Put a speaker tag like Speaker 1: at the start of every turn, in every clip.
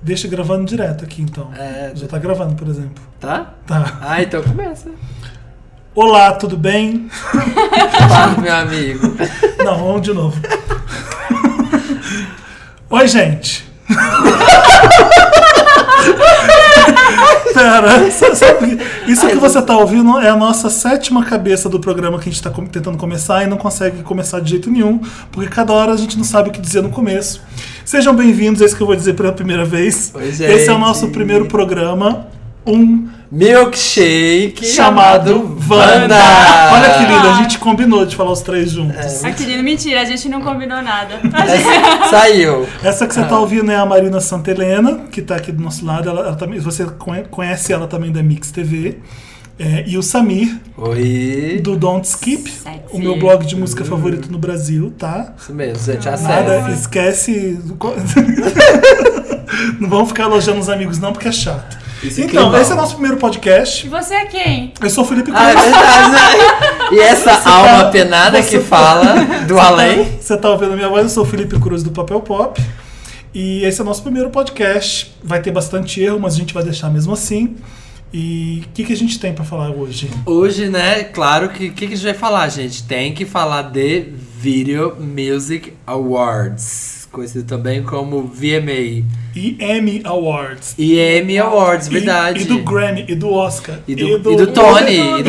Speaker 1: Deixa gravando direto aqui então.
Speaker 2: É.
Speaker 1: Já tá gravando, por exemplo.
Speaker 2: Tá?
Speaker 1: Tá.
Speaker 2: Ah, então começa.
Speaker 1: Olá, tudo bem?
Speaker 2: Fala, Tá meu amigo.
Speaker 1: Não, vamos de novo. Oi, gente. Pera, sa- sabe, isso que você tá ouvindo é a nossa sétima cabeça do programa que a gente tá com- tentando começar e não consegue começar de jeito nenhum, porque cada hora a gente não sabe o que dizer no começo. Sejam bem-vindos, é isso que eu vou dizer pela primeira vez.
Speaker 2: Oi,
Speaker 1: Esse é o
Speaker 2: gente.
Speaker 1: nosso primeiro programa, um
Speaker 2: Milkshake
Speaker 1: chamado Vanda.
Speaker 2: Wanda.
Speaker 1: Olha que lindo, a gente combinou de falar os três juntos.
Speaker 3: Ah, querido, mentira, a gente não combinou nada.
Speaker 2: Essa- É, Saiu.
Speaker 1: Essa que você tá ouvindo é a Marina Santelena, que tá aqui do nosso lado. Ela, ela também, você conhe- conhece ela também da Mix TV. É, e o Samir,
Speaker 2: Oi.
Speaker 1: do Don't Skip,
Speaker 3: Sexy.
Speaker 1: o meu blog de música favorito no Brasil, tá?
Speaker 2: Isso mesmo, gente.
Speaker 1: Nada,
Speaker 2: Acessa.
Speaker 1: esquece. não vamos ficar elogiando os amigos, não, porque é chato.
Speaker 2: Isso aqui
Speaker 1: Então,
Speaker 2: não.
Speaker 1: esse é o nosso primeiro
Speaker 3: E
Speaker 1: podcast.
Speaker 3: você é quem?
Speaker 1: Eu sou o Felipe
Speaker 2: Ah, é
Speaker 1: Cruz.
Speaker 2: verdade, né? E essa alma penada que fala do além.
Speaker 1: Você tá ouvindo a minha voz? Eu sou o Felipe Cruz do Papel Pop. E esse é o nosso primeiro podcast. Vai ter bastante erro, mas a gente vai deixar mesmo assim. E o que, que a gente tem pra falar hoje?
Speaker 2: Hoje, né, claro que o que, que a gente vai falar, gente? Tem que falar de Video Music Awards, conhecido também como VMA.
Speaker 1: E Emmy Awards.
Speaker 2: E Emmy Awards,
Speaker 1: E-
Speaker 2: verdade.
Speaker 1: E, do Grammy, e do Oscar.
Speaker 2: E do- e do Tony. e do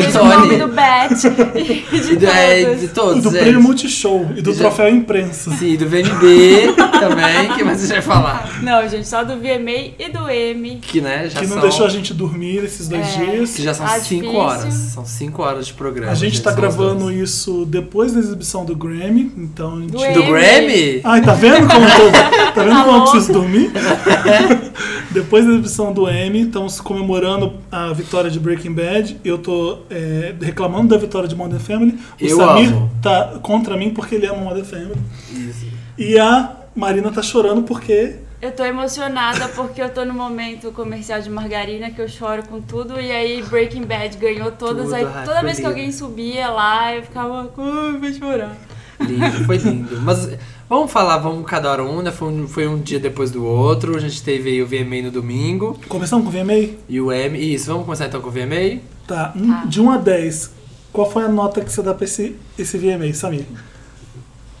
Speaker 3: do
Speaker 2: Tony.
Speaker 3: E do Bet. E de
Speaker 2: E do, é, de
Speaker 3: todos.
Speaker 1: E
Speaker 2: todos,
Speaker 1: do
Speaker 2: gente.
Speaker 1: prêmio Multishow. E do
Speaker 2: Já-
Speaker 1: troféu imprensa.
Speaker 2: Sim, do VNB também, que mais a gente vai falar?
Speaker 3: Não, gente, só do VMA e do M.
Speaker 2: Que, né, já
Speaker 1: Que não
Speaker 2: são,
Speaker 1: deixou a gente dormir esses dois
Speaker 3: É.
Speaker 1: dias.
Speaker 2: que já são
Speaker 3: Ah,
Speaker 2: 5
Speaker 3: difícil.
Speaker 2: horas. São 5 horas de programa.
Speaker 1: A gente tá
Speaker 2: são os
Speaker 1: gravando
Speaker 2: dois.
Speaker 1: isso depois da exibição do Grammy. Então a gente.
Speaker 3: Do
Speaker 2: Do Grammy?
Speaker 1: Ai, tá vendo como eu tô, Tá vendo como eu
Speaker 3: louco.
Speaker 1: preciso dormir? Depois da exibição do Emmy, estamos comemorando a vitória de Breaking Bad. Eu tô é, reclamando da vitória de Modern Family. O
Speaker 2: Eu
Speaker 1: Samir
Speaker 2: amo.
Speaker 1: tá contra mim porque ele ama Modern Family.
Speaker 2: Isso.
Speaker 1: E a Marina tá chorando porque.
Speaker 3: Eu tô emocionada porque eu tô no momento comercial de margarina que eu choro com tudo. E aí Breaking Bad ganhou todas.
Speaker 2: Tudo,
Speaker 3: aí
Speaker 2: ai,
Speaker 3: toda
Speaker 2: foi
Speaker 3: vez que
Speaker 2: lindo.
Speaker 3: alguém subia lá, eu ficava, ai, vou chorar.
Speaker 2: Lindo, foi lindo. Mas vamos falar, vamos cada hora um, né? Foi um, foi um dia depois do outro. A gente teve aí o VMA no domingo
Speaker 1: Começamos com o VMA?
Speaker 2: e o M. Isso, vamos começar então com o VMA?
Speaker 1: Tá. Um- De 1 a 10. Qual foi a nota que você dá pra esse, esse VMA, Samir?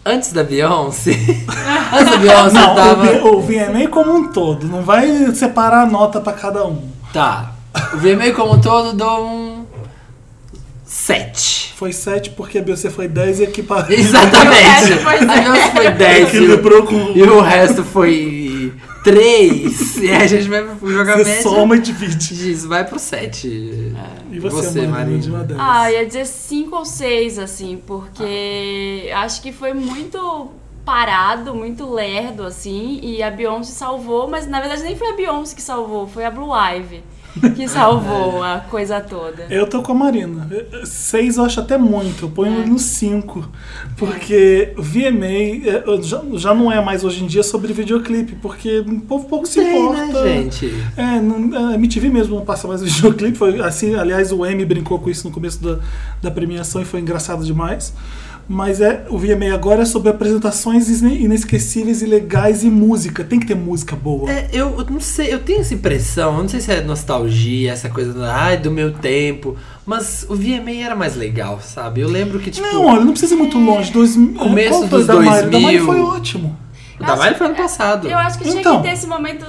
Speaker 2: Antes da Beyoncé. antes da Beyoncé
Speaker 1: Não,
Speaker 2: tava.
Speaker 1: o, V- o VMA como um todo. Não vai separar a nota pra cada um.
Speaker 2: Tá. O VMA como um todo dou um. 7.
Speaker 1: Foi 7 porque a Beyoncé foi 10 e aqui para
Speaker 2: Exatamente.
Speaker 3: E o resto foi
Speaker 2: A Beyoncé foi 10 e o-
Speaker 1: Equilibrou com.
Speaker 2: É, e o resto foi 3. E aí a gente vai jogar
Speaker 1: Você
Speaker 2: média.
Speaker 1: soma e divide.
Speaker 2: Diz, vai pro 7.
Speaker 1: E você, Marina, de uma 10.
Speaker 3: Ah, ia dizer cinco ou seis, assim, porque acho que foi muito parado, muito lerdo, assim, e a Beyoncé salvou, mas na verdade nem foi a Beyoncé que salvou, foi a Blue Ivy que salvou a coisa toda.
Speaker 1: É. Eu tô com a Marina. 6 eu acho até muito, eu
Speaker 2: É.
Speaker 1: ponho ele no 5. Porque VMA é, eu já, já não é mais hoje em dia sobre videoclipe, porque o povo pouco se
Speaker 2: Tem, né,
Speaker 1: importa.
Speaker 2: gente?
Speaker 1: É, não, a MTV mesmo não passa mais videoclipe. Foi assim, aliás, o M brincou com isso no começo da, da premiação e foi engraçado demais. Mas é, o VMA agora é sobre apresentações ine- inesquecíveis e legais e música. Tem que ter música boa.
Speaker 2: É, eu, eu não sei, eu tenho essa impressão, eu não sei se é nostalgia, essa coisa do, ai, do meu tempo, mas o VMA era mais legal, sabe? Eu lembro que, tipo,
Speaker 1: não, olha, não precisa ir muito longe. Dois, é,
Speaker 2: Começo
Speaker 1: qual foi
Speaker 2: dos
Speaker 1: da Mari? Da Mari
Speaker 2: 2000.
Speaker 1: foi ótimo.
Speaker 2: o da Mari foi ano passado.
Speaker 3: é, Eu acho que tinha
Speaker 1: Então.
Speaker 3: que ter esse momento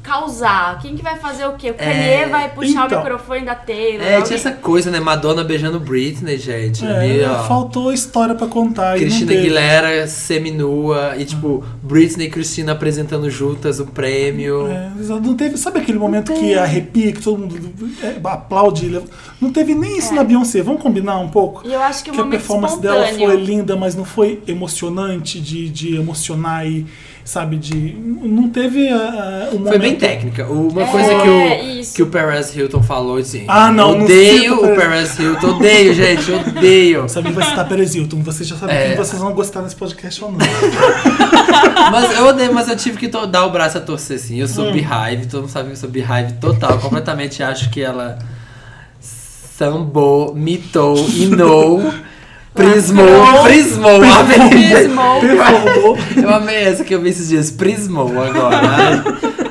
Speaker 3: causar. Quem que vai fazer o quê? O Kanye
Speaker 2: É,
Speaker 3: vai puxar
Speaker 1: então.
Speaker 3: o microfone da Taylor.
Speaker 2: É,
Speaker 3: alguém-
Speaker 2: tinha essa coisa, né? Madonna beijando Britney, gente. ali,
Speaker 1: É,
Speaker 2: ó.
Speaker 1: faltou história pra contar. e não
Speaker 2: Cristina
Speaker 1: teve. né?
Speaker 2: Aguilera seminua e, tipo, Britney e Cristina apresentando juntas um prêmio.
Speaker 1: É, não teve, sabe aquele momento que arrepia, que todo mundo é, aplaude? Não teve nem isso na Beyoncé. Vamos combinar um pouco?
Speaker 3: É. E eu acho que o
Speaker 1: que a
Speaker 3: momento
Speaker 1: performance
Speaker 3: espontâneo.
Speaker 1: dela foi linda, mas não foi emocionante de, de emocionar e, sabe, de. Não teve ah, ah, um
Speaker 2: Foi bem
Speaker 1: momento-
Speaker 2: técnica. Uma
Speaker 3: É,
Speaker 2: coisa que o,
Speaker 3: isso.
Speaker 2: que o Perez Hilton falou, assim.
Speaker 1: Ah, não, não cita
Speaker 2: Odeio
Speaker 1: o
Speaker 2: o Perez Hilton, odeio, gente, odeio.
Speaker 1: Sabe, vai citar Perez Hilton, vocês já sabem
Speaker 2: É.
Speaker 1: que vocês vão gostar desse podcast ou não.
Speaker 2: Mas eu odeio, mas eu tive que to- dar o braço a torcer, assim. Eu
Speaker 1: Hum.
Speaker 2: sou Beehive, todo mundo sabe que eu sou Beehive total. Completamente acho que ela sambou, mitou, inou, prismou, prismou. amei.
Speaker 3: Mesmo.
Speaker 1: Performou.
Speaker 2: Eu amei essa que eu vi esses dias, prismou agora. Ai,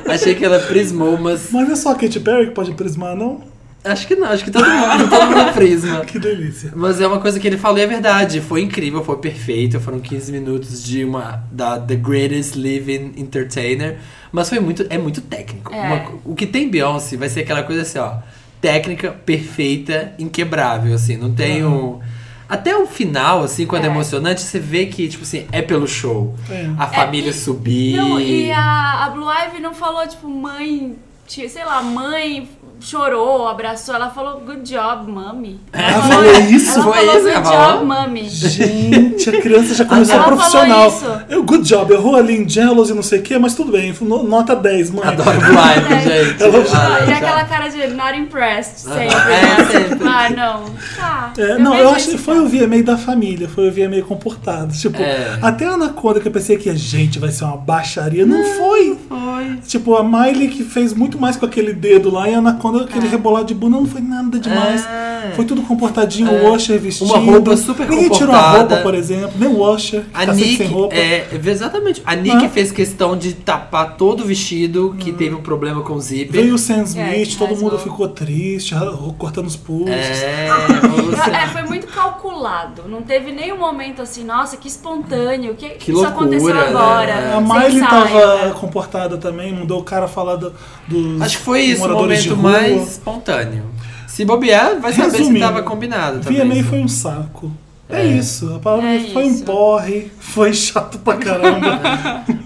Speaker 2: A achei que ela prismou, mas
Speaker 1: Mas é só a Katy Perry que pode prismar, não?
Speaker 2: acho que não, acho que todo mundo, todo mundo é prisma.
Speaker 1: Que delícia.
Speaker 2: Mas é uma coisa que ele falou e é verdade. Foi incrível, foi perfeito. Foram 15 minutos de uma da The Greatest Living Entertainer, mas foi muito é muito técnico.
Speaker 3: É.
Speaker 2: Uma co- o que tem Beyoncé vai ser aquela coisa assim, ó, técnica perfeita, inquebrável assim, não tem um até o final, assim, quando é.
Speaker 3: Uhum. É.
Speaker 2: emocionante, você vê que, tipo assim, é pelo show.
Speaker 1: É.
Speaker 2: A família
Speaker 3: e-
Speaker 2: subir.
Speaker 3: Não, e a, a Blue Ivy não falou, tipo, mãe, tinha- sei lá, mãe chorou, abraçou, ela falou, good job, mummy.
Speaker 1: Ela falou isso?
Speaker 3: Ela
Speaker 2: Foi
Speaker 3: falou,
Speaker 2: isso que
Speaker 3: good
Speaker 2: ela falou?
Speaker 3: job, mummy.
Speaker 1: Gente, a criança já começou
Speaker 3: Ela
Speaker 1: profissional.
Speaker 3: falou isso.
Speaker 1: Eu, good job, errou ali em Jealous e não sei o que, mas tudo bem. no- Nota 10, mãe.
Speaker 2: Adoro Blind, gente.
Speaker 1: Ela
Speaker 2: Ah,
Speaker 3: E
Speaker 2: tá.
Speaker 3: aquela cara de not impressed, sempre.
Speaker 2: É,
Speaker 3: né?
Speaker 2: sempre.
Speaker 3: Ah, não. Tá.
Speaker 1: É, não,
Speaker 3: vejo
Speaker 1: eu acho que
Speaker 3: isso.
Speaker 1: foi o VMA da família, foi o VMA comportado. Tipo,
Speaker 2: É.
Speaker 1: até a Anaconda que eu pensei que, gente, vai ser uma baixaria. Não, foi.
Speaker 2: Foi.
Speaker 1: Tipo, a Miley que fez muito mais com aquele dedo lá e a Anaconda, aquele rebolado de bunda, não foi nada demais.
Speaker 2: É.
Speaker 1: Foi tudo comportadinho, o Washer vestido.
Speaker 2: Uma roupa super
Speaker 1: Ninguém tirou a
Speaker 2: comportada.
Speaker 1: roupa, por exemplo, nem o Washer, que
Speaker 2: A
Speaker 1: tá sempre
Speaker 2: Nick,
Speaker 1: sem roupa.
Speaker 2: é, exatamente. A Nick
Speaker 1: Ah.
Speaker 2: fez questão de tapar todo o vestido que teve um problema com o zíper.
Speaker 1: Hum. Veio o Sam Smith, todo
Speaker 3: rasgou.
Speaker 1: mundo ficou triste, ra- cortando os pulsos.
Speaker 2: É,
Speaker 3: Eu- É,
Speaker 2: você...
Speaker 3: foi muito calculado. Não teve nenhum momento assim, nossa, que espontâneo. Que,
Speaker 2: Que
Speaker 3: isso aconteceu
Speaker 2: loucura, né?
Speaker 3: agora.
Speaker 1: A
Speaker 3: sem
Speaker 1: Miley
Speaker 3: ensaio,
Speaker 1: tava
Speaker 3: né?
Speaker 1: comportada também, mandou o cara falar do, dos
Speaker 2: Acho que foi isso, o
Speaker 1: moradores de
Speaker 2: momento
Speaker 1: rua.
Speaker 2: mais espontâneo. Se bobear, vai saber se
Speaker 1: Resumindo,
Speaker 2: tava combinado também. né?
Speaker 1: VMA foi um saco. É, isso, a palavra
Speaker 3: É
Speaker 1: foi um
Speaker 3: isso.
Speaker 1: porre, foi chato pra caramba.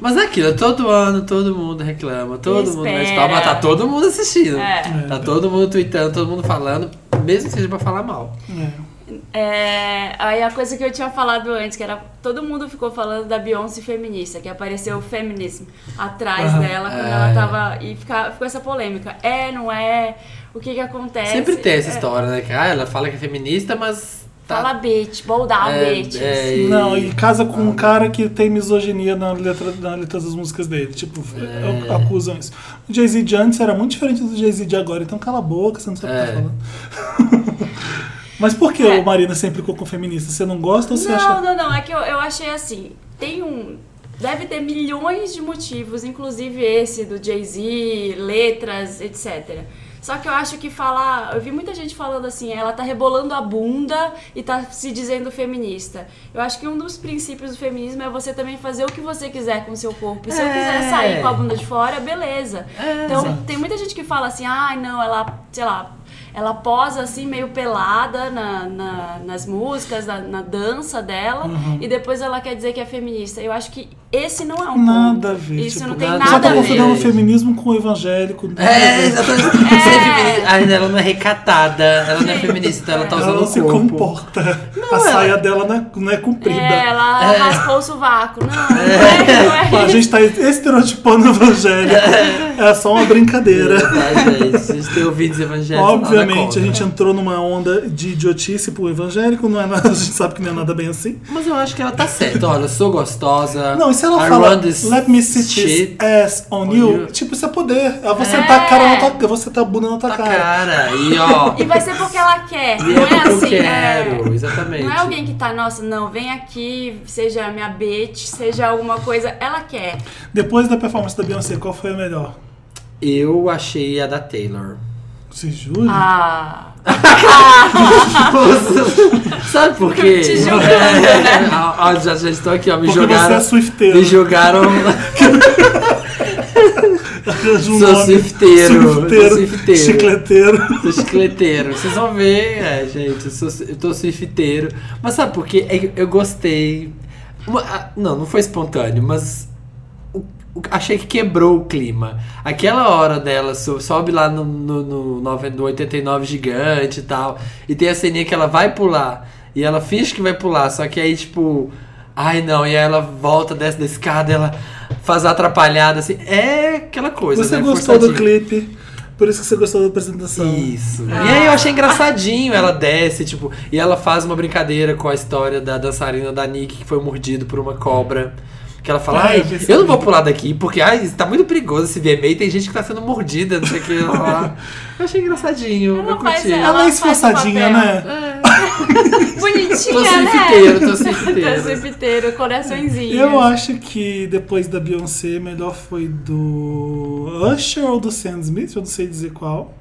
Speaker 2: Mas é aquilo, todo ano todo mundo reclama, todo mundo na
Speaker 3: Espera.
Speaker 2: spam, mas tá todo mundo assistindo.
Speaker 3: É.
Speaker 2: Tá todo mundo tweetando, todo mundo falando, mesmo que seja pra falar mal.
Speaker 1: É.
Speaker 3: É, aí a coisa que eu tinha falado antes, que era todo mundo ficou falando da Beyoncé feminista, que apareceu o feminismo atrás
Speaker 1: Aham.
Speaker 3: dela
Speaker 2: É.
Speaker 3: quando ela tava. E fica- ficou essa polêmica. É, não é? O que que acontece?
Speaker 2: Sempre tem essa
Speaker 3: É,
Speaker 2: história, né? Que ah, ela fala que é feminista, mas tá.
Speaker 3: Fala bitch, boldar
Speaker 2: É,
Speaker 3: bitch.
Speaker 2: é, e- Ah.
Speaker 1: Não, e casa com um cara que tem misoginia na letra, na letra das músicas dele. Tipo,
Speaker 2: É.
Speaker 1: acusam isso. O Jay-Z de antes era muito diferente do Jay-Z de agora, então cala a boca, você não sabe o que
Speaker 2: É.
Speaker 1: tá falando. Mas por que
Speaker 3: É.
Speaker 1: o Marina sempre ficou com feminista? Você não gosta ou você
Speaker 3: não,
Speaker 1: acha.
Speaker 3: não, não. É que eu, eu achei assim. Tem um. Deve ter milhões de motivos, inclusive esse do Jay-Z, letras, etc. Só que eu acho que falar. Eu vi muita gente falando assim, ela tá rebolando a bunda e tá se dizendo feminista. Eu acho que um dos princípios do feminismo é você também fazer o que você quiser com o seu corpo. E se eu
Speaker 2: É.
Speaker 3: quiser sair com a bunda de fora, beleza.
Speaker 2: É,
Speaker 3: então,
Speaker 1: exato.
Speaker 3: tem muita gente que fala assim, ah, não, ela, sei lá, ela posa assim meio pelada na, na- nas músicas, na, na dança dela, e depois ela quer dizer que é feminista. Eu acho que esse não é um ponto.
Speaker 1: Nada a ver.
Speaker 3: Isso
Speaker 1: tipo,
Speaker 3: não tem
Speaker 2: nada
Speaker 3: nada,
Speaker 2: a
Speaker 1: Só tá
Speaker 3: a ver.
Speaker 1: confundando o feminismo com o evangélico. né? nada a
Speaker 2: É,
Speaker 1: ver.
Speaker 2: exatamente. Ser feminista- Ainda ela não é recatada, ela não é feminista, então ela tá usando
Speaker 1: Ela não se
Speaker 2: o corpo.
Speaker 1: comporta. a saia dela não é, não é comprida.
Speaker 3: É, ela raspou o sovaco. Não, não é, não é.
Speaker 1: A gente tá estereotipando o evangelho. É só uma brincadeira.
Speaker 2: Verdade, gente. Vocês têm ouvintes evangélicos.
Speaker 1: Obviamente,
Speaker 2: nada
Speaker 1: a
Speaker 2: contra.
Speaker 1: gente entrou numa onda de idiotice pro evangélico, não é nada, a gente sabe que não é nada bem assim.
Speaker 2: Mas eu acho que ela tá certa. Olha, eu sou gostosa.
Speaker 1: Não, e se ela
Speaker 2: I
Speaker 1: fala,
Speaker 2: run this
Speaker 1: let me sit this
Speaker 2: shit
Speaker 1: ass on,
Speaker 2: on
Speaker 1: you,
Speaker 2: you.
Speaker 1: tipo, isso é poder. Eu vou sentar a cara na tua eu vou sentar a bunda na tua
Speaker 2: na
Speaker 1: cara.
Speaker 2: cara. E ó.
Speaker 3: E vai ser porque ela quer,
Speaker 2: e
Speaker 3: não
Speaker 2: é
Speaker 3: é
Speaker 2: o que
Speaker 3: assim.
Speaker 2: eu quero.
Speaker 3: é.
Speaker 2: Exatamente.
Speaker 3: Não é alguém que tá, nossa, não, vem aqui, seja minha bitch, seja alguma coisa. Ela quer.
Speaker 1: Depois da performance da Beyoncé, qual foi a melhor?
Speaker 2: Eu achei a da Taylor.
Speaker 1: Você jura?
Speaker 3: Ah.
Speaker 2: Sabe por quê?
Speaker 3: Te julgando,
Speaker 2: É, ó, ó, já, já estou aqui, ó. Me
Speaker 1: Porque você
Speaker 2: jogaram.
Speaker 1: é swifteiro.
Speaker 2: me jogaram.
Speaker 1: Arranja um
Speaker 2: Sou
Speaker 1: nome.
Speaker 2: swifteiro,
Speaker 1: Swifteiro,
Speaker 2: sou swifteiro.
Speaker 1: Chicleteiro.
Speaker 2: Sou chicleteiro. Vocês vão ver, é, gente. Eu, sou, eu tô swifteiro. Mas sabe por quê? É que eu gostei. Uma- a- não, não foi espontâneo, mas. o- o- Achei que quebrou o clima. Aquela hora dela so- sobe lá no, no, no, nove- no 89 gigante e tal. E tem a ceninha que ela vai pular. E ela finge que vai pular. Só que aí, tipo. Ai não, e aí ela volta, desce da escada, ela faz a atrapalhada, assim. É aquela coisa.
Speaker 1: Você
Speaker 2: né?
Speaker 1: gostou do
Speaker 2: Forçadinho.
Speaker 1: clipe, por isso que você gostou da apresentação.
Speaker 2: Isso. Ah. E aí eu achei engraçadinho, ela desce, tipo, e ela faz uma brincadeira com a história da dançarina da Nick que foi mordido por uma cobra. Que ela fala,
Speaker 1: Ah,
Speaker 2: ai,
Speaker 1: eu percebi.
Speaker 2: eu não vou pular daqui, porque ai, isso tá muito perigoso esse VMA, tem gente que tá sendo mordida, não sei o que. lá, lá. Eu achei engraçadinho,
Speaker 3: Ela
Speaker 2: eu
Speaker 3: faz
Speaker 2: curti.
Speaker 3: ela.
Speaker 1: Ela é
Speaker 3: faz o
Speaker 1: esforçadinha,
Speaker 3: papel. É.
Speaker 1: né?
Speaker 2: Tô
Speaker 3: Bonitinha, né?
Speaker 2: surfiteiro, tô
Speaker 3: Tô
Speaker 2: surfiteiro.
Speaker 3: surfiteiro, coraçõezinho.
Speaker 1: Eu acho que depois da Beyoncé, melhor foi do Usher ou do Sam Smith, eu não sei dizer qual.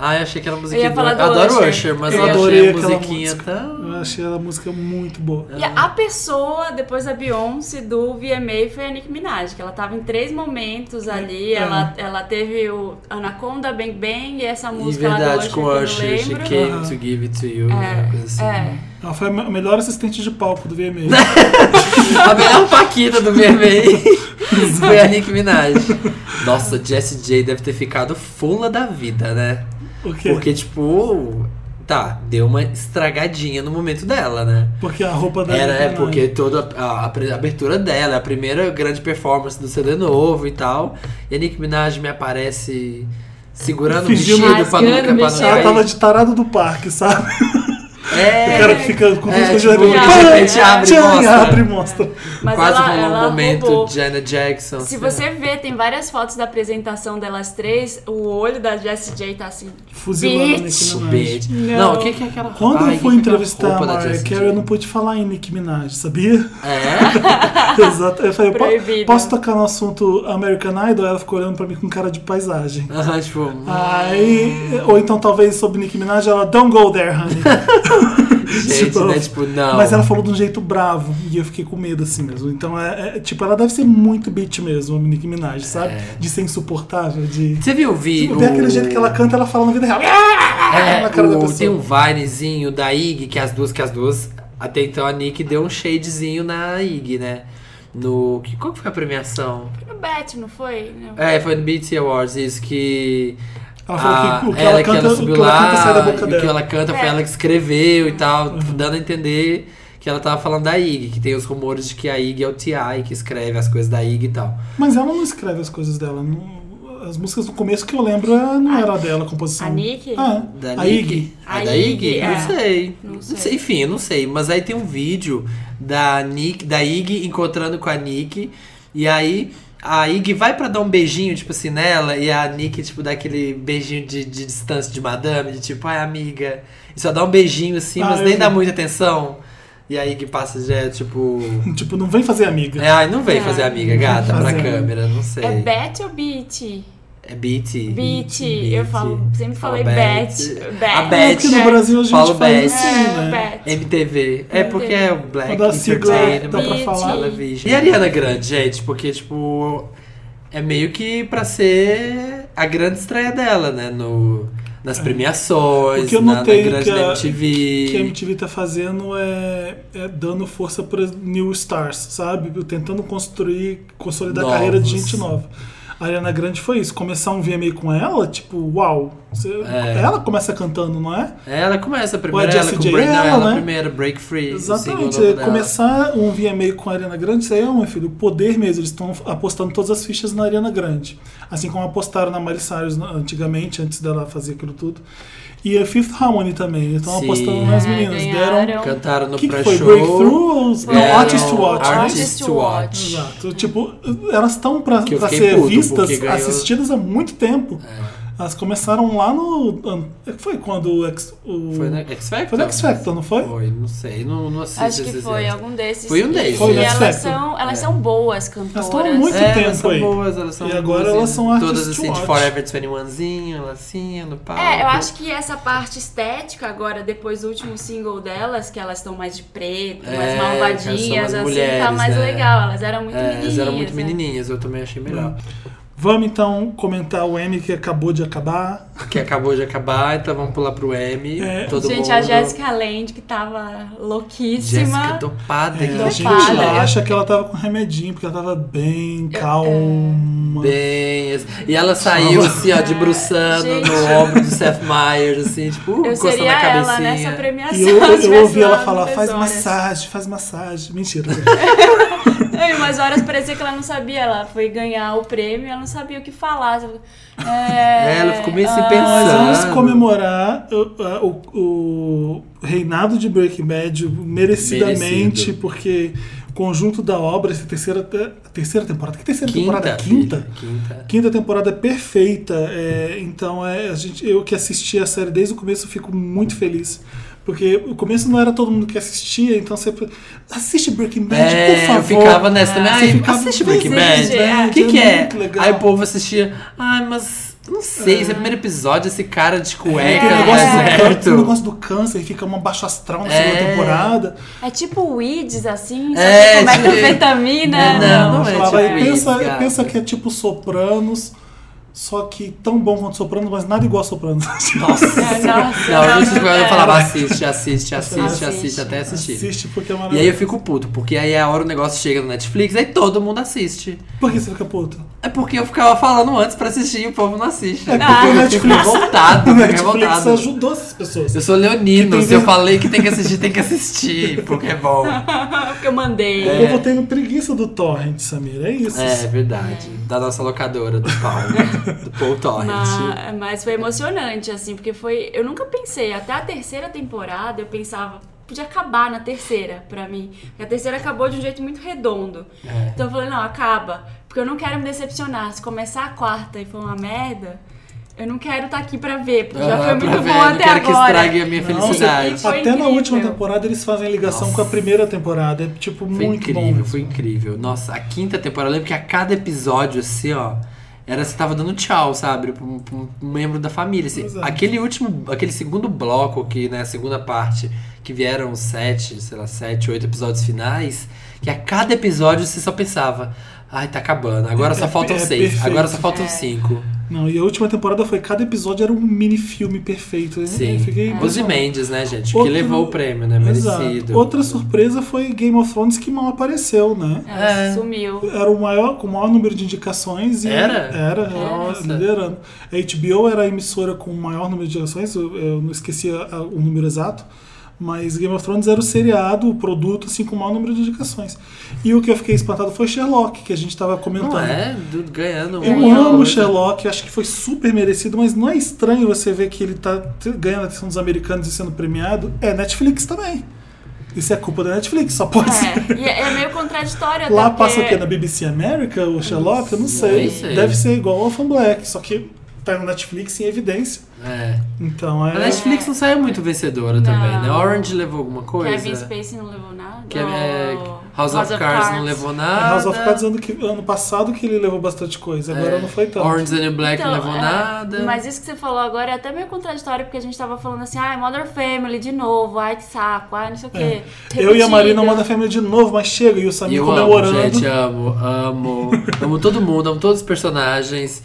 Speaker 2: Ah, eu achei que era musiquinha.
Speaker 3: Eu ia falar
Speaker 2: eu
Speaker 3: do
Speaker 2: adoro
Speaker 3: Usher.
Speaker 2: Usher, mas
Speaker 1: Eu
Speaker 2: eu
Speaker 1: adorei
Speaker 2: achei a
Speaker 1: aquela
Speaker 2: musiquinha
Speaker 1: música. Eu
Speaker 2: tão.
Speaker 1: achei a música muito boa.
Speaker 3: E a pessoa, depois da Beyoncé, do VMA foi a Nicki Minaj, que ela tava em três momentos
Speaker 2: Então.
Speaker 3: ali.
Speaker 1: É.
Speaker 3: Ela, ela teve o Anaconda, Bang Bang e essa
Speaker 2: Em
Speaker 3: música
Speaker 2: verdade,
Speaker 3: lá do
Speaker 2: com
Speaker 3: Usher, que eu
Speaker 2: Usher,
Speaker 3: não
Speaker 2: She
Speaker 3: lembro.
Speaker 2: Came
Speaker 1: Aham.
Speaker 2: to Give It to You, uma coisa assim.
Speaker 3: É, é.
Speaker 1: Ela foi a me- melhor assistente de palco do VMA.
Speaker 2: A melhor Paquita do VMA foi a Nick Minaj. Nossa, Jessie J deve ter ficado fula da vida, né?
Speaker 1: O quê?
Speaker 2: Porque, tipo, tá, deu uma estragadinha no momento dela, né?
Speaker 1: Porque a roupa da
Speaker 2: Era, é
Speaker 3: né?
Speaker 1: Nicki Minaj.
Speaker 2: porque toda a, a pre- abertura dela, a primeira grande performance do CD novo e tal. E a Nick Minaj me aparece segurando o
Speaker 1: Fingindo-
Speaker 2: vestido pra
Speaker 3: Rasgando
Speaker 2: nunca, pra
Speaker 3: o
Speaker 2: não
Speaker 3: vestido.
Speaker 1: Ela
Speaker 2: cair.
Speaker 1: tava de tarado do parque, sabe?
Speaker 2: É,
Speaker 1: o cara que fica com
Speaker 2: é,
Speaker 1: duas coisas
Speaker 2: tipo,
Speaker 1: levando.
Speaker 3: de
Speaker 1: Pã,
Speaker 3: repente
Speaker 2: abre e
Speaker 1: tchan,
Speaker 2: mostra.
Speaker 1: abre e mostra.
Speaker 3: Mas
Speaker 2: quase
Speaker 3: ela,
Speaker 2: rolou
Speaker 3: ela
Speaker 2: um momento
Speaker 3: roubou.
Speaker 2: Janet Jackson. assim.
Speaker 3: Se você ver, tem várias fotos da apresentação delas três, o olho da Jessie J tá assim.
Speaker 1: Fuzilando a Nicki
Speaker 3: Bitch.
Speaker 2: Isso,
Speaker 1: Minaj.
Speaker 2: bitch.
Speaker 3: Não.
Speaker 2: Não, o que, que é aquela
Speaker 1: Quando
Speaker 2: Ai,
Speaker 1: eu fui
Speaker 2: que que é aquela
Speaker 1: entrevistar a
Speaker 2: roupa da
Speaker 1: Mariah
Speaker 2: Jessie J?
Speaker 1: Carey, eu não pude falar em Nicki Minaj, sabia?
Speaker 2: É?
Speaker 1: Exato. Eu falei, eu po-
Speaker 3: Proibido.
Speaker 1: posso tocar no assunto American Idol? Ela ficou olhando pra mim com cara de paisagem.
Speaker 2: Aham, tipo.
Speaker 1: Aí, ou então talvez sobre Nicki Minaj, ela, don't go there, honey.
Speaker 2: Gente,
Speaker 1: tipo,
Speaker 2: né? Tipo, não.
Speaker 1: Mas ela falou de um jeito bravo e eu fiquei com medo assim mesmo. Então, é, é- tipo, ela deve ser muito bitch mesmo, a Nicki Minaj, sabe?
Speaker 2: É.
Speaker 1: De ser insuportável, de. Tipo,
Speaker 2: Você viu o vídeo?
Speaker 1: Tem aquele jeito que ela canta, ela fala na vida real.
Speaker 2: É,
Speaker 1: na cara da
Speaker 2: o-
Speaker 1: pessoa.
Speaker 2: Tem um Vinezinho da Ig, que as duas, que as duas. Até então a Nick deu um shadezinho na Ig, né? No. Que, qual que foi a premiação?
Speaker 3: Foi no Bet, tipo, não foi? Não.
Speaker 2: É, foi no BT Awards, isso que.
Speaker 1: Ela falou
Speaker 2: a-
Speaker 1: que o que ela canta- o que ela canta sai da boca
Speaker 2: e o que
Speaker 1: dela. Uhum.
Speaker 2: ela canta foi
Speaker 3: É.
Speaker 2: ela que escreveu e tal, dando a entender que ela tava falando da Ig, que tem os rumores de que a Ig é o TI que escreve as coisas da Ig e tal.
Speaker 1: Mas ela não escreve as coisas dela. não- As músicas do começo que eu lembro é- não era dela a composição.
Speaker 3: a Nicki?
Speaker 1: Ah,
Speaker 2: Da
Speaker 1: a
Speaker 2: Ig?
Speaker 1: Iggy.
Speaker 2: Ah,
Speaker 3: A
Speaker 2: da Ig?
Speaker 3: Iggy,
Speaker 2: Não,
Speaker 3: é.
Speaker 2: sei.
Speaker 3: Não
Speaker 2: não
Speaker 3: sei.
Speaker 2: sei. Enfim, eu não sei. Mas aí tem um vídeo da Nick, da Ig encontrando com a Nick. E aí a Ig vai pra dar um beijinho, tipo assim, nela. E a Nick, tipo, dá aquele beijinho de, de distância de madame, de tipo, ai, amiga. E só dá um beijinho assim,
Speaker 1: Ah,
Speaker 2: mas
Speaker 1: eu
Speaker 2: nem
Speaker 1: vi.
Speaker 2: dá muita atenção. E a Ig passa já, é, tipo.
Speaker 1: Tipo, não vem fazer amiga.
Speaker 2: É, ai, não vem
Speaker 3: Ah,
Speaker 2: fazer amiga,
Speaker 1: não vem
Speaker 2: gata, pra
Speaker 1: fazer.
Speaker 2: câmera, não sei.
Speaker 3: É Bet ou Beat?
Speaker 2: É Beat.
Speaker 3: Beat.
Speaker 2: Beat.
Speaker 3: Eu falo, sempre
Speaker 2: Fala
Speaker 3: falei
Speaker 2: Bet.
Speaker 3: Bet. Uh,
Speaker 2: A
Speaker 3: Bet.
Speaker 1: É porque no
Speaker 2: Beth.
Speaker 1: Brasil a gente
Speaker 2: Paulo
Speaker 1: faz
Speaker 2: Beth.
Speaker 1: assim,
Speaker 3: É,
Speaker 1: né?
Speaker 3: Bet.
Speaker 2: MTV. É porque é o Black
Speaker 1: Quando a sigla
Speaker 2: Entertainment
Speaker 1: dá pra
Speaker 3: Beat.
Speaker 1: falar.
Speaker 2: Television. E a Ariana Grande, gente, porque, tipo, é meio que pra ser a grande estreia dela, né? No, nas
Speaker 1: O
Speaker 2: premiações,
Speaker 1: que eu
Speaker 2: na, na
Speaker 1: notei é
Speaker 2: grande
Speaker 1: que a-
Speaker 2: da MTV.
Speaker 1: que a MTV tá fazendo é, é dando força para new stars, sabe? Tentando construir, consolidar a
Speaker 2: Novos.
Speaker 1: carreira de gente nova. A Ariana Grande foi isso. Começar um VMA com ela, tipo, uau. Você-
Speaker 2: É.
Speaker 1: Ela começa cantando, não é?
Speaker 2: Ela começa primeiro, ela
Speaker 1: Jessie
Speaker 2: com
Speaker 1: J,
Speaker 2: o Break, não,
Speaker 1: ela,
Speaker 2: ela
Speaker 1: né?
Speaker 2: primeiro, Break Free. o
Speaker 1: Exatamente. é,
Speaker 2: single novo dela.
Speaker 1: Começar um VMA com a Ariana Grande, isso aí é, meu filho, o poder mesmo. Eles estão apostando todas as fichas na Ariana Grande. Assim como apostaram na Miley Cyrus na- antigamente, antes dela fazer aquilo tudo. E a Fifth Harmony também. Eles Estão
Speaker 2: Sim.
Speaker 1: apostando nas
Speaker 3: É,
Speaker 1: meninas.
Speaker 3: ganharam.
Speaker 1: Deram
Speaker 2: Cantaram no
Speaker 1: que, que
Speaker 2: pré-show.
Speaker 1: foi? Breakthrough ou não,
Speaker 2: Deram
Speaker 1: Artist to Watch? né?
Speaker 2: É, Artist to Watch.
Speaker 1: Exato. Tipo, elas estão pra,
Speaker 2: Que eu
Speaker 1: pra
Speaker 2: fiquei
Speaker 1: ser
Speaker 2: puto,
Speaker 1: vistas,
Speaker 2: porque ganhou- É.
Speaker 1: assistidas há muito tempo. Elas começaram lá no. é Foi quando o X. O,
Speaker 2: Foi no X Factor?
Speaker 1: foi no X Factor, não foi?
Speaker 2: Foi, não sei, não, não assisto
Speaker 3: Acho que
Speaker 2: esses
Speaker 3: foi
Speaker 2: eventos.
Speaker 3: algum desses.
Speaker 2: Foi um
Speaker 3: E-
Speaker 2: desses.
Speaker 1: Foi
Speaker 3: E
Speaker 1: nesse
Speaker 3: elas
Speaker 1: século.
Speaker 3: são, elas
Speaker 2: É.
Speaker 3: são boas cantoras.
Speaker 1: foram muito
Speaker 2: É, elas
Speaker 1: tempo
Speaker 2: são
Speaker 1: aí.
Speaker 2: boas, elas são
Speaker 1: E agora
Speaker 2: boas,
Speaker 1: elas
Speaker 2: e
Speaker 1: são
Speaker 2: Todas
Speaker 1: artist
Speaker 2: assim,
Speaker 1: watch.
Speaker 2: de Forever 21zinho, lacinha, no palco.
Speaker 3: É, eu acho que essa parte estética agora, depois do último single delas, que elas estão mais de preto,
Speaker 2: É,
Speaker 3: mais
Speaker 2: que elas
Speaker 3: malvadinhas,
Speaker 2: são
Speaker 3: assim,
Speaker 2: as mulheres,
Speaker 3: tá mais
Speaker 2: né?
Speaker 3: legal. Elas eram muito
Speaker 2: É, elas
Speaker 3: menininhas.
Speaker 2: eram muito
Speaker 3: né?
Speaker 2: menininhas, eu também achei melhor.
Speaker 1: Vamos então comentar o M que acabou de acabar.
Speaker 2: Que acabou de acabar, então vamos pular pro M.
Speaker 1: É.
Speaker 2: Todo
Speaker 3: Gente,
Speaker 2: mundo...
Speaker 3: a Jessica Lange, que tava
Speaker 2: Jéssica
Speaker 3: louquíssima.
Speaker 2: dopada.
Speaker 1: É,
Speaker 2: que
Speaker 1: a
Speaker 3: Dopada.
Speaker 1: gente
Speaker 2: dopada.
Speaker 1: acha que ela tava com remedinho, porque ela tava
Speaker 2: é.
Speaker 1: bem calma.
Speaker 2: Bem, e ela saiu assim, ó, debruçando
Speaker 3: Gente.
Speaker 2: no ombro do Seth Meyers, assim, tipo,
Speaker 3: Eu
Speaker 2: encostando
Speaker 3: seria
Speaker 2: a
Speaker 3: ela
Speaker 2: cabecinha.
Speaker 3: nessa premiação.
Speaker 1: E
Speaker 2: é
Speaker 1: eu,
Speaker 3: se
Speaker 1: eu
Speaker 3: tivesse
Speaker 1: ouvi ela
Speaker 3: lá
Speaker 1: falar,
Speaker 3: no
Speaker 1: faz
Speaker 3: Tesouras."
Speaker 1: massagem, faz massagem. Mentira.
Speaker 3: É, E umas horas parecia que ela não sabia, ela foi ganhar o prêmio, ela não sabia o que falar. É,
Speaker 2: É, ela ficou meio sem
Speaker 3: ah,
Speaker 1: Nós vamos
Speaker 2: pensar.
Speaker 1: comemorar o, a- o- o reinado de Breaking Bad merecidamente,
Speaker 2: Merecido.
Speaker 1: porque conjunto da obra, essa terceira, te- terceira temporada. Que terceira temporada?
Speaker 2: filha,
Speaker 1: Quinta?
Speaker 2: Quinta.
Speaker 1: Quinta temporada perfeita. é, então é, a gente, eu que assisti a série desde o começo eu fico muito feliz. Porque o começo não era todo mundo que assistia, então você. Assiste Breaking Bad, por
Speaker 2: É,
Speaker 1: favor.
Speaker 2: eu ficava nessa também.
Speaker 1: Você
Speaker 2: Ai,
Speaker 1: ficava,
Speaker 2: assiste
Speaker 1: "Mas
Speaker 2: Breaking Bad.
Speaker 3: existe, é.
Speaker 2: O que, que
Speaker 1: é
Speaker 2: é?
Speaker 1: muito legal."
Speaker 2: Aí o povo assistia. Ai, mas não sei, esse é o primeiro episódio, esse cara de cueca
Speaker 1: o
Speaker 2: no
Speaker 1: negócio, do
Speaker 2: deserto.
Speaker 1: câncer, o negócio do câncer fica uma baixo astral na segunda
Speaker 2: É.
Speaker 1: temporada.
Speaker 3: É tipo o IDS, assim, sabe?
Speaker 2: É,
Speaker 3: É, Como é
Speaker 2: tipo-
Speaker 3: metanfetamina.
Speaker 2: Não, não
Speaker 1: Eu
Speaker 2: é
Speaker 1: falava,
Speaker 2: tipo
Speaker 1: "Ai,
Speaker 2: isso,
Speaker 1: pensa,
Speaker 2: cara."
Speaker 1: pensa que é tipo Sopranos, só que tão bom quanto Sopranos, mas nada igual a Sopranos.
Speaker 2: Nossa.
Speaker 3: É, nossa.
Speaker 2: Não, eu, não, eu
Speaker 3: É.
Speaker 2: falava assiste, assiste, assiste,
Speaker 3: Assiste.
Speaker 2: assiste, até assistir.
Speaker 1: Assiste porque é
Speaker 2: E aí eu
Speaker 1: maravilhoso.
Speaker 2: fico puto, porque aí é a hora o negócio chega no Netflix, aí todo mundo assiste.
Speaker 1: Por que você fica puto?
Speaker 2: É porque eu ficava falando antes pra assistir e o povo não assiste.
Speaker 1: É porque
Speaker 3: Ah,
Speaker 1: o
Speaker 2: eu fico
Speaker 1: Netflix,
Speaker 2: revoltado,
Speaker 1: o
Speaker 2: eu fico
Speaker 1: Netflix
Speaker 2: Tá revoltado.
Speaker 1: ajudou essas pessoas.
Speaker 2: Eu sou
Speaker 1: Que
Speaker 2: leonino,
Speaker 1: tem
Speaker 2: se eu
Speaker 1: vezes-
Speaker 2: falei que tem que assistir, tem que assistir, porque é bom.
Speaker 3: Porque eu mandei.
Speaker 1: O povo tem preguiça do Torrent, Samir. É isso.
Speaker 2: É, verdade. Da nossa locadora, do Paulo, do Paul Torrent.
Speaker 3: Ma- Mas foi emocionante, assim, porque foi. Eu nunca pensei, até a terceira temporada eu pensava, podia acabar na terceira pra mim. Porque a terceira acabou de um jeito muito redondo.
Speaker 2: É.
Speaker 3: Então eu falei, não, acaba. Porque eu não quero me decepcionar. Se começar a quarta e for uma merda, eu não quero estar aqui pra ver, porque já
Speaker 2: Ah,
Speaker 3: foi
Speaker 2: pra
Speaker 3: muito
Speaker 2: ver,
Speaker 3: bom
Speaker 2: não
Speaker 3: até
Speaker 2: quero que
Speaker 3: agora.
Speaker 2: estrague a minha
Speaker 1: Não,
Speaker 2: felicidade.
Speaker 3: Foi
Speaker 1: Até na
Speaker 3: incrível.
Speaker 1: última temporada eles fazem ligação com a primeira temporada. É tipo
Speaker 2: Foi
Speaker 1: muito
Speaker 2: incrível,
Speaker 1: bom.
Speaker 2: foi incrível. Nossa, a quinta temporada, eu lembro que a cada episódio, assim, ó, era você tava dando tchau, sabe, pra um, pra um membro da família. assim.
Speaker 1: Pois é.
Speaker 2: aquele último, aquele segundo bloco aqui, né, a segunda parte, que vieram os sete, sei lá, sete, oito episódios finais, que a cada episódio você só pensava, ai, tá acabando, agora
Speaker 1: É-
Speaker 2: só
Speaker 1: é-
Speaker 2: faltam
Speaker 1: é
Speaker 2: seis,
Speaker 1: perfeito.
Speaker 2: agora só faltam cinco.
Speaker 1: Não, e a última temporada foi cada episódio era um mini filme perfeito. Eu
Speaker 2: Sim.
Speaker 1: fiquei
Speaker 2: Os Mendes, né, gente,
Speaker 1: Outro-
Speaker 2: que levou o prêmio, né, merecido.
Speaker 1: Exato. Outra surpresa foi Game of Thrones que mal apareceu, né?
Speaker 3: É,
Speaker 2: É.
Speaker 3: Sumiu.
Speaker 1: Era o maior, com o maior número de indicações. E
Speaker 2: Era?
Speaker 1: Era, ela
Speaker 2: Nossa.
Speaker 1: liderando. A HBO era a emissora com o maior número de indicações, eu, eu não esqueci a- a- o número exato. Mas Game of Thrones era o seriado, o produto, assim, com o maior número de indicações. E o que eu fiquei espantado foi Sherlock, que a gente tava comentando.
Speaker 2: Não é? Do- ganhando um
Speaker 1: Eu
Speaker 2: uma
Speaker 1: amo o
Speaker 2: coisa.
Speaker 1: Sherlock, acho que foi super merecido, mas não é estranho você ver que ele tá t- ganhando a atenção dos americanos e sendo premiado. É Netflix também. Isso é culpa da Netflix, só pode ser.
Speaker 3: É, e é é meio contraditório até
Speaker 1: Lá
Speaker 3: porque-
Speaker 1: passa o quê? Na BBC America, o Sherlock? Eu não sei.
Speaker 2: sei.
Speaker 1: Deve ser igual ao Orphan Black, só que tá no Netflix em evidência.
Speaker 2: É.
Speaker 1: Então
Speaker 2: A
Speaker 1: é.
Speaker 2: Netflix não saiu muito vencedora
Speaker 3: Não.
Speaker 2: também, né? Orange levou alguma coisa.
Speaker 3: Kevin Spacey não levou nada.
Speaker 2: é? Kevin- é,
Speaker 3: Ou-
Speaker 2: House, of, Cards, não levou nada.
Speaker 1: A É, House of Cards ano, que- ano passado que ele levou bastante coisa, agora
Speaker 2: É.
Speaker 1: não foi tanto.
Speaker 2: Orange and the Black
Speaker 3: Então,
Speaker 2: não levou
Speaker 3: é,
Speaker 2: nada.
Speaker 3: Mas isso que você falou agora é até meio contraditório, porque a gente tava falando assim, ai, Mother Family de novo, ai, que saco, ai, não sei o quê.
Speaker 1: É. Eu e a
Speaker 3: Repetido.
Speaker 1: Marina manda a fêmea de novo, mas chega, e o
Speaker 2: E
Speaker 1: Samir
Speaker 2: eu amo,
Speaker 1: comemorando.
Speaker 2: gente, amo, amo. amo todo mundo, amo todos os personagens.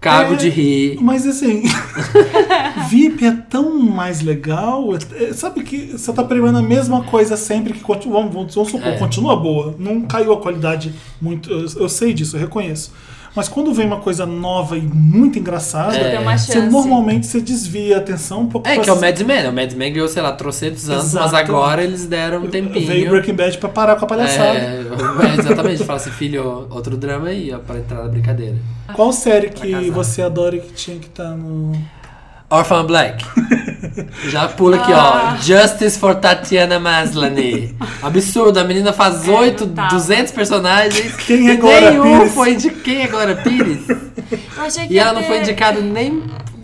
Speaker 2: Cago
Speaker 1: É.
Speaker 2: de rir.
Speaker 1: Mas assim, VIP é tão mais legal. é- é- Sabe que você tá premiando a mesma coisa sempre que conti- vamos, vamos, vamos supor,
Speaker 2: É.
Speaker 1: continua boa. Não caiu a qualidade muito. Eu, eu sei disso, eu reconheço. Mas quando vem uma coisa nova e muito engraçada,
Speaker 2: Você tem
Speaker 3: uma
Speaker 1: você
Speaker 3: chance.
Speaker 1: normalmente você desvia a atenção um pouco
Speaker 2: É,
Speaker 1: pra-
Speaker 2: que é o Mad Men. O Mad Men ganhou, sei lá, trocentos anos, mas
Speaker 1: Exato.
Speaker 2: agora eles deram um tempinho.
Speaker 1: Veio Breaking Bad pra parar com a palhaçada.
Speaker 2: é, é, exatamente. Fala assim, filho, outro drama aí, ó, pra entrar na brincadeira.
Speaker 1: Qual série
Speaker 2: Pra
Speaker 1: que
Speaker 2: casar.
Speaker 1: você adora e que tinha que estar no.
Speaker 2: Orphan Black. Já pula aqui,
Speaker 3: Ah.
Speaker 2: ó. Justice for Tatiana Maslany. Absurdo, a menina faz
Speaker 3: É, não
Speaker 2: oito,
Speaker 3: tá.
Speaker 2: 200 personagens.
Speaker 1: Quem
Speaker 2: e
Speaker 1: é Glória
Speaker 2: nenhum
Speaker 1: Pires?
Speaker 2: foi de quem é Glória Pires?
Speaker 3: Eu achei que
Speaker 2: E
Speaker 3: ia
Speaker 2: ela não
Speaker 3: ter-
Speaker 2: foi indicada nem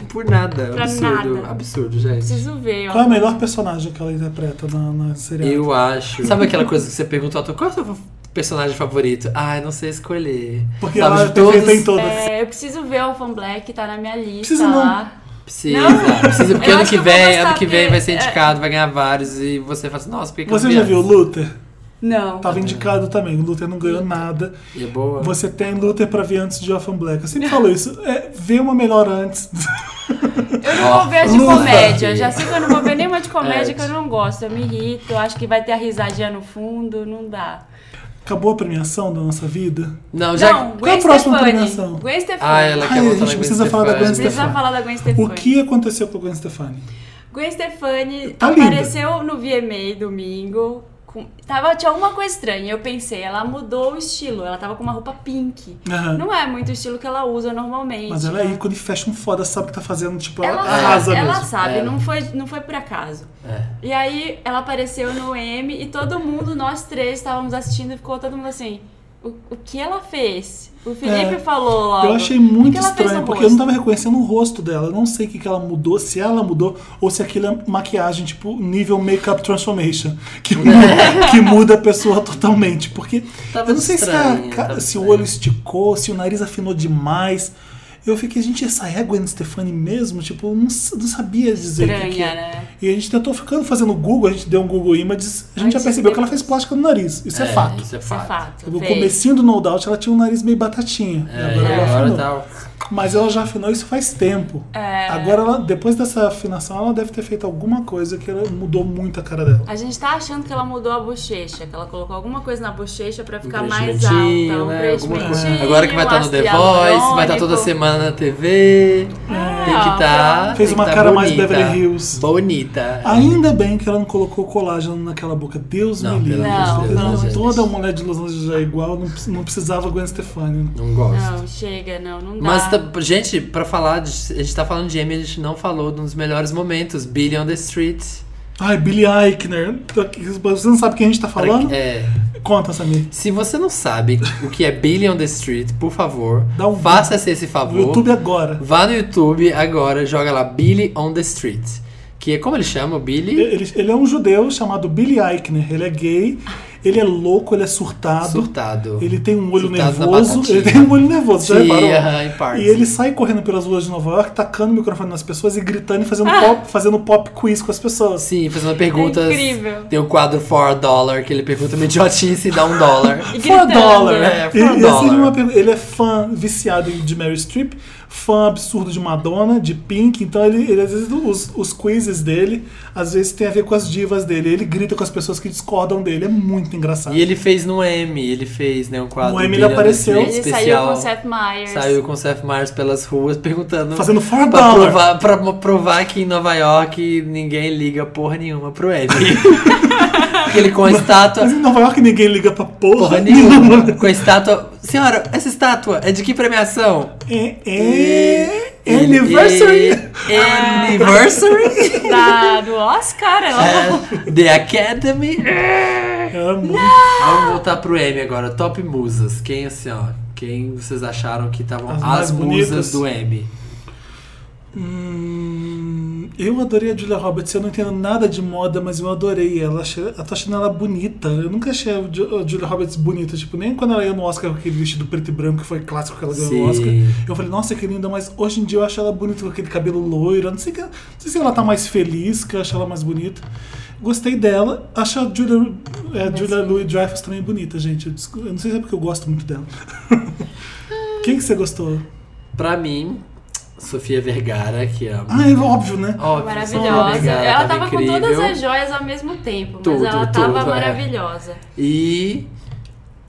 Speaker 2: por nada.
Speaker 3: Pra
Speaker 2: absurdo,
Speaker 3: nada.
Speaker 2: absurdo, gente.
Speaker 3: Preciso ver, ó.
Speaker 1: Qual é o melhor personagem que ela interpreta na, na serial?
Speaker 2: Eu acho. Sabe aquela coisa que você pergunta, ao ator, qual é o seu personagem favorito? Ai, não sei escolher.
Speaker 1: Porque
Speaker 2: Sabe,
Speaker 1: ela
Speaker 2: de
Speaker 1: tem feito
Speaker 2: todos-
Speaker 1: em todas.
Speaker 3: É, eu preciso ver o Fan Black, tá na minha lista
Speaker 1: Precisa não.
Speaker 3: lá.
Speaker 2: Precisa,
Speaker 3: Não.
Speaker 2: precisa, porque
Speaker 3: Eu
Speaker 2: ano
Speaker 3: acho
Speaker 2: que
Speaker 3: que eu vou
Speaker 2: vem,
Speaker 3: gostar,
Speaker 2: ano que vem
Speaker 3: porque-
Speaker 2: vai ser
Speaker 3: é.
Speaker 2: indicado, vai ganhar vários e você fala assim, nossa, por que que eu
Speaker 1: Você
Speaker 2: não
Speaker 1: já
Speaker 2: vi
Speaker 1: viu o
Speaker 2: essa?
Speaker 1: Luther?
Speaker 3: Não.
Speaker 1: Tava indicado também. O Luther não ganhou nada.
Speaker 2: E é boa.
Speaker 1: Você tem Luther pra ver antes de Orphan Black. Eu sempre falo isso. É, vê uma melhor antes.
Speaker 3: Eu não
Speaker 2: Ó,
Speaker 3: vou ver as de
Speaker 2: Lufa.
Speaker 3: comédia. Já sei que eu não vou ver nenhuma de comédia
Speaker 2: É.
Speaker 3: que eu não gosto. Eu me irrito, eu acho que vai ter a risadinha no fundo, não dá.
Speaker 1: Acabou a premiação da nossa vida.
Speaker 2: Não, já.
Speaker 3: Não,
Speaker 1: Qual é
Speaker 3: Gwen
Speaker 1: a próxima
Speaker 3: Stefani.
Speaker 1: premiação?
Speaker 2: Ah,
Speaker 3: Gwen
Speaker 2: ela
Speaker 3: Stefani.
Speaker 2: quer
Speaker 1: Ai,
Speaker 2: voltar
Speaker 1: a gente
Speaker 2: na
Speaker 1: precisa
Speaker 2: Gwen
Speaker 1: falar da
Speaker 2: Stefani.
Speaker 1: Gwen
Speaker 3: Precisa
Speaker 1: Stefani.
Speaker 3: falar da Gwen
Speaker 1: O
Speaker 3: Stefani.
Speaker 1: que aconteceu com a Gwen Stefani?
Speaker 3: Gwen Stefani
Speaker 1: Tá linda.
Speaker 3: apareceu no VMA domingo com- Tava, tinha alguma coisa estranha. Eu pensei, ela mudou o estilo. Ela tava com uma roupa pink.
Speaker 1: Aham.
Speaker 3: Não é muito o estilo que ela usa normalmente. né?
Speaker 1: Mas ela é ícone fashion foda, sabe o que tá fazendo, tipo, ela,
Speaker 3: Ela,
Speaker 1: arrasa
Speaker 3: sabe, ela
Speaker 1: mesmo.
Speaker 3: sabe,
Speaker 2: Ela.
Speaker 3: não foi, não foi por acaso.
Speaker 2: É.
Speaker 3: E aí ela apareceu no M e todo mundo, nós três, estávamos assistindo e ficou todo mundo assim. O, o que ela fez? O Felipe
Speaker 1: É.
Speaker 3: falou logo.
Speaker 1: Eu achei
Speaker 3: "O
Speaker 1: muito
Speaker 3: que ela fez
Speaker 1: estranho,
Speaker 3: no
Speaker 1: porque eu não
Speaker 3: rosto?"
Speaker 1: tava reconhecendo o rosto dela. Eu não sei o que, que ela mudou, se ela mudou, ou se aquilo é maquiagem, tipo, nível make-up transformation, que muda, que muda a pessoa totalmente. Porque
Speaker 2: Tava
Speaker 1: eu não sei se, a
Speaker 2: estranho,
Speaker 1: ca-
Speaker 2: tava
Speaker 1: se o
Speaker 2: estranho.
Speaker 1: olho esticou, se o nariz afinou demais. Eu fiquei, gente, essa é a Gwen Stefani mesmo? Tipo, eu não, sa- não sabia dizer o que que
Speaker 3: Estranha,
Speaker 1: é.
Speaker 3: né?
Speaker 1: E a gente tentou ficando fazendo Google, a gente deu um Google Images, a gente já
Speaker 3: Antes e
Speaker 1: percebeu que ela
Speaker 3: depois.
Speaker 1: fez plástica no nariz. Isso é,
Speaker 2: É,
Speaker 1: fato.
Speaker 2: Isso é
Speaker 3: Isso é
Speaker 2: fato.
Speaker 3: fato.
Speaker 1: No
Speaker 3: fez.
Speaker 1: comecinho do No Doubt, ela tinha um nariz meio batatinha.
Speaker 2: É,
Speaker 1: E agora
Speaker 2: e
Speaker 1: ela
Speaker 2: agora
Speaker 1: afinou.
Speaker 2: tá.
Speaker 1: Mas ela já afinou isso faz tempo.
Speaker 3: É.
Speaker 1: Agora, ela, depois dessa afinação, ela deve ter feito alguma coisa que ela mudou muito a cara dela.
Speaker 3: A gente tá achando que ela mudou a bochecha, que ela colocou alguma coisa na bochecha pra ficar
Speaker 2: um
Speaker 3: mais alta.
Speaker 2: preenchimentinho,
Speaker 3: Um
Speaker 2: né, alguma coisa.
Speaker 3: preenchimentinho,
Speaker 2: Agora que vai estar no The
Speaker 3: ácido
Speaker 2: Voice, vai estar toda
Speaker 3: hialurônico.
Speaker 2: semana na
Speaker 3: É.
Speaker 2: TV. tem que
Speaker 3: ó,
Speaker 2: estar.
Speaker 1: Fez uma cara mais Beverly Hills.
Speaker 2: Bonita.
Speaker 1: Ainda bem que ela não colocou colágeno naquela boca. Deus
Speaker 2: Não,
Speaker 1: me livre.
Speaker 2: pelo
Speaker 3: amor de Deus,
Speaker 1: Senão
Speaker 3: não, gente.
Speaker 1: toda mulher de Los Angeles já é igual, não, precis- não precisava Gwen Stefani.
Speaker 2: Não gosto.
Speaker 3: Não, chega, não, não dá.
Speaker 2: Mas, tá- gente, pra falar, de- a gente tá falando de Amy, a gente não falou de um dos melhores momentos, Billy on the Street.
Speaker 1: Ai, Billy Eichner. Você não sabe quem a gente tá
Speaker 2: Pra-
Speaker 1: falando?
Speaker 2: é,
Speaker 1: Conta, Samir.
Speaker 2: se você não sabe o que é Billy on the Street, por favor,
Speaker 1: Dá um-
Speaker 2: faça esse
Speaker 1: No
Speaker 2: favor.
Speaker 1: YouTube é- agora.
Speaker 2: Vá no YouTube agora, joga lá Billy on the Street. Que é como ele chama o Billy?
Speaker 1: Ele, ele é um judeu chamado Billy Eichner. Ele é gay, ele é louco, ele é surtado.
Speaker 2: Surtado.
Speaker 1: Ele tem um olho
Speaker 2: Surtado na
Speaker 1: nervoso.
Speaker 2: batatinha.
Speaker 1: Ele tem um olho nervoso, já
Speaker 2: Sim,
Speaker 1: reparou?
Speaker 2: aham, em parte.
Speaker 1: E ele sai correndo pelas ruas de Nova York, tacando o microfone nas pessoas e gritando e fazendo,
Speaker 2: Ah.
Speaker 1: pop, fazendo pop quiz com as pessoas.
Speaker 2: Sim, fazendo perguntas.
Speaker 3: É incrível.
Speaker 2: Tem o quadro for a dollar, que ele pergunta uma idiotice e dá um dólar.
Speaker 3: E
Speaker 1: Fã
Speaker 3: gritando,
Speaker 1: dólar.
Speaker 3: né?
Speaker 2: É, fã
Speaker 1: E- e
Speaker 2: dólar.
Speaker 1: assim, uma pergunta, ele é fã viciado de Mary Streep, fã absurdo de Madonna, de Pink, então ele, ele, às vezes os, os quizzes dele às vezes tem a ver com as divas dele. Ele grita com as pessoas que discordam dele. É muito engraçado.
Speaker 2: E ele fez no M, ele fez, né, um quadro.
Speaker 1: No M ele
Speaker 2: Billy on the
Speaker 1: apareceu.
Speaker 2: Street
Speaker 3: Ele saiu
Speaker 2: especial.
Speaker 3: com o Seth Meyers.
Speaker 2: Saiu com o Seth Meyers pelas ruas perguntando.
Speaker 1: Fazendo for
Speaker 2: pra
Speaker 1: dollar.
Speaker 2: provar, pra mo- provar que em Nova York ninguém liga porra nenhuma pro M. Porque ele com a estátua.
Speaker 1: Mas em Nova York ninguém liga pra porra,
Speaker 2: Porra nenhuma. Com a estátua. Senhora, essa estátua é de que premiação?
Speaker 1: É, é, anniversary.
Speaker 2: É, anniversary?
Speaker 3: Da, do Oscar, ela.
Speaker 2: É, The Academy.
Speaker 1: Amo.
Speaker 2: Vamos voltar pro M agora. Top musas. Quem assim, ó? Quem vocês acharam que estavam
Speaker 1: As
Speaker 2: as,
Speaker 1: mais bonitas.
Speaker 2: musas do M?
Speaker 1: Hum, eu adorei a Julia Roberts. Eu não entendo nada de moda, mas eu adorei ela. Achei- Eu tô achando ela bonita. Eu nunca achei a Ju- a Julia Roberts bonita. Tipo, nem quando ela ia no Oscar com aquele vestido preto e branco, que foi clássico que ela ganhou no
Speaker 2: Sim.
Speaker 1: Oscar. Eu falei, nossa, que linda, mas hoje em dia eu acho ela bonita com aquele cabelo loiro. Eu Não sei, que- não sei se ela tá mais feliz, que eu acho ela mais bonita. Gostei dela. Acho a Julia, é, Julia Louis Dreyfus também bonita, gente. Eu, discu- eu não sei se é porque eu gosto muito dela. Quem que você gostou?
Speaker 2: Pra mim, Sofia Vergara, que amo.
Speaker 1: Ah, é óbvio, né?
Speaker 2: Óbvio, Sofia
Speaker 3: Maravilhosa.
Speaker 2: Vergara,
Speaker 3: Ela
Speaker 2: tava
Speaker 3: tava com todas
Speaker 2: incrível.
Speaker 3: as joias ao mesmo tempo, mas
Speaker 2: Tudo,
Speaker 3: ela
Speaker 2: tudo,
Speaker 3: tava
Speaker 2: é.
Speaker 3: maravilhosa.
Speaker 2: E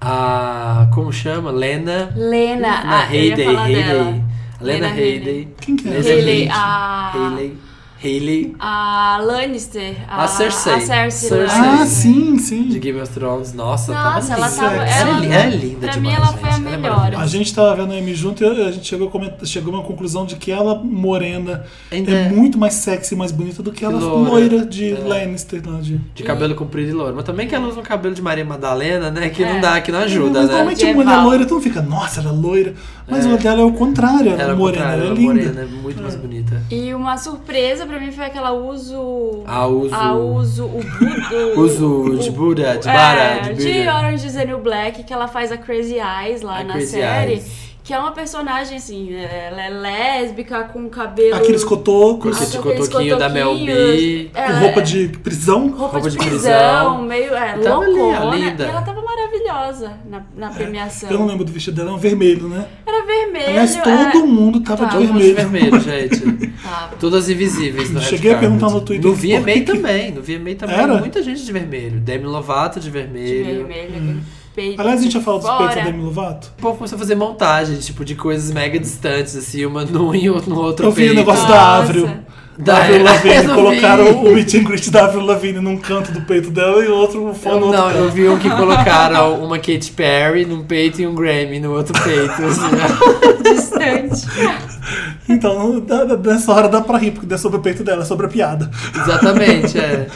Speaker 2: a. Como chama? Lena.
Speaker 3: Lena,
Speaker 2: Lena
Speaker 3: ah, eu ia
Speaker 2: Headey.
Speaker 3: falar dela.
Speaker 2: Haley. Lena
Speaker 3: Lena
Speaker 2: Headey.
Speaker 1: Quem que é?
Speaker 2: Lena
Speaker 3: Haley,
Speaker 2: Headey.
Speaker 3: a-
Speaker 2: Haley. Haley.
Speaker 3: A Lannister.
Speaker 2: A Cersei.
Speaker 3: A Cersei.
Speaker 2: Cersei.
Speaker 3: Lannister.
Speaker 1: Ah, sim, sim.
Speaker 2: De Game of Thrones, nossa,
Speaker 3: Nossa,
Speaker 2: tava
Speaker 3: ela
Speaker 2: linda.
Speaker 1: tava- ela-
Speaker 2: é li- é linda
Speaker 3: pra mim
Speaker 2: demais,
Speaker 3: ela foi a
Speaker 2: gente. é
Speaker 3: melhor.
Speaker 2: maravilhosa.
Speaker 1: A gente tava vendo a Amy junto e a gente chegou a, comentar, chegou a uma conclusão de que ela morena
Speaker 2: Ainda
Speaker 1: é
Speaker 2: é.
Speaker 1: muito mais sexy e mais bonita do que ela
Speaker 2: loira.
Speaker 1: loira de
Speaker 2: É.
Speaker 1: Lannister. Não, de...
Speaker 2: De cabelo comprido e loiro. Mas também que ela usa um cabelo de Maria Madalena, né? Que não
Speaker 3: É.
Speaker 2: dá, que não ajuda,
Speaker 1: Mas
Speaker 2: né?
Speaker 1: normalmente
Speaker 3: De
Speaker 1: a mulher
Speaker 3: Evaldo.
Speaker 1: loira, tu não fica, nossa, ela é loira. Mas o dela é o contrário, ela
Speaker 2: Ela
Speaker 1: é
Speaker 2: ao
Speaker 1: morena,
Speaker 2: contrário,
Speaker 1: ela é
Speaker 2: ela
Speaker 1: linda.
Speaker 2: morena, muito
Speaker 3: É.
Speaker 2: mais bonita.
Speaker 3: E uma surpresa pra mim foi aquela uso.
Speaker 2: A Ah, Uso-
Speaker 3: A uso. O Budo.
Speaker 2: Uso de Buda, de Bara, de
Speaker 3: é, de
Speaker 2: Buda.
Speaker 3: Orange is the New Black, que ela faz a Crazy Eyes lá
Speaker 2: A
Speaker 3: na
Speaker 2: Crazy
Speaker 3: série.
Speaker 2: Eyes.
Speaker 3: Que é uma personagem, assim, ela é lésbica, com cabelo...
Speaker 1: Aqueles cotocos,
Speaker 2: Aquele
Speaker 3: Ah, com
Speaker 2: cotoquinho da Mel B.
Speaker 3: cotoquinhos.
Speaker 1: com
Speaker 3: Ela
Speaker 1: roupa
Speaker 3: é-
Speaker 1: de prisão.
Speaker 3: Roupa,
Speaker 2: roupa de
Speaker 3: de, prisão,
Speaker 2: prisão.
Speaker 3: meio é,
Speaker 2: Ela tava ali,
Speaker 3: loucona.
Speaker 2: a linda.
Speaker 3: E ela tava maravilhosa na,
Speaker 1: É,
Speaker 3: na premiação.
Speaker 1: Eu não lembro do vestido dela, é um vermelho, né?
Speaker 3: Era vermelho.
Speaker 1: Aliás,
Speaker 3: é,
Speaker 1: todo mundo tava de
Speaker 3: Todo
Speaker 2: Todo mundo de
Speaker 1: vermelho.
Speaker 2: vermelho, gente.
Speaker 3: tava.
Speaker 2: Todas invisíveis. No
Speaker 1: Cheguei
Speaker 2: red
Speaker 1: a perguntar
Speaker 2: carpet.
Speaker 1: no Twitter
Speaker 2: No
Speaker 1: por que
Speaker 2: VMA
Speaker 1: que-
Speaker 2: também. No VMA também.
Speaker 1: Era?
Speaker 2: Muita gente de vermelho. Demi Lovato de
Speaker 3: De
Speaker 2: vermelho.
Speaker 3: vermelho, aquele peito.
Speaker 1: Aliás, a gente já falou dos peitos da
Speaker 3: fora.
Speaker 1: Demi Lovato.
Speaker 2: O povo começou a fazer montagem, tipo, de coisas mega distantes, assim, uma num e outra no outro
Speaker 1: Eu vi o
Speaker 2: peito.
Speaker 1: negócio
Speaker 3: Nossa.
Speaker 1: da Avril.
Speaker 2: Da-
Speaker 1: Avril Lavigne.
Speaker 2: eu
Speaker 1: Colocaram
Speaker 2: vi.
Speaker 1: o meet and greet da Avril Lavigne num canto do peito dela e o outro fora
Speaker 2: Eu,
Speaker 1: no outro
Speaker 2: não,
Speaker 1: canto.
Speaker 2: eu vi um que colocaram uma Katy Perry num peito e um Grammy no outro peito. assim,
Speaker 3: Distante.
Speaker 1: Então, não dá- dá- nessa hora dá pra rir, porque não é sobre o peito dela, é sobre a piada.
Speaker 2: ó. exatamente, é.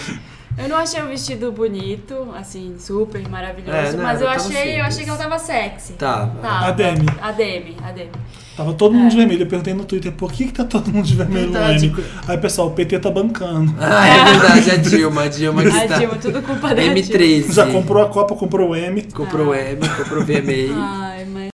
Speaker 3: Eu não achei o vestido bonito, assim, super maravilhoso,
Speaker 2: É, não,
Speaker 3: mas
Speaker 2: ela
Speaker 3: eu
Speaker 2: tava
Speaker 3: achei, eu
Speaker 2: simples.
Speaker 3: achei que ela tava sexy.
Speaker 2: Tá.
Speaker 3: Tá.
Speaker 1: A Demi.
Speaker 3: A Demi, a Demi.
Speaker 1: Tava todo mundo de vermelho. Eu perguntei no Twitter por que, que tá todo mundo de vermelho no
Speaker 2: É. Verdade.
Speaker 1: N.
Speaker 3: Então, tipo,
Speaker 1: Aí, pessoal, o PT tá bancando.
Speaker 2: Ah, é verdade, a Dilma, a Dilma que tá
Speaker 3: A
Speaker 2: está.
Speaker 3: Dilma, tá tudo culpa da Dilma.
Speaker 2: M13.
Speaker 1: Já comprou a Copa, comprou o M.
Speaker 2: Comprou o M, comprou o VMA.
Speaker 3: Ai, mas...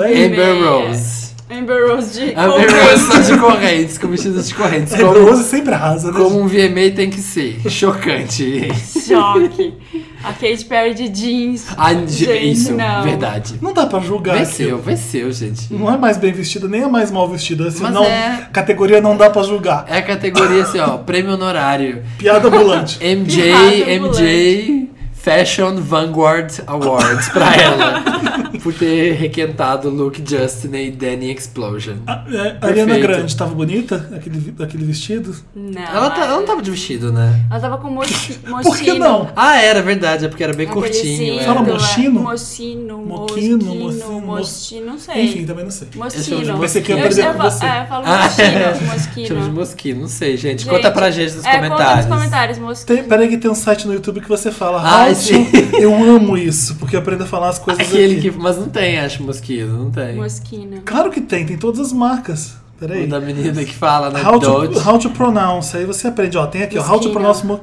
Speaker 1: É,
Speaker 2: Amber
Speaker 3: É.
Speaker 2: Rose.
Speaker 3: Amber Rose de...
Speaker 2: Amber Rose só de correntes, com vestidos de correntes.
Speaker 1: é
Speaker 2: Como,
Speaker 1: Rose sempre arrasa, né?
Speaker 2: como um VMA tem que ser. Chocante.
Speaker 3: Choque. A Katy Perry de jeans.
Speaker 2: Ah, de-
Speaker 3: Gente,
Speaker 2: isso,
Speaker 3: não.
Speaker 2: verdade.
Speaker 1: Não dá pra julgar.
Speaker 2: Venceu,
Speaker 1: aquilo.
Speaker 2: venceu, gente.
Speaker 1: Não é mais bem vestida, nem é mais mal vestida. Assim,
Speaker 2: Mas
Speaker 1: não,
Speaker 2: é.
Speaker 1: Categoria não dá pra julgar.
Speaker 2: É a categoria assim, ó, prêmio honorário.
Speaker 1: Piada ambulante.
Speaker 2: MJ,
Speaker 3: Pirralha
Speaker 2: MJ Fashion Vanguard Awards pra ela. por ter requentado Luke Justin e Danny Explosion.
Speaker 1: A- é, a Ariana
Speaker 2: Perfeito.
Speaker 1: Grande tava bonita, aquele, aquele vestido?
Speaker 3: Não.
Speaker 2: Ela, tá- ela não tava de vestido, né?
Speaker 3: Ela tava com mochi- mochino.
Speaker 1: Por que não?
Speaker 2: Ah, era verdade, é porque era bem
Speaker 3: Aquele
Speaker 2: curtinho.
Speaker 3: cinto,
Speaker 1: Fala
Speaker 2: era.
Speaker 3: é.
Speaker 1: mochino?
Speaker 3: Mochino,
Speaker 1: Moquino,
Speaker 3: mosquino,
Speaker 1: mocino,
Speaker 3: mochino, não sei.
Speaker 1: Enfim, tá. também não sei.
Speaker 2: Esse é o de
Speaker 3: Mochino.
Speaker 1: Pensei que ia
Speaker 3: Eu-
Speaker 1: aprender
Speaker 3: eu
Speaker 1: com
Speaker 3: fa-
Speaker 1: você.
Speaker 3: É, eu falo
Speaker 2: Ah, é.
Speaker 3: mochino,
Speaker 2: Chama de
Speaker 3: mosquino.
Speaker 2: mosquinho, não sei, gente.
Speaker 3: Gente,
Speaker 2: Conta pra gente nos
Speaker 3: é, Conta
Speaker 2: comentários.
Speaker 3: nos comentários, mosquino.
Speaker 1: Tem, peraí que tem um site no YouTube que você fala.
Speaker 2: Ah,
Speaker 1: "How
Speaker 2: sim.
Speaker 1: to-" Eu amo isso, porque eu aprendo a falar as coisas
Speaker 2: É Aquele
Speaker 1: aqui.
Speaker 2: que. Mas não tem, acho, mosquito, não tem.
Speaker 3: Mosquino.
Speaker 1: Claro que tem, tem todas as marcas. Peraí.
Speaker 2: O da menina que fala, né?
Speaker 1: How
Speaker 2: Dodge.
Speaker 1: to, how to pronounce. Aí você aprende, ó. Tem aqui, ó. How to
Speaker 3: Mosquino.
Speaker 1: pronounce mo,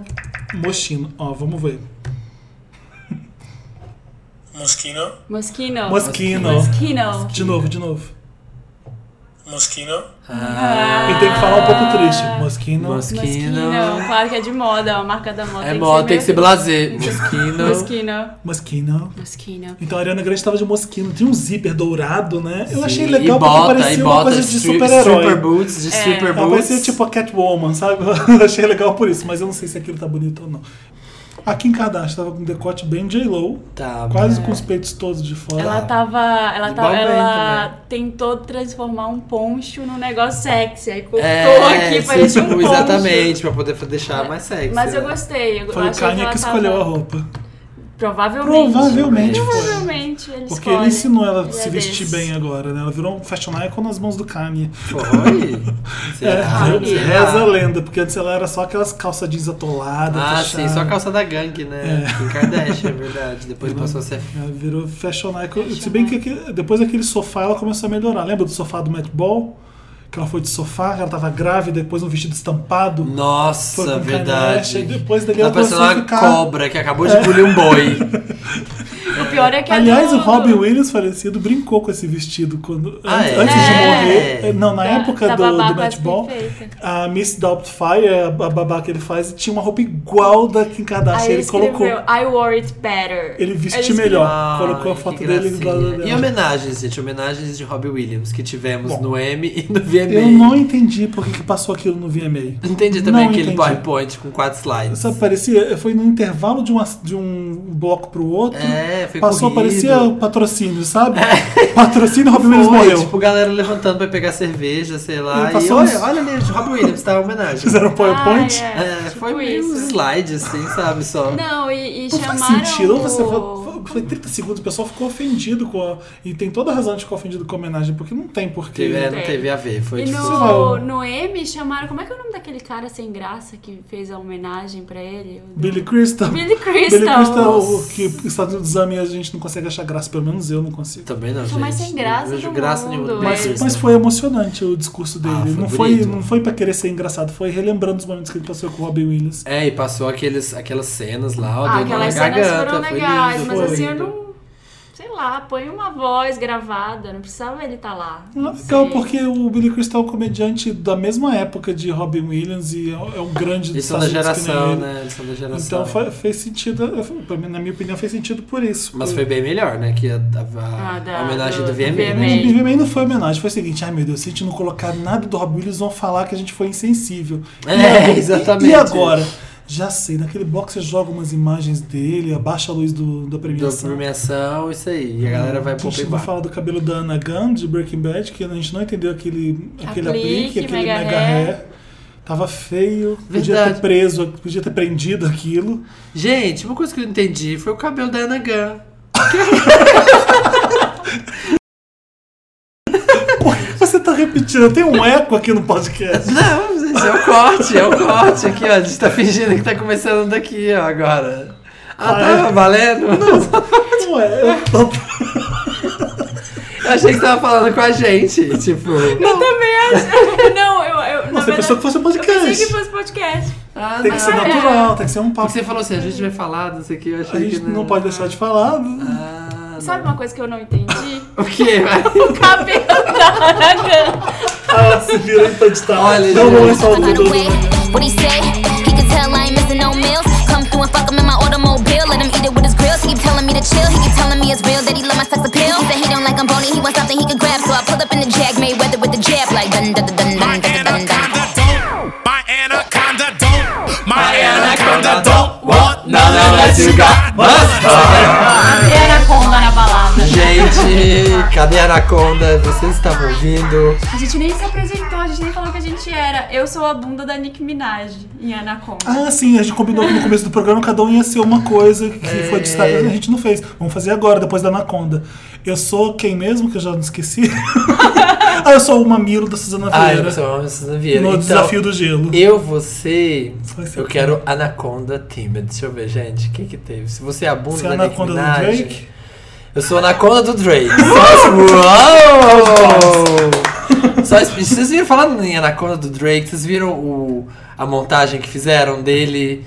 Speaker 1: mochino. Ó, vamos ver.
Speaker 4: Mosquino,
Speaker 3: Mosquino.
Speaker 1: Mosquino.
Speaker 3: Mosquino.
Speaker 1: De novo, de novo.
Speaker 4: mosquino,
Speaker 2: Ah,
Speaker 1: E tem que falar um pouco triste. Mosquino.
Speaker 2: Mosquino.
Speaker 3: Mosquino. Claro que é de moda, a marca da moda.
Speaker 2: É moda, tem que ser
Speaker 3: meio-
Speaker 2: blazer. Mosquino.
Speaker 3: Mosquino.
Speaker 1: Mosquino.
Speaker 3: Mosquino.
Speaker 1: Então a Ariana Grande tava de mosquino. Tinha um zíper dourado, né? Eu achei
Speaker 2: Sim,
Speaker 1: legal
Speaker 2: e
Speaker 1: porque
Speaker 2: bota, e
Speaker 1: parecia uma
Speaker 2: bota
Speaker 1: coisa de
Speaker 2: stri- Super
Speaker 1: super-herói.
Speaker 2: boots, de
Speaker 3: É.
Speaker 2: super
Speaker 1: Ela
Speaker 2: boots.
Speaker 1: parecia tipo a Catwoman, sabe? Eu achei legal por isso, mas eu não sei se aquilo tá bonito ou não. A Kim Kardashian tava com um decote bem J-Lo,
Speaker 2: Tá,
Speaker 1: quase com os peitos todos de fora.
Speaker 3: Ela tá- tava. Ela,
Speaker 2: De
Speaker 3: tava,
Speaker 2: Balmain
Speaker 3: ela
Speaker 2: também.
Speaker 3: tentou transformar um poncho num negócio sexy. Aí cortou
Speaker 2: é,
Speaker 3: aqui,
Speaker 2: sim,
Speaker 3: parecia um
Speaker 2: tipo,
Speaker 3: poncho.
Speaker 2: Exatamente, pra poder deixar mais sexy.
Speaker 3: Mas eu
Speaker 2: né?
Speaker 3: gostei. Eu
Speaker 1: Foi o
Speaker 3: achei que,
Speaker 1: Kanye
Speaker 3: ela
Speaker 1: que escolheu a
Speaker 3: tava-
Speaker 1: roupa.
Speaker 3: Provavelmente.
Speaker 1: Provavelmente foi.
Speaker 3: Provavelmente ele
Speaker 1: Porque
Speaker 3: escolhe.
Speaker 1: ele ensinou ela a
Speaker 3: Ele
Speaker 1: se
Speaker 3: é
Speaker 1: vestir
Speaker 3: desse.
Speaker 1: bem agora, né? Ela virou um fashion icon nas mãos do Kanye.
Speaker 2: Foi?
Speaker 1: É,
Speaker 3: Ah,
Speaker 2: Será?
Speaker 1: re-
Speaker 3: Kanye.
Speaker 2: Será?
Speaker 1: reza a lenda, porque antes ela era só aquelas calça jeans atoladas.
Speaker 2: Ah, sim,
Speaker 1: fechadas.
Speaker 2: só a calça da gangue, né?
Speaker 1: É.
Speaker 2: Kim Kardashian, é verdade. Depois passou a ser.
Speaker 1: Ela É, virou fashion icon. Se bem que aquele- depois daquele sofá ela começou a melhorar. Lembra do sofá do Matt Ball? Que ela foi de sofá, ela tava grávida, depois um vestido estampado.
Speaker 2: Hum.
Speaker 1: Foi
Speaker 2: Nossa,
Speaker 1: com
Speaker 2: verdade.
Speaker 1: Kardashian, e depois dele
Speaker 2: Tá
Speaker 1: ela começou
Speaker 2: parecendo uma
Speaker 1: a ficar-
Speaker 2: cobra que acabou
Speaker 1: É.
Speaker 2: de engolir um boi.
Speaker 3: O pior é que a
Speaker 1: Aliás,
Speaker 3: do-
Speaker 1: o Robin Williams falecido brincou com esse vestido quando,
Speaker 2: Ah,
Speaker 1: an-
Speaker 2: é?
Speaker 1: antes
Speaker 2: É.
Speaker 1: de morrer. Não, na
Speaker 3: da-
Speaker 1: época
Speaker 3: da
Speaker 1: do,
Speaker 3: babá
Speaker 1: do
Speaker 3: quase
Speaker 1: Matt Ball,
Speaker 3: perfeita.
Speaker 1: a Miss Doubtfire, a a babá que ele faz, tinha uma roupa igual da Kim Kardashian.
Speaker 3: Aí ele
Speaker 1: ele colocou.
Speaker 3: escreveu, I wore it better.
Speaker 1: Ele vestiu
Speaker 3: escreveu-
Speaker 1: melhor.
Speaker 2: Ai,
Speaker 1: Colocou a
Speaker 2: que
Speaker 1: foto dele do lado
Speaker 2: gracinha.
Speaker 1: dela.
Speaker 2: E homenagens, gente. Homenagens de Robbie Williams que tivemos
Speaker 1: Bom,
Speaker 2: no M e no VMA.
Speaker 1: Eu não entendi por que que passou aquilo no VMA.
Speaker 2: Entendi também
Speaker 1: Não
Speaker 2: aquele
Speaker 1: entendi.
Speaker 2: PowerPoint com quatro slides.
Speaker 1: Sabe, parecia, foi no intervalo de, uma- de um bloco pro outro.
Speaker 2: É, foi
Speaker 1: passou,
Speaker 2: corrido. É.
Speaker 1: parecia patrocínio, sabe? Patrocínio, Robin Williams
Speaker 2: Foi,
Speaker 1: morreu.
Speaker 2: Tipo, galera levantando pra pegar cerveja, sei lá.
Speaker 1: E
Speaker 2: E
Speaker 1: passou
Speaker 2: olha,
Speaker 1: uns-
Speaker 2: olha ali, de Robbie Williams, tá? Homenagem.
Speaker 1: Fizeram um PowerPoint.
Speaker 3: Ah, é,
Speaker 2: É,
Speaker 3: tipo
Speaker 2: foi meio
Speaker 3: isso.
Speaker 2: um slide, assim, sabe? Só.
Speaker 3: Não, e, e
Speaker 1: Não
Speaker 3: chamaram...
Speaker 1: faz sentido. Você
Speaker 3: o-
Speaker 1: falou- foi, foi 30 segundos, o pessoal ficou ofendido com a. E tem toda a razão de ficar ofendido com a homenagem, porque não tem porquê.
Speaker 2: Teve, é, não
Speaker 3: Não tem.
Speaker 2: teve a ver, foi
Speaker 3: E
Speaker 2: tipo.
Speaker 3: no,
Speaker 1: falou.
Speaker 3: no M chamaram... Como é que é o nome daquele cara sem graça que fez a homenagem pra ele? O-
Speaker 1: Billy Crystal.
Speaker 3: Billy Crystal.
Speaker 1: Billy Crystal, é o que os Estados Unidos amam e a gente não consegue achar graça, pelo menos eu não consigo.
Speaker 2: Também não,
Speaker 3: Foi
Speaker 2: gente.
Speaker 3: mais sem graça
Speaker 2: Não vejo
Speaker 3: do
Speaker 2: graça
Speaker 3: mundo,
Speaker 2: nenhuma do
Speaker 3: é.
Speaker 2: Billy
Speaker 3: Mas-
Speaker 2: Crystal.
Speaker 1: Mas foi emocionante o discurso dele.
Speaker 2: Ah, foi
Speaker 1: não, foi,
Speaker 2: bonito.
Speaker 1: não foi pra querer ser engraçado, foi relembrando os momentos que ele passou com o Robin Williams.
Speaker 2: É, e passou aqueles, aquelas cenas lá, ó,
Speaker 3: Ah,
Speaker 2: deu uma
Speaker 3: aquelas
Speaker 2: garganta.
Speaker 3: cenas foram
Speaker 2: foi
Speaker 3: legais,
Speaker 2: lindo,
Speaker 3: mas
Speaker 2: foi
Speaker 3: assim, eu
Speaker 2: lindo.
Speaker 3: não... Sei lá, põe uma voz gravada, não precisava ele estar tá lá.
Speaker 1: Ah,
Speaker 3: Não
Speaker 1: Legal,
Speaker 3: sei.
Speaker 1: porque o Billy Crystal é um comediante da mesma época de Robin Williams e é um grande dos
Speaker 2: Eles são da
Speaker 1: Estados Unidos que nem
Speaker 2: geração,
Speaker 1: ele.
Speaker 2: né? Eles são da geração.
Speaker 1: Então foi- fez sentido, eu- pra mim, na minha opinião, fez sentido por isso.
Speaker 2: Mas
Speaker 1: Por-
Speaker 2: foi bem melhor, né? Que a, a- a
Speaker 3: Ah, da-
Speaker 2: homenagem
Speaker 3: do-
Speaker 2: do,
Speaker 3: do
Speaker 2: VMA.
Speaker 3: VMA.
Speaker 2: né?
Speaker 1: Mas o BBM não foi homenagem, foi o seguinte, ai meu Deus, se a gente não colocar nada do Rob Williams, vão falar que a gente foi insensível. E
Speaker 2: É,
Speaker 1: agora-
Speaker 2: exatamente.
Speaker 1: E agora? Já sei, naquele box você joga umas imagens dele, abaixa a luz do, da
Speaker 2: Da
Speaker 1: premiação.
Speaker 2: premiação, isso aí. E a galera vai pro
Speaker 1: A gente
Speaker 2: open
Speaker 1: vai
Speaker 2: bar.
Speaker 1: falar do cabelo da Ana Gunn, de Breaking Bad, que a gente não entendeu aquele, aquele aplique,
Speaker 3: Aplique,
Speaker 1: aquele mega,
Speaker 3: mega
Speaker 1: hair.
Speaker 3: hair.
Speaker 1: Tava feio, podia
Speaker 2: Verdade.
Speaker 1: ter preso, podia ter prendido aquilo.
Speaker 2: Gente, uma coisa que eu não entendi foi o cabelo da Ana Gunn.
Speaker 1: Você tá repetindo, tem um eco aqui no podcast.
Speaker 2: Não, gente, é o corte, é o corte aqui, ó. A gente tá fingindo que tá começando daqui, ó, agora. Ah,
Speaker 1: Ah,
Speaker 2: tava
Speaker 1: é?
Speaker 2: valendo?
Speaker 1: Não é, eu tô...
Speaker 2: Eu achei que tava falando com a gente, tipo.
Speaker 3: Eu também acho. Não, eu. eu na
Speaker 1: Você pensou
Speaker 3: verdade,
Speaker 1: que fosse um
Speaker 3: eu pensei
Speaker 1: podcast.
Speaker 3: que é. fosse podcast.
Speaker 2: Ah,
Speaker 1: Tem que ser
Speaker 2: não.
Speaker 1: natural, tem que ser um
Speaker 2: Porque
Speaker 1: papo.
Speaker 2: você falou assim, a gente vai falar, não sei o que, eu achei
Speaker 1: A gente
Speaker 2: que
Speaker 1: não é. pode deixar de falar. né?
Speaker 2: Ah,
Speaker 3: Sabe uma coisa que eu não entendi?
Speaker 2: não. O quê?
Speaker 3: O cabelo da Anagan.
Speaker 1: Ah, se vira aí pra editar.
Speaker 2: Olha,
Speaker 1: não,
Speaker 2: gente.
Speaker 1: não é só o
Speaker 5: I
Speaker 1: Dudu.
Speaker 5: don't wear what he said. He can tell I ain't missing no meals. Come through and fuck him in my automobile. Let him eat it with his grills. He keep telling me to chill. He keep telling me it's real that he love my sex appeal. He said he don't like I'm bony. He wants something he could grab. So I pulled up in the Jag Mayweather with the jab. Like dun dun dun dun
Speaker 6: My
Speaker 5: dun dun dun dun.
Speaker 6: anaconda don't. My anaconda don't.
Speaker 2: anaconda
Speaker 6: My É anaconda
Speaker 2: don't
Speaker 6: don't want
Speaker 2: none
Speaker 6: none
Speaker 2: of that
Speaker 6: unless
Speaker 2: you
Speaker 6: you
Speaker 2: got
Speaker 6: got
Speaker 3: E a Anaconda na balada.
Speaker 2: Gente, cadê a Anaconda? Vocês estavam ouvindo?
Speaker 3: A gente nem se apresentou, a gente nem falou que a gente era. Eu sou a bunda da Nick Minaj em Anaconda.
Speaker 1: Ah, sim, a gente combinou que no começo do programa cada um ia ser uma coisa que
Speaker 2: É.
Speaker 1: foi destaque, mas a gente não fez. Vamos fazer agora, depois da Anaconda. Eu sou quem mesmo, que eu já não esqueci? ah, eu sou o Mamilo da Suzana
Speaker 2: Ah,
Speaker 1: Vieira.
Speaker 2: eu sou uma Suzana Vieira.
Speaker 1: no
Speaker 2: Então,
Speaker 1: Desafio do Gelo.
Speaker 2: Eu, você.
Speaker 1: Vai ser
Speaker 2: Eu
Speaker 1: bom.
Speaker 2: quero Anaconda Timid. Deixa eu ver, gente. Quem que teve? Se você é a bunda
Speaker 1: Você é a
Speaker 2: da Nicki
Speaker 1: Anaconda do
Speaker 2: Minaj,
Speaker 1: Drake?
Speaker 2: Eu sou a Anaconda do Drake. Uou! Só isso- vocês viram falando em Anaconda do Drake, vocês viram o- a montagem que fizeram dele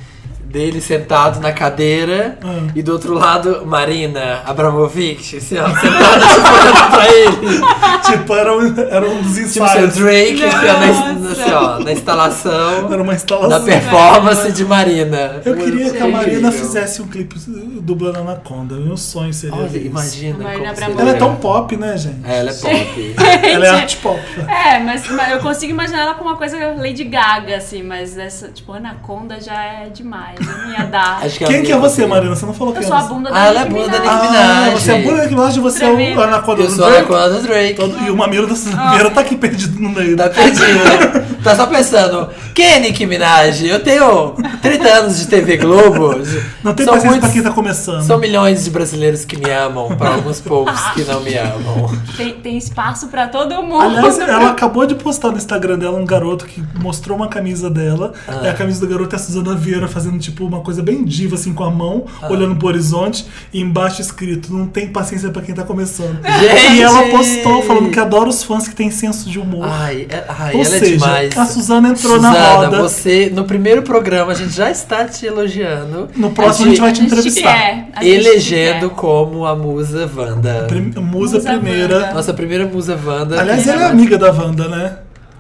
Speaker 2: dele sentado na cadeira
Speaker 1: Hum.
Speaker 2: e do outro lado Marina Abramovic, assim, ó, sentada tipo, olhando pra ele.
Speaker 1: Tipo, era um, era um dos
Speaker 2: Tipo, seu
Speaker 1: ensaios.
Speaker 2: Drake assim, ó, na,
Speaker 3: Nossa.
Speaker 2: assim, ó, na instalação
Speaker 1: Era uma
Speaker 2: da
Speaker 1: instalação.
Speaker 2: performance de Marina.
Speaker 1: Eu queria que a
Speaker 2: Incrível.
Speaker 1: Marina fizesse um clipe dublando Anaconda. Meu sonho seria
Speaker 2: Olha,
Speaker 1: ver isso.
Speaker 2: imagina.
Speaker 3: Marina
Speaker 2: como
Speaker 3: Abramovic.
Speaker 2: seria.
Speaker 1: Ela é tão pop, né, gente?
Speaker 2: É, ela é pop.
Speaker 1: Ela é art pop.
Speaker 3: É, mas, mas eu consigo imaginar ela com uma coisa Lady Gaga, assim, mas essa, tipo, Anaconda já é demais, não ia dar.
Speaker 2: Acho ela
Speaker 1: Quem que é
Speaker 2: ia
Speaker 1: você,
Speaker 2: conseguir.
Speaker 1: Marina? Você não falou
Speaker 3: Eu
Speaker 1: quem
Speaker 3: sou a
Speaker 1: você.
Speaker 3: bunda
Speaker 2: Ah,
Speaker 3: da
Speaker 2: ela é
Speaker 3: Nicki
Speaker 2: bunda da
Speaker 3: Minaj.
Speaker 2: Nicki
Speaker 1: Ah,
Speaker 2: Minaj.
Speaker 1: você é a bunda da Minaj, você é o
Speaker 3: Tremenda.
Speaker 1: Anaconda
Speaker 2: Eu
Speaker 1: do
Speaker 2: sou a
Speaker 1: Drake?
Speaker 2: Anaconda do Drake.
Speaker 1: Todo- e o mamilo da Suzana Vieira tá aqui perdido no meio.
Speaker 2: Tá perdido. tá só pensando, quem é Nicki Minaj? Eu tenho 30 anos de TV Globo.
Speaker 1: Não tem
Speaker 2: são
Speaker 1: paciência
Speaker 2: muitos-
Speaker 1: pra quem tá começando.
Speaker 2: São milhões de brasileiros que me amam, para alguns poucos que não me amam.
Speaker 3: Tem, tem espaço pra todo mundo.
Speaker 1: Aliás,
Speaker 2: é
Speaker 1: ela acabou de postar no Instagram dela um garoto que mostrou uma camisa dela.
Speaker 2: Ah.
Speaker 1: E a camisa do garoto é a Suzana Vieira fazendo tipo uma coisa bem diva assim com a mão,
Speaker 2: Ah.
Speaker 1: olhando pro horizonte e embaixo escrito: "Não tem paciência pra quem tá começando".
Speaker 2: Gente!
Speaker 1: E ela postou falando que adora os fãs que têm senso de humor.
Speaker 2: Ai, é- ai
Speaker 1: Ou
Speaker 2: ela é
Speaker 1: seja,
Speaker 2: demais.
Speaker 1: a Suzana entrou na
Speaker 2: Suzana,
Speaker 1: roda.
Speaker 2: você, no primeiro programa, a gente já está te elogiando.
Speaker 1: No próximo a gente é. vai te entrevistar.
Speaker 3: quer, a gente
Speaker 2: Elegendo
Speaker 3: quer.
Speaker 2: como a musa Wanda.
Speaker 1: Prim- Musa,
Speaker 3: Musa
Speaker 1: primeira.
Speaker 3: Wanda.
Speaker 2: Nossa primeira musa Wanda.
Speaker 1: Aliás,
Speaker 2: Que
Speaker 1: ela é amiga da Wanda, né?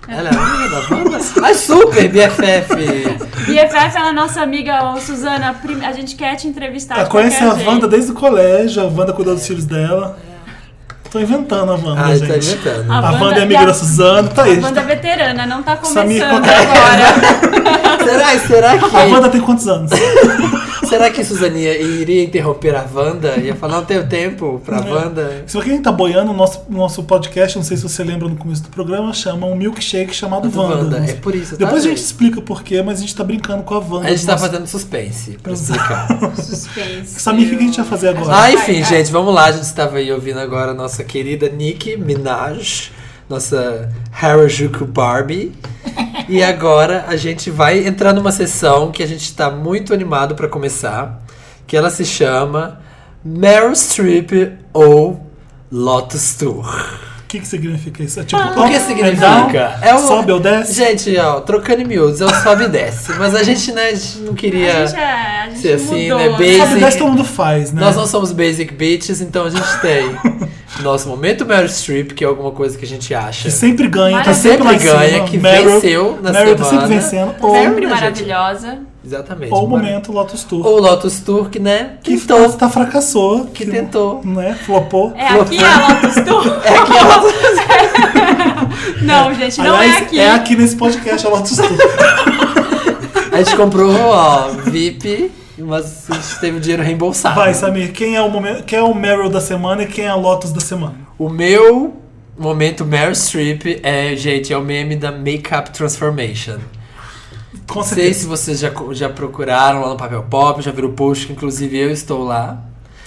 Speaker 2: Ela é amiga da Wanda? Ai, super, BFF.
Speaker 3: BFF, ela é nossa amiga, ô, Suzana, prim- a gente quer te entrevistar.
Speaker 2: Tá,
Speaker 1: Ela
Speaker 3: de
Speaker 1: Ah, conhece
Speaker 3: qualquer
Speaker 1: a
Speaker 3: jeito.
Speaker 1: Wanda desde o colégio, a Wanda cuidou dos filhos dela. Tô inventando a Wanda,
Speaker 2: Ai, tá
Speaker 1: gente.
Speaker 2: inventando.
Speaker 1: a
Speaker 3: Wanda
Speaker 1: Wanda é
Speaker 3: e
Speaker 1: amiga
Speaker 3: a-
Speaker 1: da Suzana, tá
Speaker 3: A
Speaker 1: aí.
Speaker 2: então.
Speaker 3: banda é veterana, não tá
Speaker 1: Samir
Speaker 3: começando
Speaker 1: Kotak.
Speaker 3: agora.
Speaker 2: Será, será
Speaker 1: A Wanda
Speaker 2: que.
Speaker 1: tem quantos anos?
Speaker 2: Será que Suzania iria interromper a Wanda? Ia falar, não tenho tempo
Speaker 1: É.
Speaker 2: pra Wanda.
Speaker 1: Se quem tá boiando, o nosso, o nosso podcast, não sei se você lembra no começo do programa, chama um milkshake chamado
Speaker 2: Do
Speaker 1: Wanda.
Speaker 2: Wanda, é por isso, tá,
Speaker 1: Depois a gente
Speaker 2: gente?
Speaker 1: explica por quê, mas a gente tá brincando com a Wanda.
Speaker 2: A gente tá
Speaker 1: Nossa,
Speaker 2: fazendo suspense pra
Speaker 1: Exato.
Speaker 2: explicar.
Speaker 3: Suspense.
Speaker 1: Samir, o que a gente vai fazer agora?
Speaker 2: Ah,
Speaker 3: Vai,
Speaker 2: enfim,
Speaker 3: vai.
Speaker 2: gente, vamos lá. A gente estava aí ouvindo agora a nossa querida Nicki Minaj, nossa Harajuku Barbie. e agora a gente vai entrar numa sessão que a gente está muito animado para começar, que ela se chama Meryl Streep ou Lotus Tour.
Speaker 1: O que, que significa isso? É tipo,
Speaker 2: O que significa?
Speaker 1: É down, sobe ou desce?
Speaker 2: Gente, ó, trocando em miúdos, é o sobe e desce. Mas a gente, né, a gente não queria...
Speaker 3: A gente, é, a gente
Speaker 2: Ser assim,
Speaker 3: mudou,
Speaker 2: né, bem-
Speaker 1: Sobe ou desce
Speaker 2: basic.
Speaker 1: todo mundo faz, né?
Speaker 2: Nós não somos basic bitches, então a gente tem nosso momento Meryl Streep, que é alguma coisa que a gente acha.
Speaker 1: Que sempre ganha, tá
Speaker 3: Maravilha.
Speaker 1: sempre lá em
Speaker 2: Sempre ganha,
Speaker 1: cima.
Speaker 2: que
Speaker 1: Meryl-
Speaker 2: venceu na
Speaker 1: Meryl tá sempre
Speaker 2: semana.
Speaker 1: vencendo.
Speaker 3: Tá
Speaker 1: Ou,
Speaker 3: sempre
Speaker 2: né,
Speaker 3: maravilhosa.
Speaker 2: Exatamente.
Speaker 1: ou o
Speaker 2: Mar-
Speaker 1: momento Lotus Tour.
Speaker 2: Ou Lotus Tour, que, né?
Speaker 1: que
Speaker 2: tentou.
Speaker 1: tá fracassou.
Speaker 2: Que tentou.
Speaker 1: Né? Flopou.
Speaker 3: É aqui a Lotus Tour? É aqui a Não, gente, não
Speaker 1: Aliás,
Speaker 3: é aqui.
Speaker 1: nesse podcast, a Lotus Tour.
Speaker 2: A A gente comprou, ó, VIP, mas a gente teve dinheiro reembolsado.
Speaker 1: Vai, Samir, quem é, o momento, quem é o Meryl da semana e quem é a Lotus da semana?
Speaker 2: O meu momento Meryl Streep é, gente, é o meme da Makeup Transformation.
Speaker 1: Com
Speaker 2: Não sei
Speaker 1: certeza.
Speaker 2: se vocês já, co- já procuraram lá no Papel Pop, já viram o post, que inclusive eu estou lá.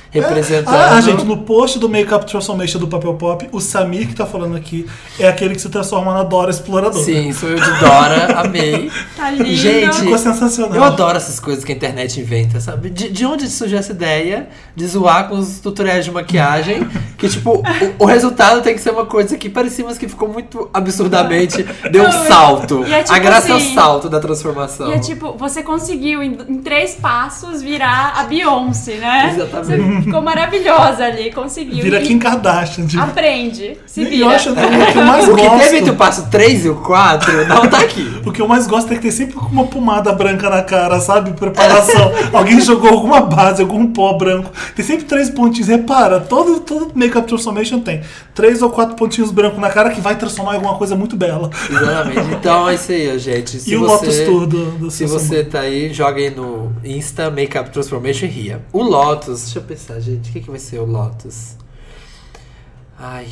Speaker 2: Representando.
Speaker 1: Ah, gente, no post do Makeup Transformation do Papel Pop, o Samir que tá falando aqui é aquele que se transforma na Dora Exploradora.
Speaker 2: Sim, sou eu de Dora, amei.
Speaker 3: Tá lindo.
Speaker 2: Gente,
Speaker 1: Ficou sensacional.
Speaker 2: Eu adoro essas coisas que a internet inventa, sabe? De, de onde surgiu essa ideia de zoar com os tutoriais de maquiagem? Que, tipo, o, o resultado tem que ser uma coisa que parecia, mas que ficou muito absurdamente. Deu um
Speaker 3: Não, e-
Speaker 2: salto.
Speaker 3: e é tipo
Speaker 2: a graça é
Speaker 3: assim-
Speaker 2: o salto da transformação.
Speaker 3: E é tipo, você conseguiu em, em três passos virar a Beyoncé, né?
Speaker 2: Exatamente.
Speaker 3: Você ficou maravilhosa ali, conseguiu.
Speaker 1: Vira
Speaker 3: E
Speaker 1: Kim Kardashian. De...
Speaker 3: Aprende, se
Speaker 1: Eu
Speaker 3: vira.
Speaker 1: acho o que eu mais
Speaker 2: o que teve entre
Speaker 1: gosto.
Speaker 2: o passo 3 e o 4 não tá aqui.
Speaker 1: O que eu mais gosto é que tem sempre uma pomada branca na cara, sabe? Preparação. Alguém jogou alguma base, algum pó branco. Tem sempre três pontinhos. Repara, todo, todo Makeup Transformation tem três ou quatro pontinhos brancos na cara que vai transformar em alguma coisa muito bela.
Speaker 2: Exatamente. Então é isso aí, ó, gente. Se
Speaker 1: e o
Speaker 2: você...
Speaker 1: Lotus Tour do, do
Speaker 2: Se
Speaker 1: seu
Speaker 2: você tá aí, joga aí no Insta Makeup Transformation e ria. O Lotus, deixa eu pensar, gente, o que, que vai ser o Lotus? Ai.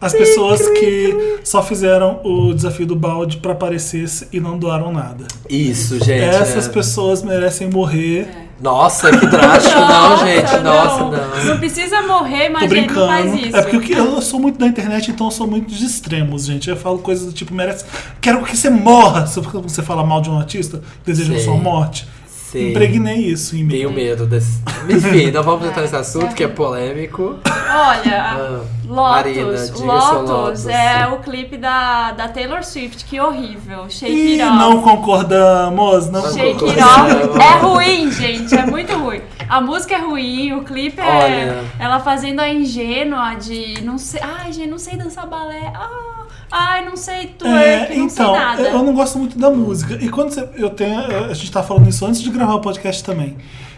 Speaker 1: As pessoas que só fizeram o desafio do balde pra aparecer e não doaram nada.
Speaker 2: Isso, gente.
Speaker 1: Essas
Speaker 2: é.
Speaker 1: pessoas merecem morrer.
Speaker 2: Nossa, que drástico, não, gente. Nossa, não.
Speaker 3: Não precisa morrer, mas
Speaker 1: Tô
Speaker 3: ele não
Speaker 1: brincando.
Speaker 3: faz isso.
Speaker 1: É porque o que- eu sou muito da internet, então eu sou muito de extremos, gente. Eu falo coisas do tipo, merece. Quero que você morra. Se você fala mal de um artista, deseja
Speaker 2: Sei.
Speaker 1: sua morte.
Speaker 2: Sei.
Speaker 1: Impregnei isso em mim.
Speaker 2: Tenho medo desse. Enfim, não vamos entrar nesse assunto que é polêmico.
Speaker 3: Olha,
Speaker 2: Ah,
Speaker 3: a-
Speaker 2: Marina,
Speaker 3: Lotus,
Speaker 2: diga seu
Speaker 3: Lotus,
Speaker 2: Lotus.
Speaker 3: é o clipe da, da Taylor Swift, que horrível. Shake
Speaker 1: E
Speaker 3: It
Speaker 1: não
Speaker 3: Off.
Speaker 1: concordamos, não
Speaker 3: Shake It
Speaker 2: concordo.
Speaker 3: Off é ruim, gente, é muito ruim. A música é ruim, o clipe é
Speaker 2: Olha.
Speaker 3: ela fazendo a ingênua de não sei, ai gente, não sei dançar balé. Ah, ai, não sei twerk,
Speaker 1: É,
Speaker 3: não
Speaker 1: então,
Speaker 3: sei nada.
Speaker 1: eu- eu não gosto muito da música. E quando você, eu tenho, a gente tá falando isso antes de gravar o podcast também.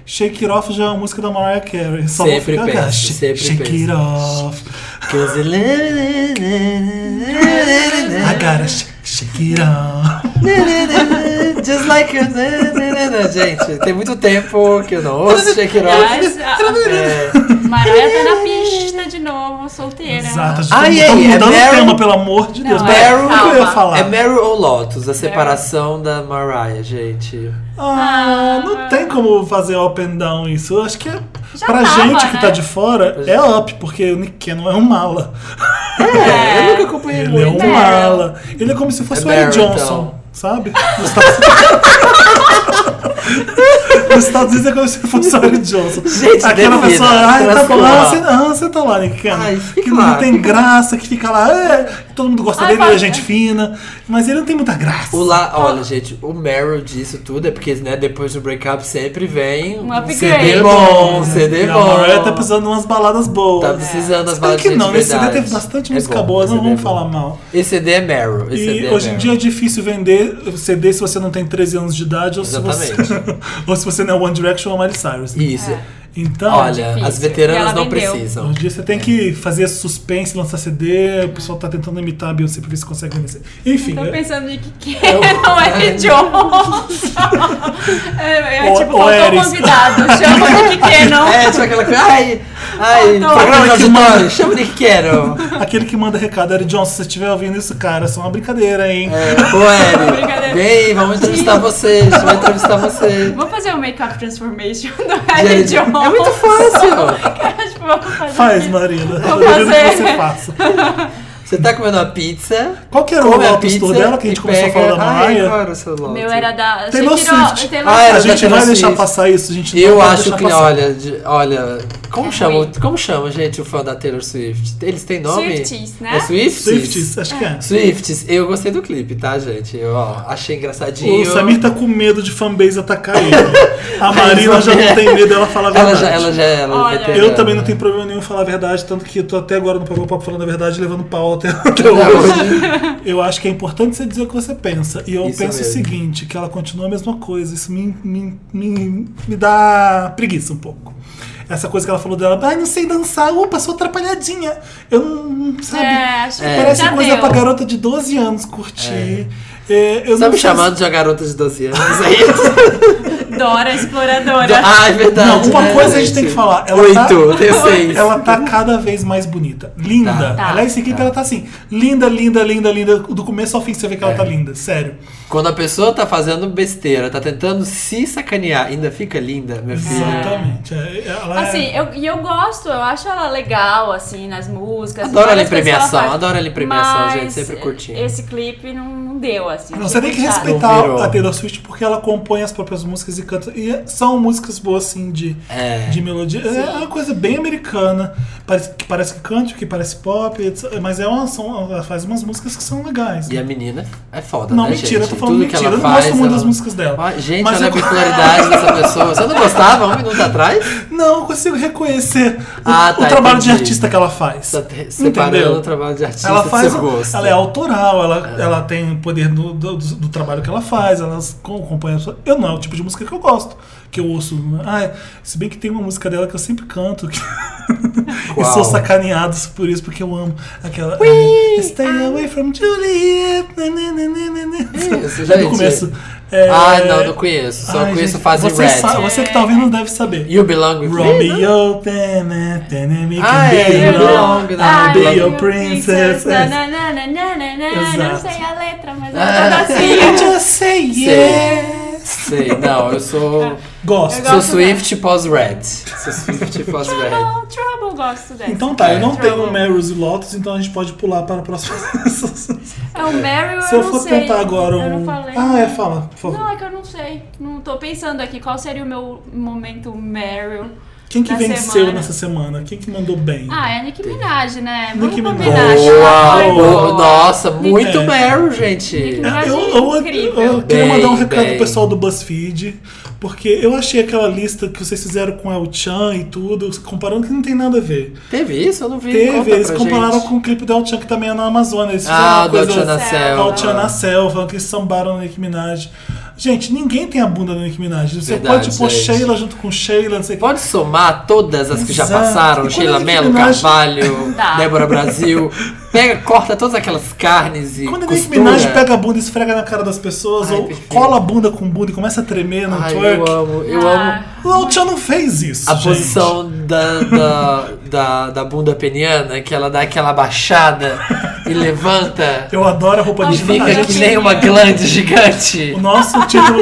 Speaker 1: Shake It Off já é uma música da Mariah Carey. Só
Speaker 2: Sempre
Speaker 1: vou ficar
Speaker 2: penso,
Speaker 1: ah, sh-
Speaker 2: sempre
Speaker 1: Shake It
Speaker 2: penso.
Speaker 1: Off.
Speaker 2: 'Cause it-
Speaker 1: I gotta sh- shake it off.
Speaker 2: Just like you. Gente, tem muito tempo que eu não ouço Shake It Off.
Speaker 3: Mas, a-
Speaker 2: É,
Speaker 3: Maraia tá na pista de novo, solteira.
Speaker 1: Exato,
Speaker 2: Ai,
Speaker 1: estamos
Speaker 2: ai, é
Speaker 1: mudando o
Speaker 2: Meryl-
Speaker 1: tema, pelo amor de Deus.
Speaker 3: Não,
Speaker 1: Mas
Speaker 2: é-
Speaker 1: era o que eu ia
Speaker 3: calma.
Speaker 1: falar.
Speaker 2: É Meryl ou Lotus, a separação da Mariah, gente.
Speaker 1: Ah, não tem como fazer up and down isso. Eu acho que é,
Speaker 3: Já
Speaker 1: pra
Speaker 3: tava,
Speaker 1: gente que
Speaker 3: né?
Speaker 1: tá de fora, é up, porque o Nick Cannon é um mala.
Speaker 2: É, eu nunca acompanhei
Speaker 1: Ele é
Speaker 2: muito.
Speaker 1: um mala. Ele é como se fosse
Speaker 2: É
Speaker 1: o Eric
Speaker 2: Barry,
Speaker 1: Johnson, sabe? Nos Estados... Nos Estados Unidos é como se fosse o Eric Johnson.
Speaker 2: Gente,
Speaker 1: Aquela
Speaker 2: devida,
Speaker 1: pessoa, ah, tá bom,
Speaker 2: transforma.
Speaker 1: ah, você, ah, você tá lá, Nick Cannon.
Speaker 2: Ai, fica
Speaker 1: que
Speaker 2: lá,
Speaker 1: não tem
Speaker 2: fica-
Speaker 1: graça, que fica lá, é, todo mundo gosta
Speaker 3: Ai,
Speaker 1: dele, ele é
Speaker 3: vai. né?
Speaker 1: gente fina, mas ele não tem muita graça.
Speaker 2: O La... Olha, gente, o Meryl disso tudo é porque, né, depois do breakup sempre vem
Speaker 3: Um
Speaker 2: um
Speaker 3: upgrade.
Speaker 1: é
Speaker 2: CD bom, um CD
Speaker 1: E
Speaker 2: bom.
Speaker 1: A Mariah tá precisando de umas baladas boas.
Speaker 2: Tá precisando das
Speaker 1: Sabe
Speaker 2: baladas
Speaker 1: que não,
Speaker 2: de
Speaker 1: esse CD
Speaker 2: verdade.
Speaker 1: teve bastante
Speaker 2: É
Speaker 1: música
Speaker 2: bom,
Speaker 1: boa, não vamos
Speaker 2: esse CD é bom.
Speaker 1: falar mal.
Speaker 2: Esse CD é Meryl. Esse CD
Speaker 1: E
Speaker 2: é
Speaker 1: hoje em
Speaker 2: Meryl.
Speaker 1: dia é difícil vender CD se você não tem 13 anos de idade ou se, você,
Speaker 2: Exatamente.
Speaker 1: ou se você não é One Direction ou Miley Cyrus. né?
Speaker 2: Isso.
Speaker 1: Então,
Speaker 2: Olha,
Speaker 3: É.
Speaker 2: é.
Speaker 3: difícil.
Speaker 2: as
Speaker 3: E
Speaker 2: veteranas
Speaker 3: ela
Speaker 2: não
Speaker 3: vendeu.
Speaker 2: precisam.
Speaker 1: hoje em dia você tem que fazer suspense, lançar CD, o pessoal tá tentando imitar a Beyoncé pra ver se consegue vender. CD. Enfim,
Speaker 3: Tô
Speaker 1: é-
Speaker 3: pensando em que que é o Eric Johnson. É, é
Speaker 1: O-
Speaker 3: tipo,
Speaker 1: o
Speaker 3: faltou
Speaker 1: Eric.
Speaker 3: convidado. Chama o que que não.
Speaker 2: É, tipo aquela coisa. Ai, ai,
Speaker 3: Faltou.
Speaker 2: programa de auditório, chama o que quero.
Speaker 1: aquele que manda recado, Eric Johnson, se você estiver ouvindo isso, cara, é só uma brincadeira, hein?
Speaker 2: Ô, Eri,
Speaker 3: Brincadeira.
Speaker 2: vem, vamos entrevistar você. A gente vai entrevistar você.
Speaker 3: Vou fazer o make-up transformation do Eric
Speaker 2: Gente, é
Speaker 3: Johnson.
Speaker 2: muito fácil.
Speaker 3: Tipo, vou fazer.
Speaker 1: Faz, Marina.
Speaker 3: Vou
Speaker 1: Eu duvido que
Speaker 3: fazer.
Speaker 1: você faça.
Speaker 2: Você tá comendo uma pizza.
Speaker 1: Qual que era
Speaker 2: come
Speaker 1: o
Speaker 2: a
Speaker 1: Lotus
Speaker 2: pizza
Speaker 1: Tour dela que a gente
Speaker 2: e
Speaker 1: começou é-" a
Speaker 2: pega-
Speaker 1: falar da
Speaker 2: Ai,
Speaker 1: Maia?
Speaker 2: agora o seu Lotus.
Speaker 3: Meu era da.
Speaker 1: Taylor
Speaker 3: Shake It Off,
Speaker 1: Swift.
Speaker 3: Taylor
Speaker 2: Ah, era
Speaker 1: A
Speaker 2: da
Speaker 3: Swift.
Speaker 1: gente
Speaker 2: Taylor
Speaker 1: vai deixar
Speaker 2: Swift.
Speaker 1: passar isso, a gente não
Speaker 2: Eu
Speaker 1: vai
Speaker 2: acho
Speaker 1: deixar
Speaker 2: que,
Speaker 1: passar.
Speaker 2: olha, de- olha, como
Speaker 3: É
Speaker 2: chama,
Speaker 3: ruim.
Speaker 2: como chama, gente, o fã da Taylor Swift? Eles têm nome?
Speaker 3: Swifties, né?
Speaker 2: É Swifties?
Speaker 1: Swifties, acho que é.
Speaker 2: Swifties. Eu gostei do clipe, tá, gente? Eu ó, achei engraçadinho.
Speaker 1: O Samir tá com medo de fanbase atacar ele. A Marina já não tem medo, ela fala a
Speaker 2: Ela
Speaker 1: verdade.
Speaker 2: já, ela já ela é
Speaker 3: Olha.
Speaker 2: veterana.
Speaker 1: tá Eu também não tenho problema nenhum em falar a verdade, tanto que eu tô até agora no Papel Papo falando a verdade, levando pau até, até
Speaker 2: Até
Speaker 1: hoje.
Speaker 2: hoje.
Speaker 1: Eu acho que é importante você dizer o que você pensa. E eu
Speaker 2: Ah. Isso
Speaker 1: penso o
Speaker 2: mesmo.
Speaker 1: seguinte, que ela continua a mesma coisa. Isso me, me, me, me dá preguiça um pouco. Essa coisa que ela falou dela, ai, não sei dançar, opa, sou atrapalhadinha. Eu não, não- sabe?
Speaker 3: É, acho que
Speaker 1: Parece
Speaker 3: já
Speaker 1: coisa
Speaker 3: deu.
Speaker 1: pra garota de 12 anos curtir. É, eu não
Speaker 2: Tá me
Speaker 1: sei se-
Speaker 2: chamando de uma garota de 12 anos aí?
Speaker 3: Dora Exploradora.
Speaker 2: ah, é verdade.
Speaker 1: Não, uma
Speaker 2: né,
Speaker 1: coisa a gente tem que falar. Ela
Speaker 2: Oito,
Speaker 1: tá-
Speaker 2: tem seis.
Speaker 1: Ela tá cada vez mais bonita. Linda.
Speaker 3: Tá.
Speaker 1: Aliás, esse clipe ela tá assim. Linda, linda, linda, linda. Do começo ao fim você vê que
Speaker 2: É.
Speaker 1: ela tá linda. Sério.
Speaker 2: Quando a pessoa tá fazendo besteira, tá tentando se sacanear, ainda fica linda, meu filho.
Speaker 1: Exatamente. É, ela é-
Speaker 3: Assim, eu, e eu gosto, eu acho ela legal, assim, nas músicas.
Speaker 2: Adoro ela em
Speaker 3: várias coisas que
Speaker 2: premiação,
Speaker 3: faz.
Speaker 2: adoro ela em premiação,
Speaker 3: Mas
Speaker 2: gente, sempre curti.
Speaker 3: Esse clipe não, não deu, assim.
Speaker 1: Ah, Não, você tem que
Speaker 3: fiquei chateada.
Speaker 2: Não
Speaker 1: respeitar
Speaker 2: virou.
Speaker 1: a Taylor Swift porque ela compõe as próprias músicas e canta. E são músicas boas, assim, de,
Speaker 2: É.
Speaker 1: de melodia. É uma coisa bem americana. Parece, que parece country, que parece pop, etc. mas é uma, são, ela faz umas músicas que são legais. né?
Speaker 2: E a menina é foda,
Speaker 1: Não,
Speaker 2: né,
Speaker 1: mentira, eu
Speaker 2: gente?
Speaker 1: tô falando
Speaker 2: Tudo que
Speaker 1: mentira.
Speaker 2: ela
Speaker 1: Eu não
Speaker 2: faz,
Speaker 1: gosto muito
Speaker 2: ela-
Speaker 1: das músicas dela.
Speaker 2: Ah, gente,
Speaker 1: Mas
Speaker 2: olha
Speaker 1: eu-
Speaker 2: a bipolaridade dessa pessoa. Você não gostava um minuto atrás?
Speaker 1: Não, eu consigo reconhecer o,
Speaker 2: Ah,
Speaker 1: o
Speaker 2: tá,
Speaker 1: trabalho de
Speaker 2: entendi.
Speaker 1: artista que ela faz.
Speaker 2: Tá te- separando o trabalho de artista
Speaker 1: Ela faz,
Speaker 2: do seu gosto.
Speaker 1: ela é autoral, ela, ela tem o poder do, do, do trabalho que ela faz, ela com- acompanha. a sua- Eu não, é o tipo de música que eu gosto, que eu ouço. Ah, se bem que tem uma música dela que eu sempre canto, que- e
Speaker 2: Qual?
Speaker 1: sou sacaneado por isso, porque eu amo aquela. Stay away from Juliet. né, na, na, na, na, na, na.
Speaker 2: Isso,
Speaker 1: É do
Speaker 2: gente.
Speaker 1: começo. É-
Speaker 2: Ah, não, não conheço. Só
Speaker 1: Ai,
Speaker 2: conheço
Speaker 1: gente,
Speaker 2: fase
Speaker 1: você
Speaker 2: red.
Speaker 1: sa- você que tá ouvindo deve saber.
Speaker 2: You belong with me. não?
Speaker 1: Romeo, tene, tene, me
Speaker 2: Ah,
Speaker 1: can
Speaker 2: é,
Speaker 1: be
Speaker 2: eu
Speaker 1: your
Speaker 2: não-
Speaker 1: love,
Speaker 2: Ah,
Speaker 1: I'll be
Speaker 2: eu
Speaker 1: your
Speaker 3: né? Meu
Speaker 1: princess.
Speaker 3: princesa, né? na, na, na, na, na, na. Eu Não
Speaker 1: Exato.
Speaker 3: sei a letra, mas é
Speaker 2: Ah.
Speaker 3: um pedacinho.
Speaker 1: Eu just say yes.
Speaker 2: Sei, não, eu sou.
Speaker 1: Gosto.
Speaker 3: Eu
Speaker 2: Sou
Speaker 3: gosto
Speaker 2: Swift pós-red. Sou Swift pós-red.
Speaker 3: Trouble, Trouble, gosto dessa.
Speaker 1: Então tá, eu não
Speaker 3: Trouble.
Speaker 1: tenho Meryls e Lotus, então a gente pode pular para a próxima.
Speaker 3: É o Meryl,
Speaker 1: Se
Speaker 3: eu
Speaker 1: eu
Speaker 3: não
Speaker 1: for
Speaker 3: sei.
Speaker 1: tentar agora
Speaker 3: Eu não
Speaker 1: um.
Speaker 3: falei.
Speaker 1: Ah, é, fala, por favor.
Speaker 3: Não, é que eu não sei. Não tô pensando aqui qual seria o meu momento Meryl.
Speaker 1: Quem que
Speaker 3: da
Speaker 1: venceu
Speaker 3: semana.
Speaker 1: nessa semana? Quem que mandou bem?
Speaker 3: Ah, é a Nicki Minaj, né? Vamos
Speaker 1: Nicki Minaj.
Speaker 3: combinar,
Speaker 2: Boa!
Speaker 3: ela foi
Speaker 2: boa.
Speaker 3: boa.
Speaker 2: Nossa, muito
Speaker 1: É.
Speaker 2: Meryl, gente.
Speaker 3: Nicki Minaj
Speaker 1: Eu, eu-
Speaker 3: incrível.
Speaker 1: eu queria
Speaker 2: Bem,
Speaker 1: mandar um recado
Speaker 2: bem.
Speaker 1: pro pessoal do BuzzFeed, porque eu achei aquela lista que vocês fizeram com El Chan e tudo, comparando que não tem nada a ver.
Speaker 2: Teve isso? Eu não vi. Conta
Speaker 1: Teve, eles
Speaker 2: pra
Speaker 1: compararam
Speaker 2: gente.
Speaker 1: com o clipe do El Chan, que também é na Amazônia. Eles fizeram
Speaker 2: Ah,
Speaker 1: uma
Speaker 2: do
Speaker 1: coisa-
Speaker 2: Tchan na
Speaker 3: Céu.
Speaker 2: Selva.
Speaker 1: Tchan na selva, falando que eles sambaram na Nicki Minaj. Gente, ninguém tem a bunda da Nicki Minaj. Você
Speaker 2: Verdade,
Speaker 1: pode pôr
Speaker 2: gente.
Speaker 1: Sheila junto com Sheila, não sei o que.
Speaker 2: Pode somar todas as que já
Speaker 1: Exato.
Speaker 2: passaram,
Speaker 1: E
Speaker 2: Sheila
Speaker 1: quando a Nicki
Speaker 2: Mello,
Speaker 1: Minaj-
Speaker 2: Carvalho,
Speaker 3: Dá.
Speaker 2: Débora Brasil. Pega, corta todas aquelas carnes e
Speaker 1: Quando a Nicki
Speaker 2: costura.
Speaker 1: Minaj pega a bunda e esfrega na cara das pessoas,
Speaker 2: Ai,
Speaker 1: ou
Speaker 2: perfeito.
Speaker 1: cola a bunda com bunda e começa a tremer no
Speaker 2: Ai, eu
Speaker 1: twerk.
Speaker 2: amo, eu
Speaker 3: Ah.
Speaker 2: amo
Speaker 1: O El Chan não fez isso.
Speaker 2: a
Speaker 1: gente.
Speaker 2: posição da, da, da, da bunda peniana, que ela dá aquela baixada e levanta
Speaker 1: Eu adoro a roupa
Speaker 2: e
Speaker 1: de
Speaker 3: bunda
Speaker 2: fica
Speaker 1: Minaj.
Speaker 2: que
Speaker 3: peniana.
Speaker 2: nem uma glande gigante.
Speaker 1: O nosso título.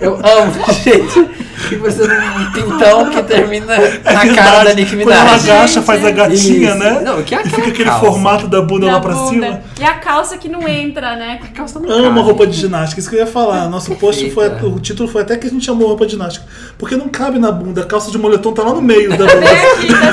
Speaker 2: Eu amo, gente. Que você um pintão que termina na
Speaker 1: É
Speaker 2: cara
Speaker 1: verdade.
Speaker 2: da Nicki
Speaker 1: Quando ela
Speaker 2: Minaj.
Speaker 1: agacha, faz a gatinha,
Speaker 2: Isso.
Speaker 1: né?
Speaker 2: Não, que é
Speaker 1: e fica
Speaker 2: aquela
Speaker 1: aquele
Speaker 2: calça.
Speaker 1: formato da bunda
Speaker 3: Na
Speaker 1: lá pra
Speaker 3: bunda.
Speaker 1: cima.
Speaker 3: E a calça que não entra, né? Que calça não
Speaker 1: Amo roupa de ginástica, isso que eu ia falar. Nosso post foi.
Speaker 2: Perfeita.
Speaker 1: O título foi até que a gente chamou roupa de ginástica. Porque não cabe na bunda, a calça de moletom tá lá no meio da bunda.
Speaker 2: Né?
Speaker 3: aqui, tá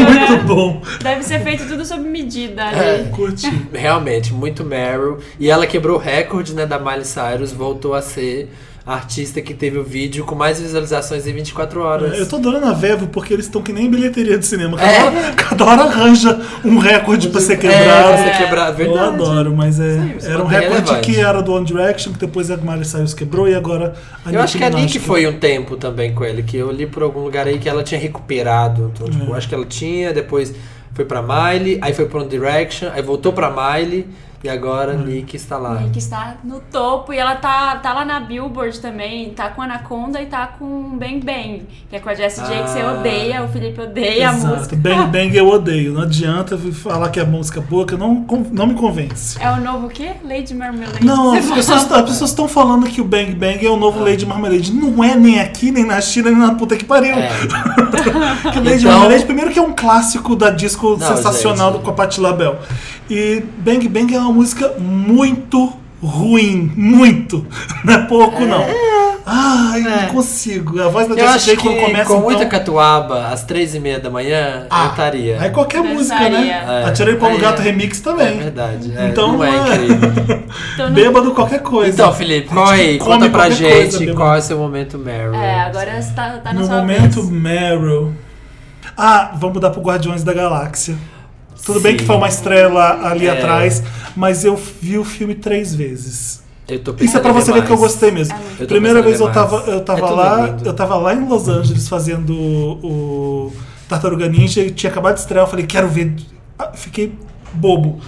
Speaker 1: Muito
Speaker 3: né?
Speaker 1: bom.
Speaker 3: Deve ser feito tudo sob medida.
Speaker 2: É.
Speaker 3: né?
Speaker 1: Curti.
Speaker 2: Realmente, muito Meryl. E ela quebrou o recorde né, da Miley Cyrus, voltou a ser a artista que teve o vídeo com mais visualizações em 24 horas.
Speaker 1: Eu tô adorando a Vevo porque eles estão que nem bilheteria de cinema. Cada,
Speaker 2: É.
Speaker 1: hora, cada hora aranja um recorde pra ser quebrado.
Speaker 2: É, você quebrar,
Speaker 1: Eu
Speaker 2: verdade.
Speaker 1: adoro, mas é.
Speaker 2: isso
Speaker 1: era um
Speaker 2: é
Speaker 1: recorde
Speaker 2: relevante.
Speaker 1: que era do One Direction, que depois a Miley Cyrus quebrou e agora a
Speaker 2: Eu acho que a
Speaker 1: Minaj
Speaker 2: Nick foi um tempo também com ele, que eu li por algum lugar aí que ela tinha recuperado. Então,
Speaker 1: É.
Speaker 2: tipo, eu acho que ela tinha, depois foi pra Miley, aí foi pra One Direction, aí voltou pra Miley e
Speaker 1: É.
Speaker 2: agora Nick está lá.
Speaker 3: Que está no topo e ela tá, tá lá na Billboard também, tá com Anaconda e tá com Bang Bang, que é com a Jessie J que você
Speaker 2: Ah.
Speaker 3: odeia, o Felipe odeia a
Speaker 1: Exato.
Speaker 3: música.
Speaker 1: Bang Bang eu odeio. Não adianta falar que é música boa, que eu não, não me convence.
Speaker 3: É o novo o quê? Lady Marmalade.
Speaker 1: Não,
Speaker 3: Você
Speaker 1: as
Speaker 3: fala.
Speaker 1: pessoas tá, as pessoas estão falando que o Bang Bang é o novo Lady Marmalade. Não é nem aqui, nem na China, nem na puta que pariu. Que Lady
Speaker 2: É. Então-
Speaker 1: Marmalade, primeiro que é um clássico da disco
Speaker 2: Não,
Speaker 1: sensacional
Speaker 2: gente.
Speaker 1: com a Patti LaBelle. E Bang Bang é uma música muito ruim. Muito. Não é pouco, não. Ai, não consigo. A voz da
Speaker 2: É. Eu
Speaker 1: Jessie
Speaker 2: acho
Speaker 1: J
Speaker 2: que
Speaker 1: quando começa,
Speaker 2: com muita
Speaker 1: então... Ah,
Speaker 2: catuaba, às três e meia da manhã, eu estaria.
Speaker 1: Aí qualquer
Speaker 3: Eu
Speaker 1: música, né?
Speaker 3: estaria.
Speaker 2: É.
Speaker 1: Atirei para o
Speaker 2: Aí
Speaker 1: gato
Speaker 2: é.
Speaker 1: remix
Speaker 2: É
Speaker 1: também.
Speaker 2: verdade. é,
Speaker 1: Então,
Speaker 2: não é
Speaker 1: é.
Speaker 2: incrível.
Speaker 3: Então não-
Speaker 1: Bêbado qualquer coisa.
Speaker 2: Então, Felipe, qual
Speaker 1: A gente
Speaker 2: aí?
Speaker 1: come
Speaker 2: Conta pra
Speaker 1: qualquer
Speaker 2: gente
Speaker 1: coisa, bêbado.
Speaker 2: qual é o seu momento Meryl.
Speaker 3: É, agora tá, tá na
Speaker 1: No
Speaker 3: sua
Speaker 1: momento,
Speaker 3: vez.
Speaker 1: Meryl. Ah, vamos mudar pro Guardiões da Galáxia. Tudo bem
Speaker 2: Sim.
Speaker 1: que foi uma estrela ali
Speaker 2: É.
Speaker 1: atrás, mas eu vi o filme três vezes.
Speaker 2: Eu tô
Speaker 1: Isso é
Speaker 2: pensando
Speaker 1: pra
Speaker 2: em
Speaker 1: você ver que eu
Speaker 2: mais.
Speaker 1: gostei mesmo.
Speaker 3: É
Speaker 2: Eu tô
Speaker 1: Primeira
Speaker 2: pensando
Speaker 1: vez eu
Speaker 2: demais.
Speaker 1: tava, eu
Speaker 2: É
Speaker 1: tava
Speaker 2: tudo
Speaker 1: lá,
Speaker 2: lindo.
Speaker 1: eu tava lá em Los Angeles fazendo o, o Tartaruga Ninja e tinha acabado de estrear, eu falei, quero ver. Ah, Fiquei bobo.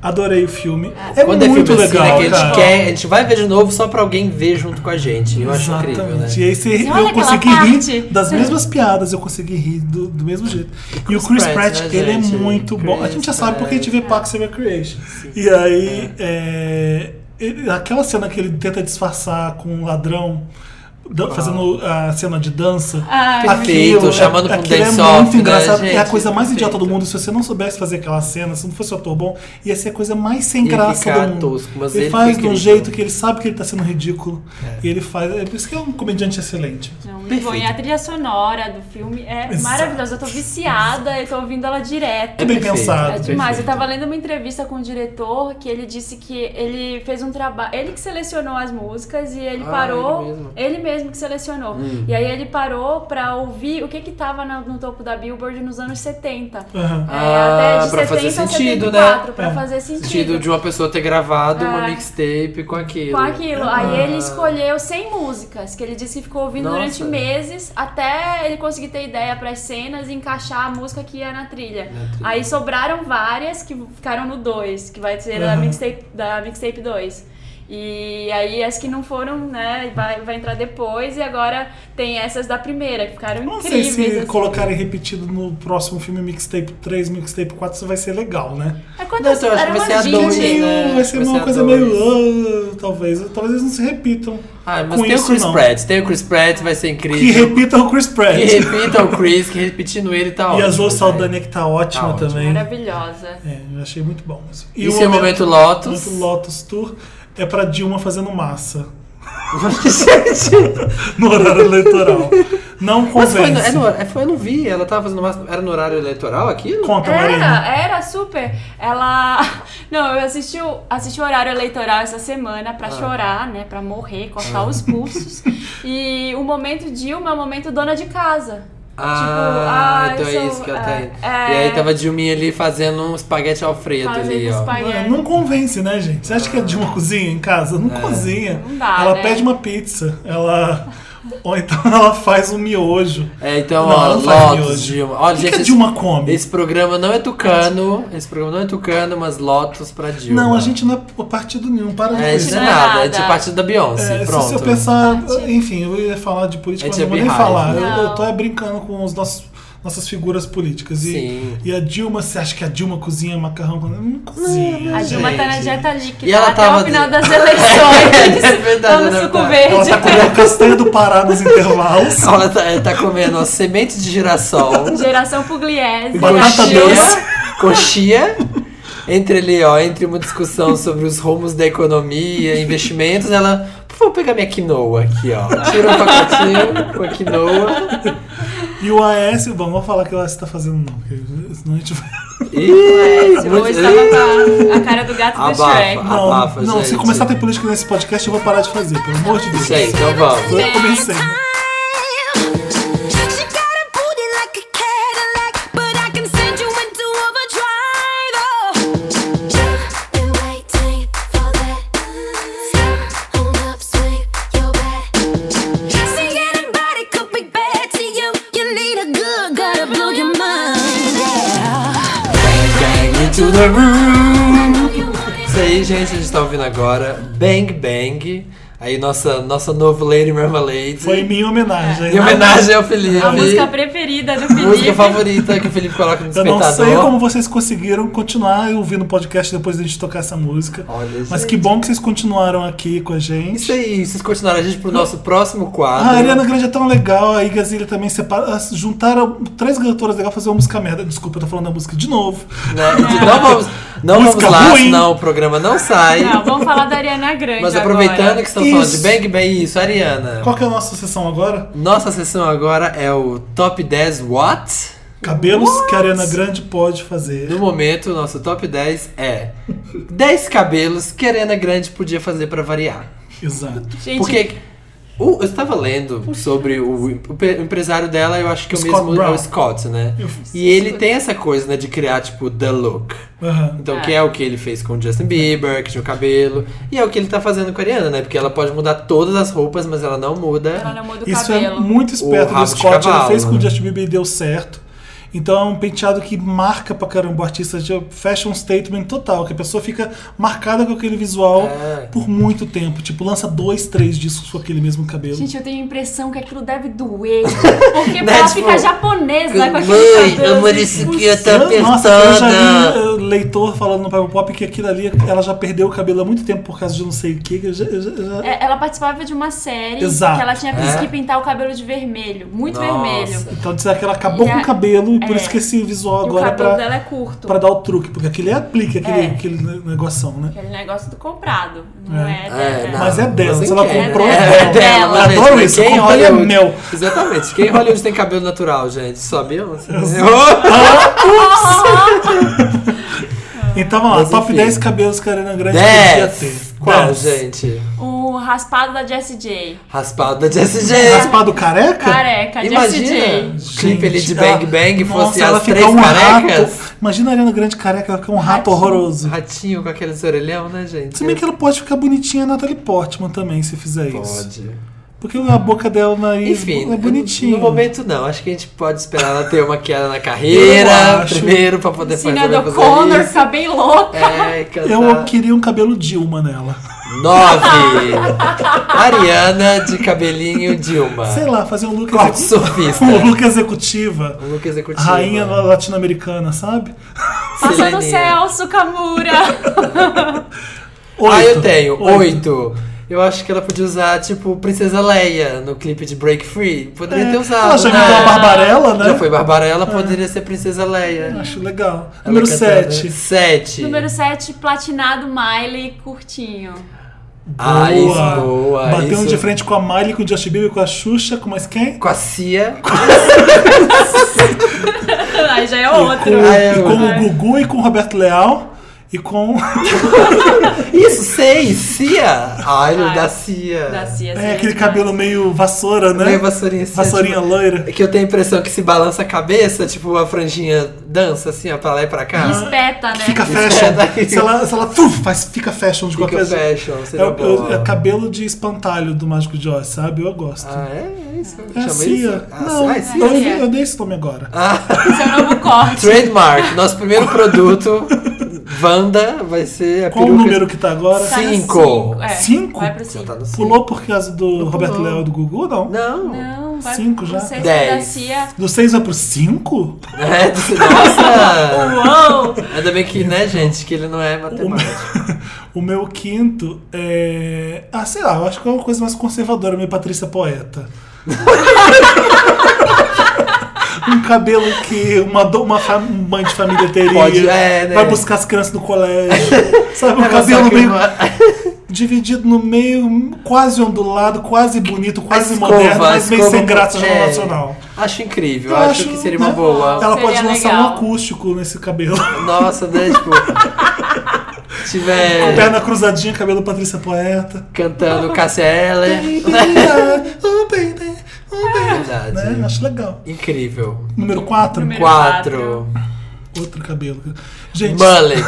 Speaker 1: Adorei o filme.
Speaker 3: Ah.
Speaker 1: É
Speaker 2: Quando é filme
Speaker 1: muito
Speaker 2: assim,
Speaker 1: legal,
Speaker 2: né, que a
Speaker 1: cara.
Speaker 2: gente quer, a gente vai ver de novo só pra alguém ver junto com a gente. Eu acho
Speaker 1: Exatamente.
Speaker 2: incrível, né?
Speaker 1: E aí você-
Speaker 3: olha
Speaker 1: eu
Speaker 3: aquela
Speaker 1: consegui
Speaker 3: parte.
Speaker 1: rir das mesmas piadas, eu consegui rir do, do mesmo jeito. E o
Speaker 2: Chris
Speaker 1: Chris
Speaker 2: Pratt,
Speaker 1: Pratt,
Speaker 2: né,
Speaker 1: ele é
Speaker 2: gente?
Speaker 1: muito
Speaker 2: Chris
Speaker 1: bom. A gente já sabe porque a gente vê Parks and Recreation. E aí, é, ele- aquela cena que ele tenta disfarçar com um ladrão. dan- Fazendo a cena de dança.
Speaker 3: Ai,
Speaker 2: Perfeito,
Speaker 1: Aquilo,
Speaker 2: chamando pra um
Speaker 1: aquilo
Speaker 2: dance
Speaker 1: é
Speaker 2: off,
Speaker 1: muito
Speaker 2: né,
Speaker 1: engraçado. é a
Speaker 2: gente?
Speaker 1: coisa mais idiota do
Speaker 2: Perfeito.
Speaker 1: mundo. Se você não soubesse fazer aquela cena, se não fosse um ator bom, ia ser a coisa mais sem
Speaker 2: Ia
Speaker 1: graça
Speaker 2: ficar
Speaker 1: do mundo.
Speaker 2: tosco, mas
Speaker 1: ele,
Speaker 2: ele
Speaker 1: faz
Speaker 2: fica
Speaker 1: de um
Speaker 2: incrível.
Speaker 1: jeito que ele sabe que ele tá sendo ridículo. E ele faz. É por isso que é um comediante excelente.
Speaker 3: Não, muito
Speaker 2: Perfeito.
Speaker 3: bom. E a trilha sonora do filme é
Speaker 1: Exato.
Speaker 3: maravilhosa. Eu tô viciada, eu tô ouvindo ela direto.
Speaker 1: É bem
Speaker 2: perfeito.
Speaker 1: pensado.
Speaker 3: É demais.
Speaker 2: Perfeito.
Speaker 3: Eu tava lendo uma entrevista com o diretor que ele disse que ele fez um trabalho. Ele que selecionou as músicas e ele
Speaker 2: Ah,
Speaker 3: parou.
Speaker 2: ele mesmo.
Speaker 3: mesmo que selecionou.
Speaker 2: Hum.
Speaker 3: E aí ele parou pra ouvir o que que tava na- no, topo da Billboard nos anos 70.
Speaker 1: Aham.
Speaker 3: É,
Speaker 2: Ah,
Speaker 3: até de
Speaker 2: pra
Speaker 3: 70
Speaker 2: fazer
Speaker 3: a
Speaker 2: sentido,
Speaker 3: 74,
Speaker 2: né?
Speaker 3: pra
Speaker 1: É.
Speaker 3: fazer
Speaker 2: No
Speaker 3: sentido.
Speaker 2: sentido de uma pessoa ter gravado uma
Speaker 3: É.
Speaker 2: mixtape com aquilo.
Speaker 3: Com aquilo. Aí
Speaker 2: Ah.
Speaker 3: ele escolheu 100 músicas, que ele disse que ficou ouvindo
Speaker 2: Nossa.
Speaker 3: durante meses, até ele conseguir ter ideia para as cenas e encaixar a música que ia na trilha.
Speaker 2: Na trilha.
Speaker 3: Aí sobraram várias que ficaram no 2, que vai ser da
Speaker 1: Aham.
Speaker 3: mixtape da mixtape 2. E aí as que não foram, né, vai, vai entrar depois e agora tem essas da primeira, que ficaram
Speaker 1: Não sei
Speaker 3: incríveis.
Speaker 1: se
Speaker 3: assim.
Speaker 1: colocarem repetido no próximo filme Mixtape 3, Mixtape 4, isso vai ser legal, né?
Speaker 3: É quantas,
Speaker 2: Não, então, eu acho que
Speaker 3: eram
Speaker 2: vai ser
Speaker 3: umas
Speaker 2: a
Speaker 3: 20,
Speaker 2: dois,
Speaker 1: Meio-
Speaker 2: né?
Speaker 1: vai ser
Speaker 2: Vai
Speaker 1: uma
Speaker 2: ser
Speaker 1: coisa
Speaker 2: dois.
Speaker 1: meio. ah, talvez. Talvez eles não se repitam.
Speaker 2: Ah, mas
Speaker 1: com
Speaker 2: tem o
Speaker 1: isso,
Speaker 2: Chris
Speaker 1: não.
Speaker 2: Pratt, tem o Chris Pratt, vai ser incrível.
Speaker 1: Que repitam o Chris Pratt.
Speaker 2: Que repita o Chris, que repetindo ele tá
Speaker 1: e
Speaker 2: ótimo.
Speaker 1: a Zoe
Speaker 2: né?
Speaker 1: Saldana que tá ótima
Speaker 2: ótimo.
Speaker 1: também.
Speaker 3: Maravilhosa.
Speaker 1: É, eu achei muito bom. isso. E
Speaker 2: Isso é o momento Lotus.
Speaker 1: momento Lotus Tour é pra Dilma fazendo massa
Speaker 2: Gente,
Speaker 1: no horário eleitoral. Não
Speaker 2: mas foi, no-
Speaker 1: convence.
Speaker 2: é no- é, foi- eu não vi, ela tava fazendo uma, era no horário eleitoral aquilo?
Speaker 1: Conta, Marina.
Speaker 3: Era, era super. Ela. Não, eu assisti o, assisti o horário eleitoral essa semana
Speaker 2: Ah.
Speaker 3: pra chorar, né? Pra morrer, cortar os pulsos. E o momento Dilma é o momento dona de casa.
Speaker 2: Ah,
Speaker 3: ah,
Speaker 2: então
Speaker 3: eu
Speaker 2: é isso
Speaker 3: sou-
Speaker 2: que ela tá
Speaker 3: é,
Speaker 2: indo.
Speaker 3: é.
Speaker 2: E aí tava a Dilminha ali fazendo um espaguete alfredo
Speaker 3: Fazendo
Speaker 2: ali, ó.
Speaker 3: espaguete.
Speaker 1: Mano, Não convence, né, gente? Você acha que a Dilma cozinha em casa?
Speaker 2: É.
Speaker 1: Não cozinha.
Speaker 3: Não dá,
Speaker 1: ela
Speaker 3: né?
Speaker 1: pede uma pizza. Ela. Ou então ela faz um miojo.
Speaker 2: É, então,
Speaker 1: Não,
Speaker 2: ó,
Speaker 1: ela não faz
Speaker 2: Lotus,
Speaker 1: miojo.
Speaker 2: Dilma. Olha,
Speaker 1: o que,
Speaker 2: gente,
Speaker 1: que a
Speaker 2: esse-
Speaker 1: Dilma come?
Speaker 2: Esse programa não é tucano, esse programa não é tucano, mas Lotus pra Dilma.
Speaker 1: Não, a gente não é partido nenhum. Para
Speaker 2: É,
Speaker 1: com
Speaker 2: isso
Speaker 1: isso.
Speaker 2: é
Speaker 3: Não é
Speaker 2: nada,
Speaker 3: nada.
Speaker 2: é de partido da Beyoncé,
Speaker 1: É,
Speaker 2: pronto.
Speaker 1: se eu pensar, enfim, eu ia falar de política,
Speaker 2: É
Speaker 1: mas
Speaker 2: de
Speaker 1: não vou nem
Speaker 2: beehive.
Speaker 1: falar. Eu,
Speaker 3: Não.
Speaker 1: eu tô é brincando com os nossos, nossas figuras políticas. E,
Speaker 2: Sim.
Speaker 1: e a Dilma, você acha que a Dilma cozinha macarrão? Não cozinha.
Speaker 3: A Dilma tá na
Speaker 2: Gente.
Speaker 3: dieta líquida
Speaker 2: E ela
Speaker 3: até
Speaker 2: tava-
Speaker 3: o final das eleições.
Speaker 2: É verdade,
Speaker 3: Toma
Speaker 2: é
Speaker 3: suco
Speaker 2: verdade.
Speaker 1: Ela
Speaker 3: verde.
Speaker 1: tá comendo castanha do Pará nos intervalos.
Speaker 2: Ela tá, ela tá comendo ó, semente de girassol,
Speaker 3: Geração Pugliese.
Speaker 1: Batata
Speaker 3: Geração-
Speaker 1: doce.
Speaker 2: coxia. Entre ali, ó, entre uma discussão sobre os rumos da economia, investimentos, ela. Por favor, pegar minha quinoa aqui, ó. Tira um pacotinho com a quinoa.
Speaker 1: E o Aécio, bom, vou falar que o Aécio tá fazendo não, porque senão a gente vai...
Speaker 2: Ih, muito-
Speaker 3: Hoje tava com a, a cara do gato do
Speaker 2: Abafa.
Speaker 3: Shrek.
Speaker 1: Não,
Speaker 2: Abafa,
Speaker 1: não se
Speaker 2: gente.
Speaker 1: começar a ter política nesse podcast, eu vou parar de fazer, pelo amor de Deus.
Speaker 2: Isso aí, então vamos.
Speaker 1: Eu comecei.
Speaker 5: She got a booty like a Cadillac, but I can send you into overdrive. Oh. Been waiting for that. Hold up, swing your bat. See, anybody could be bad to you. You need a good girl to blow your mind.
Speaker 2: Bang into the room. Isso aí, gente, a gente tá ouvindo agora. Bang Bang. Aí, nossa, nossa novo Lady Marmalade.
Speaker 1: Foi em minha homenagem.
Speaker 2: Em homenagem ao Felipe.
Speaker 3: A música preferida do Felipe.
Speaker 2: Música favorita que o Felipe coloca no
Speaker 1: Eu não
Speaker 2: despertador.
Speaker 1: sei como vocês conseguiram continuar ouvindo o podcast depois da gente tocar essa música.
Speaker 2: Olha,
Speaker 1: mas
Speaker 2: gente.
Speaker 1: que bom que vocês continuaram aqui com a gente.
Speaker 2: Isso aí, vocês continuaram a gente pro nosso próximo quadro. né?
Speaker 1: A Ariana Grande é tão legal, a Igazilha também separa, as- juntaram três cantoras legais pra fazer uma música merda. Desculpa, eu tô falando da música de novo.
Speaker 2: né? Não vamos, não
Speaker 1: Música
Speaker 2: vamos lá,
Speaker 1: ruim.
Speaker 2: senão o programa não sai.
Speaker 3: Não, vamos falar da Ariana Grande
Speaker 2: mas aproveitando
Speaker 3: agora.
Speaker 2: que estamos falando de
Speaker 1: Isso.
Speaker 2: Bang Bang, isso, Ariana.
Speaker 1: Qual que é a nossa sessão agora?
Speaker 2: Nossa sessão agora é o Top 10 What?
Speaker 1: Cabelos que a Ariana Grande pode fazer.
Speaker 2: No momento, o nosso top 10 é 10 cabelos que a Ariana Grande podia fazer pra variar.
Speaker 1: Exato.
Speaker 3: Gente,
Speaker 2: Porque o- eu estava lendo sobre o, o pe- o empresário dela, eu acho que é o
Speaker 1: Scott
Speaker 2: mesmo é
Speaker 1: Brown.
Speaker 2: o Scott, né?
Speaker 1: Eu-
Speaker 2: E ele tem essa coisa, né, de criar, tipo, the look.
Speaker 1: Aham.
Speaker 2: Então, que é o que ele fez com o Justin Bieber, que tinha o cabelo. E é o que ele tá fazendo com a Ariana, né? Porque ela pode mudar todas as roupas, mas ela não muda.
Speaker 3: Ela não muda o
Speaker 1: Isso é
Speaker 3: cabelo.
Speaker 1: muito esperto
Speaker 2: O rabo
Speaker 1: do
Speaker 2: de
Speaker 1: Scott. Ele
Speaker 2: cavalo,
Speaker 1: fez com o
Speaker 2: né?
Speaker 1: Justin Bieber e deu certo. Então é um penteado que marca pra caramba o artista, já fecha um statement total, que a pessoa fica marcada com aquele visual
Speaker 2: É.
Speaker 1: por muito tempo. Tipo, lança dois, três discos com aquele mesmo cabelo.
Speaker 3: Gente, eu tenho a impressão que aquilo deve doer. Porque ela
Speaker 7: Mas,
Speaker 3: fica
Speaker 7: pô,
Speaker 3: japonesa com aquele
Speaker 7: mãe,
Speaker 3: cabelo.
Speaker 7: amor,
Speaker 3: assim,
Speaker 7: isso
Speaker 3: com
Speaker 7: aqui eu tô
Speaker 1: Eu- Nossa, eu já
Speaker 7: apertada.
Speaker 1: vi eh, leitor falando no Paper Pop que aquilo ali, ela já perdeu o cabelo há muito tempo por causa de não sei o que. Eu já, eu já- eu já-
Speaker 3: É, Ela participava de uma série
Speaker 1: Exato.
Speaker 3: que ela tinha
Speaker 2: É.
Speaker 3: que pintar o cabelo de vermelho, muito
Speaker 2: Nossa.
Speaker 3: vermelho.
Speaker 1: Então diz que ela acabou
Speaker 3: E
Speaker 1: com
Speaker 3: a-
Speaker 1: o cabelo e por
Speaker 3: é.
Speaker 1: isso que esse visual
Speaker 3: E o
Speaker 1: agora é
Speaker 3: cabelo
Speaker 1: pra,
Speaker 3: dela é curto.
Speaker 1: pra dar o truque, porque aquele é aplique, aquele,
Speaker 3: É.
Speaker 1: aquele ne- negoção, né?
Speaker 3: Aquele negócio do comprado. Não
Speaker 1: É.
Speaker 2: É,
Speaker 3: é, dela.
Speaker 2: não.
Speaker 1: Mas é dela,
Speaker 2: Você
Speaker 1: se ela
Speaker 2: quer,
Speaker 1: comprou,
Speaker 3: né?
Speaker 1: é,
Speaker 3: É
Speaker 1: dela.
Speaker 3: dela.
Speaker 1: Eu adoro
Speaker 2: Gente,
Speaker 1: isso,
Speaker 2: quem
Speaker 1: comprei é
Speaker 2: Hollywood-
Speaker 1: meu.
Speaker 2: Exatamente. Quem em Hollywood tem cabelo natural, gente? Só a Beyoncé. né?
Speaker 1: Então vamos lá,
Speaker 2: Mas
Speaker 1: top
Speaker 2: enfim.
Speaker 1: 10 cabelos que a Arena Grande podia
Speaker 2: Dez.
Speaker 1: ter.
Speaker 2: Qual,
Speaker 1: Dez.
Speaker 2: gente?
Speaker 3: O raspado da Jessie J.
Speaker 2: Raspado da Jessie J.
Speaker 1: Raspado careca?
Speaker 3: Careca, Jessie J.
Speaker 2: Imagina o clipe ali de
Speaker 1: Gente,
Speaker 2: Bang
Speaker 1: ah,
Speaker 2: Bang
Speaker 1: nossa,
Speaker 2: fosse
Speaker 1: ela
Speaker 2: as
Speaker 1: fica
Speaker 2: três
Speaker 1: um
Speaker 2: carecas.
Speaker 1: Rato. Imagina a Arena Grande careca, ela fica um rato horroroso.
Speaker 2: Ratinho com aqueles orelhão, né, gente?
Speaker 1: Se bem que ela pode ficar bonitinha a Natalie Portman também, se fizer isso.
Speaker 2: Pode.
Speaker 1: Porque a boca dela, o nariz,
Speaker 2: Enfim,
Speaker 1: é bonitinha.
Speaker 2: No momento não, acho que a gente pode esperar ela ter uma queda na
Speaker 1: Eu
Speaker 2: carreira
Speaker 1: acho.
Speaker 2: primeiro pra poder
Speaker 3: Cina
Speaker 2: fazer,
Speaker 3: do
Speaker 2: fazer
Speaker 3: Connor,
Speaker 2: isso.
Speaker 3: fica bem louca.
Speaker 2: É, cantar.
Speaker 1: Eu queria um cabelo Dilma nela.
Speaker 2: Nove. Ariana de cabelinho Dilma.
Speaker 1: Sei lá, fazer um look,
Speaker 2: Corte
Speaker 1: execu-
Speaker 2: surfista.
Speaker 1: um look executiva.
Speaker 2: O Lucas Executivo.
Speaker 1: Rainha latino-americana, sabe?
Speaker 3: Passa
Speaker 2: Selene.
Speaker 3: no Celso Camura.
Speaker 1: Oito.
Speaker 2: Ah, eu tenho. Oito. Eu acho que ela podia usar, tipo, Princesa Leia no clipe de Break Free. Poderia ter usado.
Speaker 1: É. Ela já
Speaker 2: né?
Speaker 1: imitou a Barbarella, né?
Speaker 2: Já foi Barbara, ela poderia ser Princesa Leia.
Speaker 1: Acho legal.
Speaker 2: Ela
Speaker 1: Número
Speaker 2: cantando.
Speaker 1: 7.
Speaker 2: Sete.
Speaker 3: Número 7, platinado Miley, curtinho.
Speaker 2: Ah, isso, boa.
Speaker 1: Bateu
Speaker 2: isso.
Speaker 1: de frente com a Miley, com o Justin Bieber, com a Xuxa, com mais quem?
Speaker 2: Com a Cia.
Speaker 3: Aí já é
Speaker 1: E com,
Speaker 3: outro.
Speaker 2: Ah, é,
Speaker 1: e com
Speaker 2: é.
Speaker 1: o Gugu e com o Roberto Leal. E com.
Speaker 2: Isso, seis. Cia. Ai,
Speaker 3: Ah,
Speaker 2: da Cia.
Speaker 3: Da Cia,
Speaker 1: é,
Speaker 3: Cia.
Speaker 1: aquele cabelo meio vassoura, né?
Speaker 2: Meio vassourinha, assim,
Speaker 1: Vassourinha
Speaker 2: tipo-
Speaker 1: loira.
Speaker 2: É que eu tenho a impressão que se balança a cabeça, tipo, a franjinha dança assim, ó, pra lá e pra cá.
Speaker 3: Espeta, né?
Speaker 1: Fica
Speaker 2: É,
Speaker 1: fashion.
Speaker 2: daí-
Speaker 1: Se ela, se ela fuf, faz, fica fashion de
Speaker 2: Fica
Speaker 1: qualquer jeito.
Speaker 2: fashion, seria
Speaker 1: É, o-
Speaker 2: boa.
Speaker 1: é o cabelo de espantalho do Mágico de Oz, sabe? Eu gosto.
Speaker 2: Ah, é? É isso?
Speaker 1: é a
Speaker 2: Chama
Speaker 1: Cia.
Speaker 2: isso? Ah,
Speaker 1: Não,
Speaker 2: ah, é Cia.
Speaker 1: eu, eu dei esse nome agora.
Speaker 3: Esse é o novo corte.
Speaker 2: Trademark, nosso primeiro produto, Wanda, vai ser a
Speaker 1: Qual o
Speaker 2: peruca-
Speaker 1: número que tá agora?
Speaker 3: Tá no
Speaker 2: Cinco.
Speaker 3: É,
Speaker 1: Cinco?
Speaker 3: Vai pro
Speaker 2: Já
Speaker 3: 5.
Speaker 2: tá no cinco.
Speaker 1: Pulou por causa do Roberto Leal e do Gugu, não?
Speaker 2: Não.
Speaker 3: Não, vai
Speaker 1: Cinco já?
Speaker 3: pro 6 da
Speaker 2: tá. Dez.
Speaker 3: Cia.
Speaker 1: Do 6 vai pro 5?
Speaker 2: É, disse, nossa!
Speaker 3: Uou!
Speaker 2: Ainda bem que, né, gente, que ele não é matemático.
Speaker 1: O meu quinto é. Ah, sei lá, eu acho que é uma coisa mais conservadora, meio Patrícia Poeta. um cabelo que uma, do- uma fa- mãe de família teria.
Speaker 2: Pode, é, né? É,
Speaker 1: Vai buscar as crianças no colégio. Sabe, um
Speaker 2: Ela
Speaker 1: cabelo
Speaker 2: saca
Speaker 1: meio
Speaker 2: uma-
Speaker 1: dividido no meio, quase ondulado, quase bonito, quase
Speaker 2: escova,
Speaker 1: moderno, mas né?
Speaker 2: a
Speaker 1: meio
Speaker 2: escova-
Speaker 1: sem graça no
Speaker 2: é.
Speaker 1: nacional.
Speaker 2: Acho incrível, acho, que seria uma
Speaker 1: né,
Speaker 2: boa.
Speaker 1: Ela
Speaker 3: Seria
Speaker 1: pode lançar
Speaker 3: legal.
Speaker 1: um acústico nesse cabelo.
Speaker 2: Nossa, né, tipo... se Tiver
Speaker 1: Perna cruzadinha, cabelo Patrícia Poeta.
Speaker 2: cantando Cassia É Eller.
Speaker 1: Oh, baby, oh, baby.
Speaker 2: Verdade.
Speaker 1: Né? Acho legal.
Speaker 2: Incrível.
Speaker 1: Número 4?
Speaker 3: Número-
Speaker 2: Quatro.
Speaker 1: Outro cabelo. Gente,
Speaker 2: Mullet.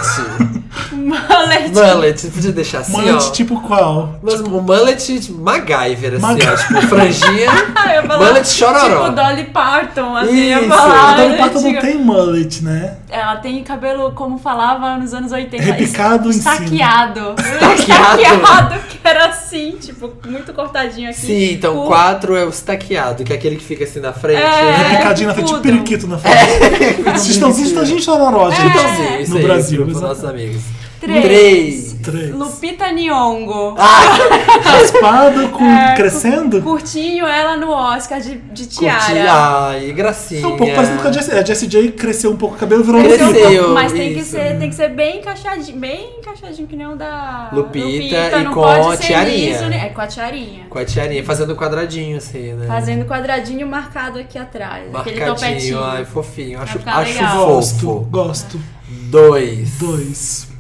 Speaker 3: Mullet.
Speaker 2: Mullet. Podia deixar assim,
Speaker 1: mullet
Speaker 2: ó.
Speaker 1: tipo qual?
Speaker 2: Mas o mullet tipo, MacGyver, assim,
Speaker 1: Maga-
Speaker 2: ó. Tipo, franjinha.
Speaker 3: Ah, eu ia falar,
Speaker 2: Mullet chororó.
Speaker 3: Tipo Dolly Parton, assim, eu ia
Speaker 2: Isso.
Speaker 3: falar.
Speaker 1: A Dolly
Speaker 3: né,
Speaker 1: Parton não
Speaker 3: tipo,
Speaker 1: tem mullet, né?
Speaker 3: Ela tem cabelo, como falava nos anos 80,
Speaker 1: Repicado em cima.
Speaker 3: estaqueado.
Speaker 2: Estaqueado.
Speaker 3: Estaqueado, que era assim, tipo, muito cortadinho aqui.
Speaker 2: Sim, então
Speaker 3: Curto.
Speaker 2: quatro é o estaqueado, que é aquele que fica assim na frente.
Speaker 3: Tipo- É.
Speaker 2: né?
Speaker 1: Picadinha na frente, tipo
Speaker 3: tudo. É.
Speaker 1: periquito na frente. Vocês estão É. vocês estão gente chororó, gente.
Speaker 2: É, Então, sim, isso
Speaker 1: No
Speaker 2: aí,
Speaker 1: Brasil,
Speaker 2: pro- pros
Speaker 1: exatamente.
Speaker 2: nossos amigos.
Speaker 3: Três.
Speaker 2: Três.
Speaker 1: Três.
Speaker 3: Lupita Nyong'o.
Speaker 1: Raspado com
Speaker 3: É,
Speaker 1: crescendo.
Speaker 3: Curtinho ela no Oscar de, de tiara.
Speaker 2: Curti. Ah, Ai, gracinha.
Speaker 1: É um pouco parecido com a Jessie. A Jessie J cresceu um pouco o cabelo, virou um
Speaker 2: Cresceu.
Speaker 1: fita.
Speaker 2: Eu,
Speaker 3: Então, Mas tem que,
Speaker 2: isso.
Speaker 3: ser, tem que ser bem encaixadinho, bem encaixadinho que nem o da
Speaker 2: Lupita e
Speaker 3: não
Speaker 2: com
Speaker 3: pode ser
Speaker 2: tiarinha.
Speaker 3: liso, né? É com a tiarinha.
Speaker 2: Com a tiarinha, fazendo quadradinho assim, né?
Speaker 3: Fazendo quadradinho marcado aqui atrás, aquele
Speaker 2: Marcadinho,
Speaker 3: topetinho.
Speaker 2: ai, fofinho. Acho,
Speaker 3: ficar
Speaker 2: acho
Speaker 3: legal.
Speaker 1: Gosto,
Speaker 2: fofo.
Speaker 1: gosto.
Speaker 2: Dois.
Speaker 1: Dois.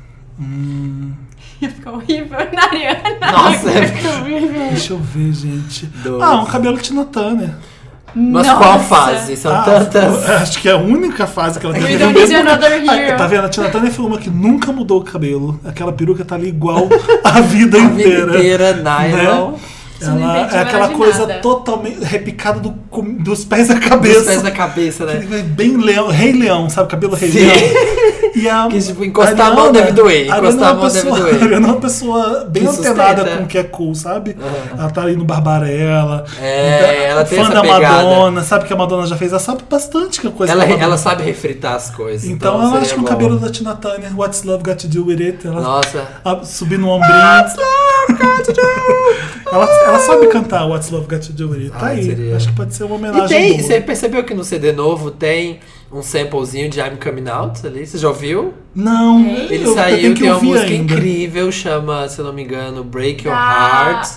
Speaker 3: Ia ficar horrível na Ariana.
Speaker 2: Nossa, é-
Speaker 1: Deixa eu ver, gente.
Speaker 2: Dois.
Speaker 1: Ah, um cabelo Tina Turner.
Speaker 2: Mas qual fase? São
Speaker 1: Ah,
Speaker 2: tantas.
Speaker 1: Acho que é a única fase que ela tem
Speaker 3: We
Speaker 1: que
Speaker 3: don't need another hero.
Speaker 1: Tá vendo? A Tina Turner foi uma que nunca mudou o cabelo. Aquela peruca tá ali igual a vida
Speaker 2: A vida
Speaker 1: inteira.
Speaker 2: inteira, nylon.
Speaker 1: Né?
Speaker 3: Isso não
Speaker 1: Ela é
Speaker 3: incentiva
Speaker 1: aquela
Speaker 3: ela de
Speaker 1: coisa
Speaker 3: nada.
Speaker 1: totalmente repicada do com- dos pés à cabeça.
Speaker 2: Os pés da cabeça, né?
Speaker 1: é Bem leão, rei leão, sabe? Cabelo rei
Speaker 2: Sim.
Speaker 1: leão. E a,
Speaker 2: Que, tipo, encostar a mão deve doer,
Speaker 1: Ariana
Speaker 2: encostar
Speaker 1: é
Speaker 2: a
Speaker 1: uma
Speaker 2: mão deve
Speaker 1: pessoa-
Speaker 2: doer.
Speaker 1: a Ariana é uma pessoa bem
Speaker 2: Que
Speaker 1: antenada
Speaker 2: sustenta.
Speaker 1: com o que é cool, sabe?
Speaker 2: Aham.
Speaker 1: Ela tá ali no Barbarella.
Speaker 2: É,
Speaker 1: tá-
Speaker 2: ela tem
Speaker 1: fã
Speaker 2: essa
Speaker 1: da
Speaker 2: pegada.
Speaker 1: Madonna, sabe que a Madonna já fez? Ela sabe bastante que a coisa
Speaker 2: Ela,
Speaker 1: da Madonna.
Speaker 2: ela sabe refritar as coisas.
Speaker 1: Então,
Speaker 2: Então,
Speaker 1: ela
Speaker 2: seria
Speaker 1: acha que o
Speaker 2: bom.
Speaker 1: cabelo da Tina Turner, What's Love Got to Do With It, ela
Speaker 2: Nossa.
Speaker 1: a- subir no ombrinho. ela, ela sabe cantar What's Love Got to Do With It. Tá
Speaker 2: Ah,
Speaker 1: aí.
Speaker 2: seria.
Speaker 1: Acho que pode ser uma
Speaker 2: E
Speaker 1: homenagem.
Speaker 2: tem,
Speaker 1: boa.
Speaker 2: você percebeu que no CD novo tem um samplezinho de I'm Coming Out ali? Você já ouviu?
Speaker 1: Não,
Speaker 2: Ele
Speaker 1: eu, eu
Speaker 2: saiu,
Speaker 1: tenho que
Speaker 2: tem uma
Speaker 1: ouvir
Speaker 2: música
Speaker 1: ainda.
Speaker 2: incrível, chama, se eu não me engano, Break Your
Speaker 3: Da-
Speaker 2: Heart.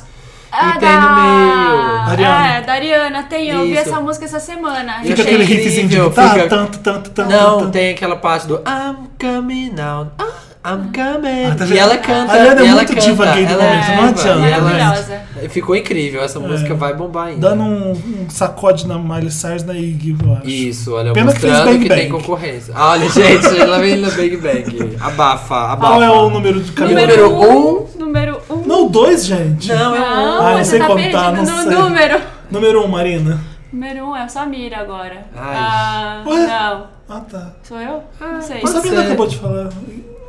Speaker 3: Ah,
Speaker 2: E tem no meio.
Speaker 1: Ariana.
Speaker 3: É, da Ariana, tem. Eu ouvi
Speaker 2: Isso.
Speaker 3: essa música essa semana.
Speaker 2: Eu
Speaker 1: Fica
Speaker 2: achei
Speaker 1: aquele riffzinho de
Speaker 2: incrível,
Speaker 1: guitarra,
Speaker 2: fica-
Speaker 1: tanto, tanto, tanto.
Speaker 2: Não,
Speaker 1: tanto.
Speaker 2: tem aquela parte do I'm coming out, ah, I'm coming.
Speaker 1: Ah, tá
Speaker 2: e
Speaker 1: vendo?
Speaker 2: ela canta.
Speaker 1: A Ariana é
Speaker 2: e ela
Speaker 1: muito
Speaker 2: canta,
Speaker 1: diva gay do
Speaker 2: ela é
Speaker 1: momento, não
Speaker 2: diva,
Speaker 1: adianta. né? É.
Speaker 2: e ela-
Speaker 3: é, Maravilhosa.
Speaker 2: Ficou incrível, essa música vai bombar ainda.
Speaker 1: Dando um, um sacode na Miley Cyrus na Iggy, eu acho.
Speaker 2: Isso, olha,
Speaker 1: Pena que fez
Speaker 2: mostrando que,
Speaker 1: Bang
Speaker 2: tem
Speaker 1: Bang.
Speaker 2: concorrência. Ah, Olha, gente, ela vem no Bang Bang. Abafa, abafa.
Speaker 1: Qual é o número de cabelo?
Speaker 2: Número
Speaker 3: um, Número um.
Speaker 1: Não, dois, gente.
Speaker 2: Não, é um.
Speaker 3: Não,
Speaker 1: Ah, não
Speaker 3: você
Speaker 1: sei
Speaker 3: tá
Speaker 1: contar,
Speaker 3: perdendo
Speaker 1: não
Speaker 3: no
Speaker 1: sei.
Speaker 3: número.
Speaker 1: Número um, Marina.
Speaker 3: Número um é o Samir agora.
Speaker 2: Ai.
Speaker 3: Ah,
Speaker 1: Ué?
Speaker 3: não.
Speaker 1: Ah, tá.
Speaker 3: Sou eu? Não sei.
Speaker 1: Mas a
Speaker 2: ser.
Speaker 1: Marina acabou de falar.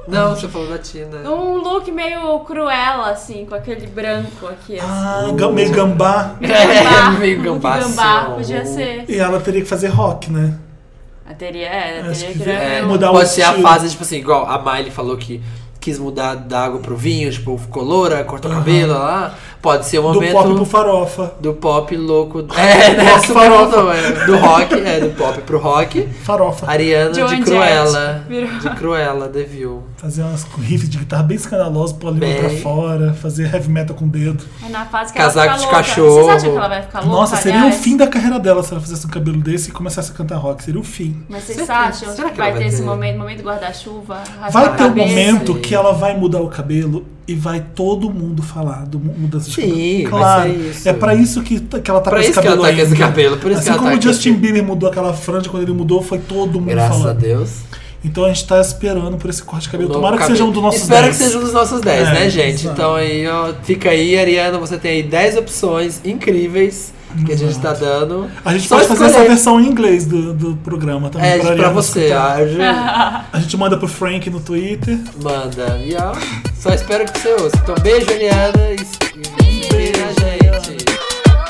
Speaker 2: Não, você falou da Tina.
Speaker 3: Um look meio cruel, assim, com aquele branco aqui. assim.
Speaker 1: Ah, ga- meio gambá.
Speaker 2: É,
Speaker 3: Gambá,
Speaker 2: meio
Speaker 3: um
Speaker 2: gambá.
Speaker 3: gambá,
Speaker 2: assim,
Speaker 3: podia
Speaker 2: um-
Speaker 3: ser.
Speaker 1: E ela teria que fazer rock, né?
Speaker 3: Eu teria, é, eu
Speaker 1: Acho
Speaker 3: teria
Speaker 1: que
Speaker 3: que
Speaker 1: é,
Speaker 3: ver um-
Speaker 1: mudar o
Speaker 2: Pode ser a
Speaker 1: estilo.
Speaker 2: fase, tipo assim, igual a Miley falou que quis mudar da água pro vinho, tipo, ficou loura, cortou o cabelo, lá. Pode ser o
Speaker 1: Do pop
Speaker 2: momento
Speaker 1: pro farofa.
Speaker 2: do pop louco. É, né?
Speaker 1: Rock
Speaker 2: super
Speaker 1: farofa.
Speaker 2: mudou, é. Do rock, é, do pop pro rock.
Speaker 1: Farofa.
Speaker 2: Ariana
Speaker 3: Joan
Speaker 2: de
Speaker 3: Jett.
Speaker 2: Cruella.
Speaker 3: Virou.
Speaker 2: De Cruella, devil.
Speaker 1: Fazer umas riffs de guitarra bem escandalosas, pôr a língua
Speaker 2: Bem.
Speaker 1: pra fora, fazer heavy metal com o dedo.
Speaker 3: É na fase que
Speaker 2: Casaco
Speaker 3: ela
Speaker 2: de
Speaker 3: fica louca.
Speaker 2: cachorro.
Speaker 3: Vocês acham que ela vai ficar louca?
Speaker 1: Nossa, seria
Speaker 3: aliás?
Speaker 1: o fim da carreira dela se ela fizesse um cabelo desse e começasse a cantar rock. Seria o fim.
Speaker 3: Mas vocês
Speaker 2: Será que-
Speaker 3: acham
Speaker 2: será
Speaker 3: que
Speaker 2: que ela
Speaker 3: vai
Speaker 2: vai
Speaker 3: ter esse
Speaker 2: ter?
Speaker 3: momento, momento guarda-chuva? raspar a
Speaker 1: Vai ter um
Speaker 3: cabeça?
Speaker 1: momento
Speaker 2: Sim.
Speaker 1: que ela vai mudar o cabelo e vai todo mundo falar do mu- mudança de
Speaker 2: Sim,
Speaker 1: cabelo.
Speaker 2: vai
Speaker 1: Claro.
Speaker 2: ser isso.
Speaker 1: É pra isso que, t- que ela tá com
Speaker 2: Pra
Speaker 1: esse
Speaker 2: isso que ela
Speaker 1: cabelo.
Speaker 2: tá com esse
Speaker 1: ainda.
Speaker 2: cabelo, por isso
Speaker 1: assim
Speaker 2: que ela
Speaker 1: como
Speaker 2: tá
Speaker 1: o
Speaker 2: com
Speaker 1: Justin
Speaker 2: esse-
Speaker 1: Bieber mudou aquela franja quando ele mudou, foi todo mundo
Speaker 2: Graças a
Speaker 1: falando.
Speaker 2: Deus.
Speaker 1: Então a gente tá esperando por esse corte de cabelo.
Speaker 2: Novo
Speaker 1: Tomara que
Speaker 2: cabelo.
Speaker 1: seja um dos nossos
Speaker 2: Espero
Speaker 1: 10.
Speaker 2: que seja um dos nossos 10,
Speaker 1: É,
Speaker 2: né, gente?
Speaker 1: exato.
Speaker 2: Então aí, ó, fica aí, Ariana, você tem aí 10 opções incríveis que a gente tá dando.
Speaker 1: A gente
Speaker 2: Só
Speaker 1: pode fazer essa
Speaker 2: escolher.
Speaker 1: versão em inglês do, do programa também.
Speaker 2: É, pra,
Speaker 1: Ariana
Speaker 2: você, ah.
Speaker 1: escutar.
Speaker 2: Arjo,
Speaker 1: A gente manda pro Frank no Twitter.
Speaker 2: manda. E ó, só espero que você ouça. Então, beijo, Ariana, e inspira a gente.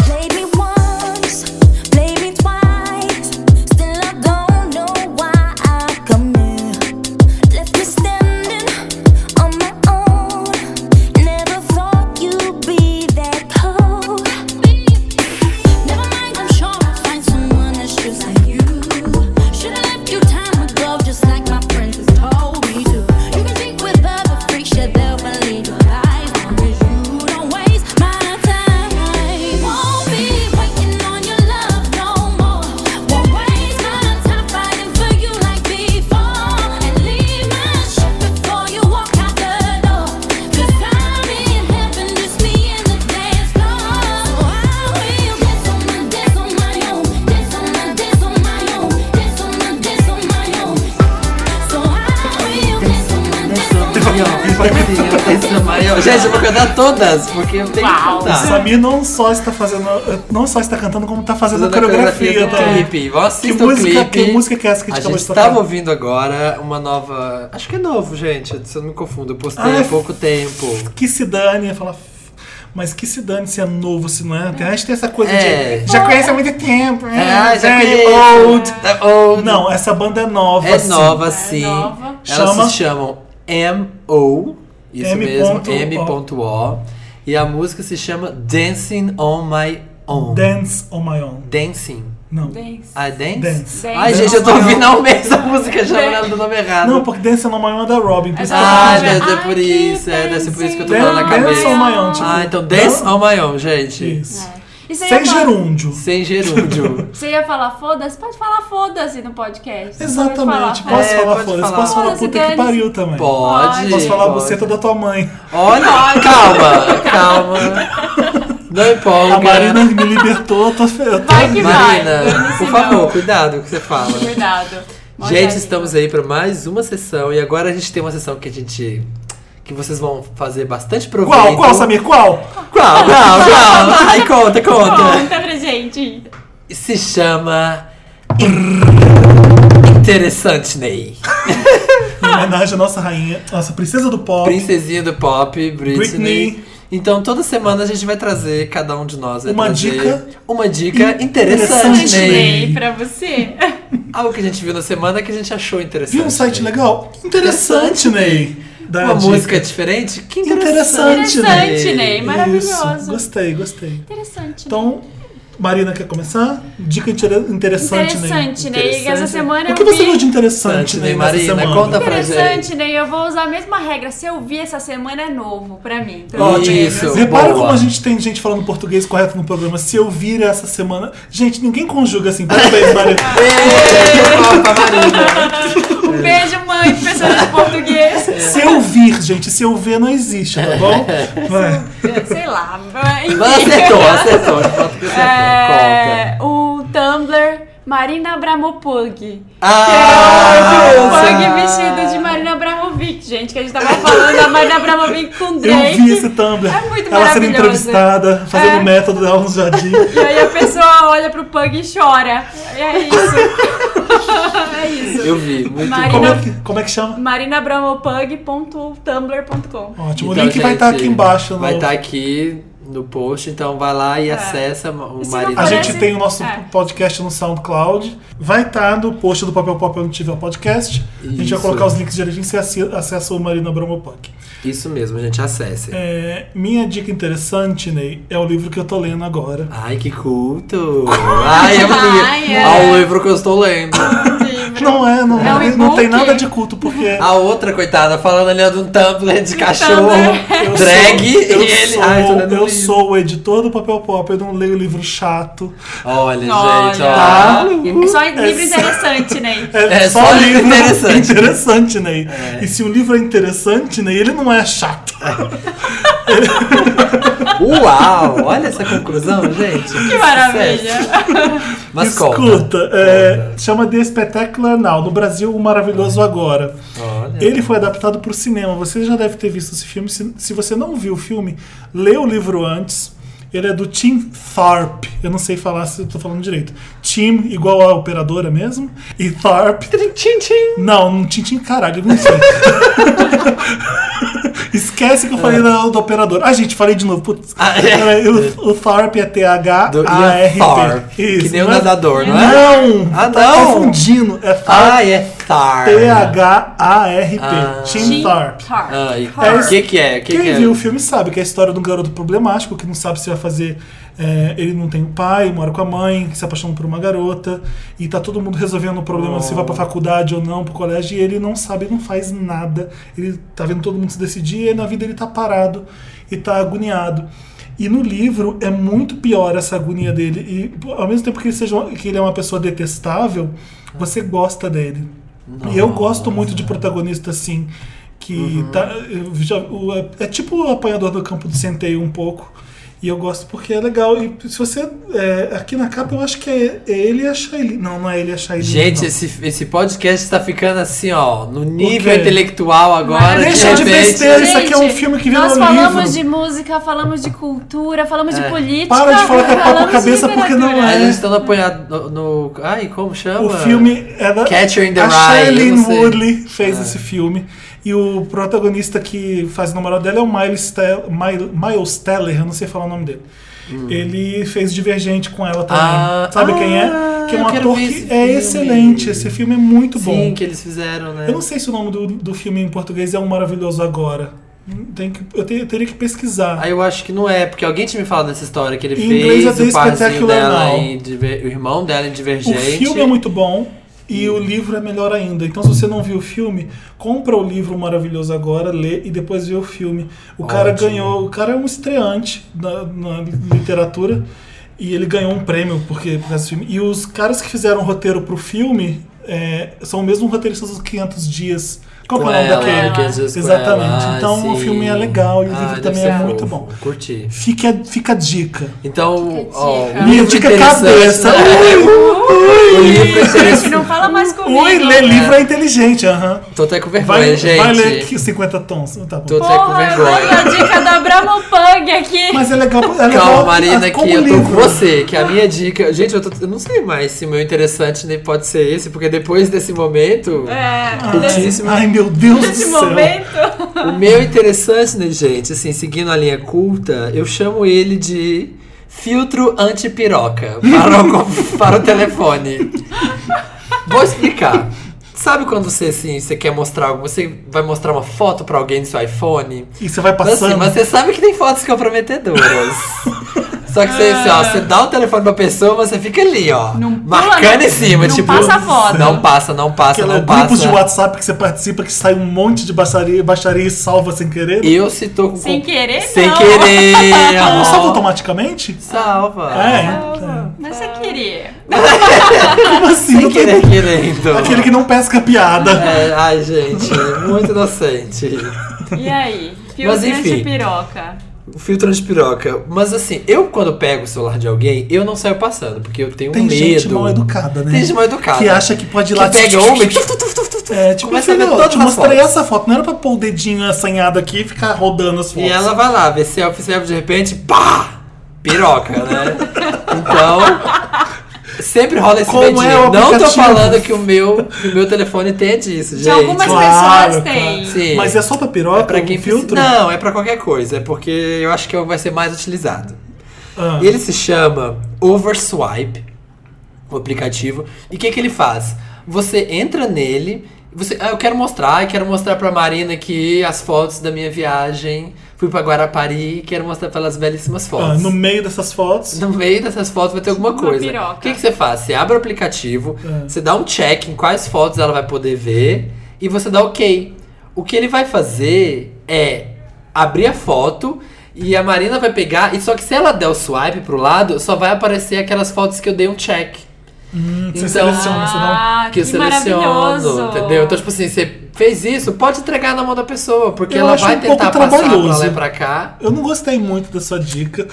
Speaker 5: Play me once, play me twice. Still I don't know why I come here. Left me standing on my own. Never thought you'd be that cold. Never mind, I'm sure I'll find someone that's just like you. Should've left you time ago, just like my friends have told me to. You can drink with other freaks, yeah, they'll believe your lies. Long as you don't waste my time. Won't be waiting on your love no more. Won't waste my time fighting for you like before. And leave my shit before you walk out the door. 'Cause I'm in heaven, just me and the dance floor. So I will dance on my dance on my own, dance on my dance on my own, dance on my dance on my own. So I will dance on my dance on my
Speaker 1: Tá
Speaker 5: own.
Speaker 2: Gente, eu vou cantar todas, porque eu tenho
Speaker 3: Uau.
Speaker 2: que
Speaker 1: O
Speaker 2: cantar.
Speaker 1: Samir não só está fazendo. Não só está cantando, como está fazendo a
Speaker 2: Toda
Speaker 1: coreografia
Speaker 2: do
Speaker 1: também.
Speaker 2: clipe. Vão assistir
Speaker 1: Que
Speaker 2: o
Speaker 1: música-
Speaker 2: clipe.
Speaker 1: que música que é essa que a gente
Speaker 2: A
Speaker 1: acabou de
Speaker 2: gente
Speaker 1: tocar?
Speaker 2: tava ouvindo agora uma nova... Acho que é novo, gente. Se eu não me confundo. Eu postei
Speaker 1: Ah, é
Speaker 2: há pouco tempo.
Speaker 1: Que se dane, eu ia falar. "F- Mas que se dane se é novo, se não é. Tem- A gente tem essa coisa
Speaker 2: É.
Speaker 1: de. Já conhece há muito tempo. né?
Speaker 2: Ah, já
Speaker 1: Very
Speaker 2: conheço.
Speaker 1: old.
Speaker 2: É old.
Speaker 1: Não, essa banda é nova.
Speaker 2: É
Speaker 1: assim.
Speaker 2: nova, sim.
Speaker 3: nova.
Speaker 2: Elas
Speaker 1: Chama-
Speaker 2: se chamam M.O. Isso
Speaker 1: M.
Speaker 2: mesmo,
Speaker 1: ponto
Speaker 2: M.O. E a música se chama Dancing on My Own.
Speaker 1: Dance on my own.
Speaker 2: Dancing.
Speaker 1: Não.
Speaker 3: Dance.
Speaker 2: Ah, dance?
Speaker 1: Dance.
Speaker 2: Ai,
Speaker 3: Dance
Speaker 2: gente, eu tô
Speaker 3: on my
Speaker 2: ouvindo
Speaker 3: own.
Speaker 2: há um mês a música chamando ela do nome errado.
Speaker 1: Não, porque Dance on my own é da Robin. por isso que eu
Speaker 2: Ah,
Speaker 1: tô confundindo.
Speaker 2: meu Deus, é por isso, é, deve ser por isso que eu tô
Speaker 1: Dan-
Speaker 2: falando na
Speaker 1: Dance on
Speaker 2: cabeça.
Speaker 1: my own. Tipo,
Speaker 2: Ah, então dance
Speaker 1: dan-
Speaker 2: on my own, gente.
Speaker 1: Isso.
Speaker 3: Isso aí
Speaker 1: Sem um.
Speaker 3: é uma-
Speaker 1: gerúndio.
Speaker 2: Sem gerúndio.
Speaker 3: Você ia falar foda-se? Pode falar foda-se no podcast. Você
Speaker 1: Exatamente. Posso
Speaker 3: pode falar,
Speaker 2: É,
Speaker 1: falar
Speaker 2: pode
Speaker 1: foda-se.
Speaker 2: falar.
Speaker 1: Posso falar
Speaker 3: Foda-se,
Speaker 1: puta que
Speaker 3: dane-se.
Speaker 1: pariu também.
Speaker 2: Pode.
Speaker 1: Posso falar
Speaker 2: pode.
Speaker 1: você da tua mãe.
Speaker 2: Olha, calma, calma. Não empolga.
Speaker 1: A Marina me libertou, eu tô fe- eu tô-
Speaker 3: Vai que
Speaker 2: Marina,
Speaker 3: vai. Dane-se
Speaker 2: por
Speaker 3: não.
Speaker 2: favor, cuidado com o que você fala.
Speaker 3: Cuidado. Mostra
Speaker 2: Gente,
Speaker 3: aí.
Speaker 2: estamos aí para mais uma sessão e agora a gente tem uma sessão que a gente que vocês vão fazer bastante proveito.
Speaker 1: Qual, qual, Samir? Qual?
Speaker 2: Qual, qual, qual? Vai, conta, conta.
Speaker 3: Conta pra gente.
Speaker 2: Se chama... Interessante, Ney.
Speaker 1: Em homenagem à nossa rainha, nossa princesa do pop.
Speaker 2: Princesinha do pop, Britney.
Speaker 1: Britney.
Speaker 2: Então, toda semana a gente vai trazer, cada um de nós vai
Speaker 1: Uma
Speaker 2: trazer
Speaker 1: dica.
Speaker 2: uma dica interessante,
Speaker 1: interessante,
Speaker 2: Ney.
Speaker 3: Disney pra você.
Speaker 2: Algo que a gente viu na semana que a gente achou interessante.
Speaker 1: Viu um site
Speaker 2: Ney.
Speaker 1: legal? Interessante, Ney. Dá
Speaker 2: Uma
Speaker 1: a dica.
Speaker 2: música diferente? Que interessante. né?
Speaker 1: Interessante,
Speaker 3: Interessante,
Speaker 2: Ney.
Speaker 3: né? Ney.
Speaker 1: Isso,
Speaker 3: Maravilhoso. Tá
Speaker 1: gostei, gostei.
Speaker 3: Interessante.
Speaker 1: Então, Marina quer começar? Dica intere- interessante,
Speaker 3: né? Interessante, Ney.
Speaker 2: Interessante.
Speaker 3: Essa semana
Speaker 1: Ney. O que
Speaker 3: eu vi...
Speaker 1: você viu de interessante,
Speaker 2: Interessante,
Speaker 1: Ney,
Speaker 2: Ney,
Speaker 1: nessa
Speaker 2: Marina?
Speaker 1: semana?
Speaker 2: Conta pra gente.
Speaker 3: Interessante, Ney. Eu vou usar a mesma regra. Se eu vi essa semana, é novo pra mim. Pra
Speaker 2: Ó,
Speaker 3: mim,
Speaker 2: de- Isso,
Speaker 1: Repara
Speaker 2: boa.
Speaker 1: como a gente tem gente falando português correto no programa. Se eu vir essa semana... Gente, ninguém conjuga assim. Parabéns, Marina.
Speaker 2: Ê, Copa Marina.
Speaker 3: Um beijo, mãe, professora de português.
Speaker 1: Se eu vir, gente. Se eu ver, não existe, tá bom? Vai.
Speaker 3: Sei lá. Enfim.
Speaker 2: Mas acertou, acertou. De fato que acertou. Conta.
Speaker 3: É, o Tumblr Marina Abramopug.
Speaker 2: Ah,
Speaker 3: É, o
Speaker 2: nossa.
Speaker 3: Pug vestido de Marina Abramovic, gente, que a gente tava falando da Marina Abramovic com
Speaker 1: Eu
Speaker 3: Drake.
Speaker 1: vi esse Tumblr.
Speaker 3: É muito
Speaker 1: Ela sendo
Speaker 3: maravilhoso.
Speaker 1: entrevistada, fazendo
Speaker 3: É.
Speaker 1: o método dela no jardim.
Speaker 3: E aí a pessoa olha pro Pug e chora. E é isso. é isso.
Speaker 2: Eu vi, muito
Speaker 3: Marina-
Speaker 1: Como
Speaker 2: bom.
Speaker 1: é que, como é que chama?
Speaker 3: marinabramopug.tumblr.com
Speaker 1: Ótimo. o
Speaker 2: Então,
Speaker 1: link vai estar
Speaker 2: gente,
Speaker 1: aqui embaixo. No...
Speaker 2: Vai tá estar aqui no post, então vai lá e acessa o
Speaker 3: se É. não
Speaker 2: marido.
Speaker 1: A
Speaker 3: Parece-
Speaker 1: gente tem o nosso
Speaker 3: é.
Speaker 1: podcast no SoundCloud. Vai estar no post do Papel Pop onde tiver o podcast. A gente
Speaker 2: Isso.
Speaker 1: vai colocar os links direitinho você assi- acessa o Marina Bromopoc.
Speaker 2: Isso mesmo, gente, acesse.
Speaker 1: É, minha dica interessante, Ney, é o livro que eu tô lendo agora.
Speaker 2: Ai, que culto! Ai, é
Speaker 3: Ai, é.
Speaker 2: Olha o livro que eu estou lendo.
Speaker 1: Não é, não,
Speaker 3: É um
Speaker 1: não,
Speaker 3: e-book?
Speaker 1: tem nada de culto, porque
Speaker 2: A outra, coitada, falando ali ó, de um Tumblr de cachorro
Speaker 3: Tumblr.
Speaker 2: drag.
Speaker 1: eu,
Speaker 2: e ele.
Speaker 1: sou,
Speaker 2: Ai, tô lendo um
Speaker 1: eu
Speaker 2: livro.
Speaker 1: sou o editor do Papel Pop, eu não leio livro chato.
Speaker 2: Olha,
Speaker 3: Olha.
Speaker 2: gente,
Speaker 3: Tá.
Speaker 2: ó.
Speaker 3: É só livro
Speaker 1: é só-
Speaker 3: interessante, né?
Speaker 1: É,
Speaker 2: É
Speaker 1: só,
Speaker 2: só
Speaker 1: livro
Speaker 2: interessante.
Speaker 1: interessante, Ney. E se um livro é interessante, Ney, ele não é chato.
Speaker 2: Uau! Olha essa conclusão, gente.
Speaker 3: Que maravilha.
Speaker 2: Mas conta.
Speaker 1: Escuta, né? é, chama The Spectacular Now, no Brasil, o Maravilhoso Agora.
Speaker 2: Olha.
Speaker 1: Ele foi adaptado para o cinema. Você já deve ter visto esse filme. Se, se você não viu o filme, lê o livro antes. Ele é do Tim Tharpe. Eu não sei falar se eu tô falando direito. Tim, igual a operadora mesmo. E Tharpe.
Speaker 2: Tchim, tchim.
Speaker 1: Não, não Tim Tim, caralho, eu não sei. Esquece que eu falei da, da operadora. Ah, gente, falei de novo. Putz.
Speaker 2: É. Ah, é.
Speaker 1: Peraí, O, o Tharpe é Ah,
Speaker 2: Do- e é Thor,
Speaker 1: T-H-A-R-P.
Speaker 2: que nem o
Speaker 1: não é-
Speaker 2: nadador, não é?
Speaker 1: Não!
Speaker 2: Ah,
Speaker 1: tá
Speaker 2: não.
Speaker 1: confundindo. É Tharp.
Speaker 2: Ah, é Thar.
Speaker 1: T-H-A-R-P.
Speaker 2: Ah.
Speaker 1: Tim Tharp.
Speaker 3: Tharp.
Speaker 2: Ah, e
Speaker 1: É
Speaker 2: o que que é? O que
Speaker 1: Quem
Speaker 2: que é?
Speaker 1: viu o filme sabe que é a história de um garoto problemático que não sabe se vai fazer. é, ele não tem o pai, mora com a mãe, se apaixona por uma garota, e tá todo mundo resolvendo o problema se vai pra faculdade ou não, pro colégio, e ele não sabe, não faz nada. Ele tá vendo todo mundo se decidir, e na vida ele tá parado e tá agoniado. E no livro é muito pior essa agonia dele. E ao mesmo tempo que ele, seja, uma- que ele é uma pessoa detestável, você gosta dele. E eu gosto muito de protagonista assim. Que tá. eu já- o- é- é tipo o apanhador do campo do centeio um pouco. E eu gosto porque é legal. E se você. é, aqui na capa eu acho que é, é ele e a Shailene. Não, não é ele e a Shailene.
Speaker 2: Gente,
Speaker 1: não.
Speaker 2: esse, esse podcast tá ficando assim, ó, no nível
Speaker 1: quê?
Speaker 2: intelectual agora.
Speaker 1: Deixa de
Speaker 2: repente-
Speaker 1: besteira, isso aqui é um filme que virou
Speaker 3: Nós
Speaker 1: livro.
Speaker 3: falamos de música, falamos de cultura, falamos de política.
Speaker 1: Para de falar que é papo
Speaker 3: falamos de
Speaker 1: cabeça, porque não
Speaker 3: literatura.
Speaker 2: A
Speaker 1: é.
Speaker 2: gente tá no apanhado no, no- Ai, como chama?
Speaker 1: O filme é da.
Speaker 2: Catcher in the
Speaker 1: a
Speaker 2: Rye, eu
Speaker 1: Shailene
Speaker 2: não sei.
Speaker 1: Woodley fez esse filme. E o protagonista que faz o namorado dela é o Miles, Tel- Mil- Miles Teller, eu não sei falar o nome dele. Ele fez Divergente com ela também.
Speaker 2: Hum. Ah,
Speaker 1: Sabe quem é?
Speaker 2: ah,
Speaker 1: Que é um
Speaker 2: eu quero
Speaker 1: ator
Speaker 2: ver
Speaker 1: que
Speaker 2: esse
Speaker 1: é
Speaker 2: filme.
Speaker 1: excelente. Esse filme é muito
Speaker 2: Sim,
Speaker 1: bom.
Speaker 2: que eles fizeram, né?
Speaker 1: Eu não sei se o nome do, do filme em português é Um Maravilhoso Agora. Tem que, eu, te- eu teria que pesquisar.
Speaker 2: Aí eu acho que não é, porque alguém tinha me falado dessa história que ele
Speaker 1: Em inglês é
Speaker 2: fez,
Speaker 1: The
Speaker 2: o parzinho
Speaker 1: Spectacular
Speaker 2: dela
Speaker 1: Now.
Speaker 2: em Diver- o irmão dela em
Speaker 1: O
Speaker 2: Divergente.
Speaker 1: filme é muito bom e o livro é melhor ainda. Então, se você não viu o filme, compra o livro maravilhoso agora, lê e depois vê o filme. O cara
Speaker 2: Ótimo.
Speaker 1: ganhou, o cara é um estreante na, na literatura e ele ganhou um prêmio porque por causa desse filme. E os caras que fizeram o roteiro pro filme é, são o mesmo roteirista dos 500 dias. Qual que é
Speaker 2: Com
Speaker 1: o nome
Speaker 2: ela,
Speaker 1: daquele?
Speaker 2: que às vezes com
Speaker 1: Exatamente.
Speaker 2: ela, Ah,
Speaker 1: então o
Speaker 2: sim.
Speaker 1: filme é legal e o
Speaker 2: Ah,
Speaker 1: livro
Speaker 2: deve
Speaker 1: também
Speaker 2: ser
Speaker 1: é muito
Speaker 2: fofo.
Speaker 1: bom.
Speaker 2: Curti.
Speaker 1: Fique a- fica a dica.
Speaker 2: Então,
Speaker 3: Fica a
Speaker 2: ó,
Speaker 3: dica.
Speaker 2: um
Speaker 1: Minha
Speaker 2: livro
Speaker 1: dica é
Speaker 2: interessante,
Speaker 1: cabeça.
Speaker 2: né? O livro é
Speaker 3: Gente,
Speaker 2: interessante.
Speaker 3: não fala mais comigo.
Speaker 1: Oi, ler livro é inteligente, aham.
Speaker 2: Tô até com vergonha,
Speaker 1: Vai,
Speaker 2: gente.
Speaker 1: vai ler aqui 50 tons. Tá bom.
Speaker 2: Tô até é com
Speaker 3: Porra, eu dei a
Speaker 2: vergonha.
Speaker 3: dica da Bramopang aqui.
Speaker 1: Mas é legal. É legal
Speaker 2: Calma, Marina,
Speaker 1: como
Speaker 2: que eu tô com
Speaker 1: livro.
Speaker 2: você, que a minha dica. Gente, eu, tô- eu não sei mais se meu interessante nem pode ser esse, porque depois desse momento.
Speaker 3: É,
Speaker 1: Ai,
Speaker 3: nesse,
Speaker 2: Curtíssimo.
Speaker 1: Ai, meu Deus Ah, do
Speaker 3: nesse
Speaker 1: céu.
Speaker 3: momento.
Speaker 2: O meu interessante, né, gente, assim, seguindo a linha culta, eu chamo ele de filtro antipiroca para o, com- para o telefone. Vou explicar. Sabe quando você, assim, você quer mostrar algo, você vai mostrar uma foto pra alguém no seu iPhone?
Speaker 1: E você vai
Speaker 2: Mas,
Speaker 1: passando.
Speaker 2: assim, mas você sabe que tem fotos comprometedoras. Só que você, assim, ó, você dá o telefone pra pessoa, mas você fica ali, ó.
Speaker 3: Não pula,
Speaker 2: marcando
Speaker 3: não-
Speaker 2: em cima,
Speaker 3: não
Speaker 2: tipo.
Speaker 3: passa a foto.
Speaker 2: Não passa, não passa,
Speaker 1: Aquela-
Speaker 2: não passa.
Speaker 1: grupos de WhatsApp que você participa que sai um monte de baixaria, baixaria e salva sem querer.
Speaker 2: Eu se tô com.
Speaker 3: Sem querer,
Speaker 2: Sem
Speaker 3: não.
Speaker 2: querer!
Speaker 1: Ah,
Speaker 2: ó.
Speaker 1: não salva automaticamente?
Speaker 2: Salva.
Speaker 1: É.
Speaker 3: Mas você queria.
Speaker 1: Como assim?
Speaker 2: Sem
Speaker 1: Não tem-
Speaker 2: querer, querendo.
Speaker 1: Aquele que não pesca piada.
Speaker 2: É, ai, gente, muito inocente.
Speaker 3: E aí?
Speaker 2: Mas,
Speaker 3: Filtro
Speaker 2: enfim.
Speaker 3: de piroca.
Speaker 2: O filtro de piroca. Mas assim, eu quando pego o celular de alguém, eu não saio passando, porque eu tenho
Speaker 1: Tem
Speaker 2: medo.
Speaker 1: gente mal educada, né?
Speaker 2: Tem gente mal educada.
Speaker 1: Que acha que pode ir
Speaker 2: Que
Speaker 1: lá
Speaker 2: pega uma e...
Speaker 1: É, tipo,
Speaker 2: Começa a ver
Speaker 1: eu
Speaker 2: todas
Speaker 1: te
Speaker 2: as
Speaker 1: mostrei
Speaker 2: fotos.
Speaker 1: essa foto. Não era pra pôr o dedinho assanhado aqui e ficar rodando as fotos.
Speaker 2: E ela vai lá, vê selfie, selfie, de repente, pá! Piroca, né? Então. Sempre rola esse
Speaker 1: Como é
Speaker 2: medinho.
Speaker 1: o
Speaker 2: não tô
Speaker 1: aplicativo?
Speaker 2: falando que o meu, que o meu telefone tem disso, gente.
Speaker 3: De algumas
Speaker 1: claro, claro.
Speaker 3: pessoas tem.
Speaker 2: Sim.
Speaker 1: Mas é só pra piroca?
Speaker 2: É pra quem
Speaker 1: um filtro?
Speaker 2: precisa- Não, é pra qualquer coisa. É porque eu acho que vai ser mais utilizado.
Speaker 1: Ah.
Speaker 2: Ele se chama Overswipe, o aplicativo. E o que, que ele faz? Você entra nele. Você, ah, eu quero mostrar, eu quero mostrar pra Marina aqui as fotos da minha viagem. Fui pra Guarapari e quero mostrar pelas belíssimas
Speaker 1: Ah,
Speaker 2: fotos.
Speaker 1: no meio dessas fotos.
Speaker 2: No meio dessas fotos vai ter alguma
Speaker 3: Uma
Speaker 2: coisa.
Speaker 3: piroca.
Speaker 2: O que, que você faz? Você abre o aplicativo,
Speaker 1: É.
Speaker 2: você dá um check em quais fotos ela vai poder ver e você dá ok. O que ele vai fazer é abrir a foto e a Marina vai pegar. E só que se ela der o swipe pro lado, só vai aparecer aquelas fotos que eu dei um check.
Speaker 1: Hum, Você seleciona, você dá um-
Speaker 3: Ah,
Speaker 2: que eu
Speaker 3: que, maravilhoso.
Speaker 2: seleciono, entendeu? Então, tipo assim, você fez isso, pode entregar na mão da pessoa, porque
Speaker 1: Eu
Speaker 2: ela
Speaker 1: acho
Speaker 2: vai
Speaker 1: um pouco
Speaker 2: tentar passar pra
Speaker 1: trabalhoso.
Speaker 2: lá e pra cá.
Speaker 1: Eu não gostei muito da sua dica.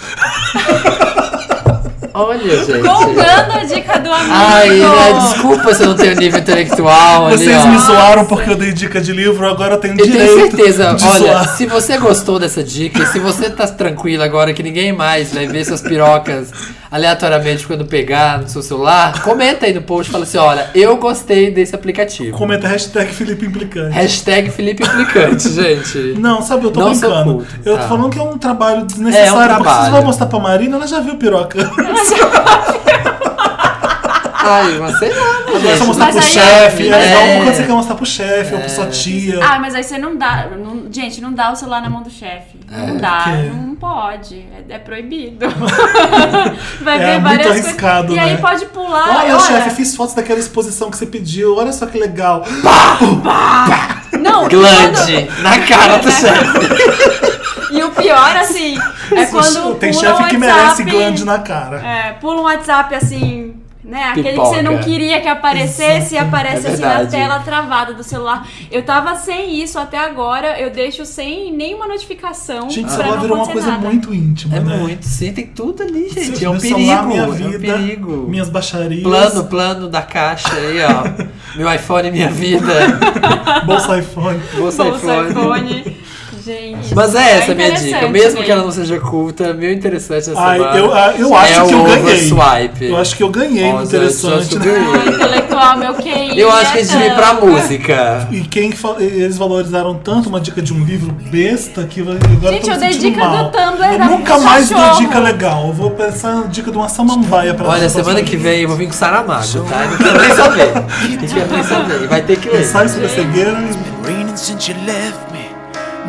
Speaker 2: Olha, gente.
Speaker 3: Contando a dica do amigo.
Speaker 2: Ai, né, desculpa se eu não tenho nível intelectual. ali,
Speaker 1: Vocês
Speaker 2: ó.
Speaker 1: me zoaram porque eu dei dica de livro, agora eu tenho
Speaker 2: Eu
Speaker 1: direito
Speaker 2: tenho certeza,
Speaker 1: de
Speaker 2: olha,
Speaker 1: zoar.
Speaker 2: se você gostou dessa dica, e se você tá tranquilo agora que ninguém mais vai ver suas pirocas aleatoriamente quando pegar no seu celular, comenta aí no post e fala assim: olha, eu gostei desse aplicativo.
Speaker 1: Comenta a hashtag Felipe Implicante.
Speaker 2: Hashtag Felipe Implicante, gente.
Speaker 1: Não, sabe, eu tô
Speaker 2: Não sou
Speaker 1: brincando.
Speaker 2: culto,
Speaker 1: eu
Speaker 2: tá.
Speaker 1: tô falando que é um trabalho desnecessário,
Speaker 2: É, é um
Speaker 1: porque se você
Speaker 2: trabalho.
Speaker 1: vai mostrar pra Marina, ela já viu piroca.
Speaker 2: Ai, mas sei lá, né,
Speaker 1: Agora é só
Speaker 2: gente?
Speaker 1: mostrar
Speaker 3: Mas
Speaker 1: pro
Speaker 3: aí-
Speaker 1: chefe, é
Speaker 2: É.
Speaker 1: legal quando você quer mostrar pro chefe, ou pra sua tia.
Speaker 3: Ah, mas aí você não dá. não- gente, não dá o celular na mão do chefe.
Speaker 2: É.
Speaker 3: Não dá,
Speaker 1: Por quê?
Speaker 3: não pode. É, é proibido. Vai
Speaker 1: É
Speaker 3: ver
Speaker 1: muito
Speaker 3: várias
Speaker 1: arriscado,
Speaker 3: coisas. E aí
Speaker 1: né?
Speaker 3: pode pular.
Speaker 1: Olha, chefe, fiz fotos daquela exposição que você pediu, olha só que legal. um
Speaker 3: Não,
Speaker 2: Glande na cara do chefe.
Speaker 3: E o pior, assim, é quando.
Speaker 1: Tem
Speaker 3: pula
Speaker 1: chefe
Speaker 3: um
Speaker 1: que
Speaker 3: WhatsApp,
Speaker 1: merece glande na cara.
Speaker 3: É, pula um WhatsApp assim. Né? Aquele que
Speaker 2: Pipoca.
Speaker 3: você não queria que aparecesse e aparece
Speaker 2: É
Speaker 3: assim na
Speaker 2: verdade.
Speaker 3: tela travada do celular. Eu tava sem isso até agora, eu deixo sem nenhuma notificação.
Speaker 1: Gente, isso
Speaker 3: É, pra
Speaker 1: lá
Speaker 3: não
Speaker 1: virou uma
Speaker 3: acontecer
Speaker 1: coisa
Speaker 3: nada.
Speaker 1: muito íntima,
Speaker 2: É
Speaker 1: né?
Speaker 2: muito, sim, tem tudo ali, gente.
Speaker 1: Meu
Speaker 2: é um perigo.
Speaker 1: celular, minha
Speaker 2: é um
Speaker 1: vida,
Speaker 2: perigo.
Speaker 1: minhas baixarias,
Speaker 2: Plano, plano da caixa aí, ó. Meu iPhone, minha vida.
Speaker 1: bolsa iPhone.
Speaker 2: Bolsa
Speaker 3: Bolsa
Speaker 2: iPhone.
Speaker 3: iPhone. Gente.
Speaker 2: Mas é essa a minha
Speaker 3: interessante né?
Speaker 2: dica. Mesmo que ela
Speaker 3: mesmo.
Speaker 2: não seja culta, meu interessante essa
Speaker 1: Ai,
Speaker 2: semana
Speaker 1: eu, ah, eu
Speaker 2: é
Speaker 1: acho
Speaker 2: o
Speaker 1: que eu ganhei.
Speaker 2: Overswipe.
Speaker 1: Eu acho que eu ganhei no
Speaker 2: Nossa,
Speaker 1: interessante. né?
Speaker 2: eu acho que eu
Speaker 3: Ah, intelectual, meu QI.
Speaker 2: Eu acho que a
Speaker 3: é
Speaker 2: gente vem pra
Speaker 3: tanto.
Speaker 2: música.
Speaker 1: E quem fa- eles valorizaram tanto uma dica de um livro besta que agora eu tô
Speaker 3: eu
Speaker 1: me
Speaker 3: dei
Speaker 1: sentindo
Speaker 3: dica do
Speaker 1: mal.
Speaker 3: Tumblr,
Speaker 1: Eu
Speaker 3: da
Speaker 1: nunca mais dou
Speaker 3: cachorro.
Speaker 1: dica legal. Eu vou pensar na dica de uma samambaia pra
Speaker 2: Olha,
Speaker 1: pra-
Speaker 2: semana que vem eu vou vir com Saramago, tá? Eu Não quero nem saber. Eu Não quero nem saber. E Vai ter que ler.
Speaker 1: Sai sobre a cegueira e.
Speaker 7: been raining since you left me.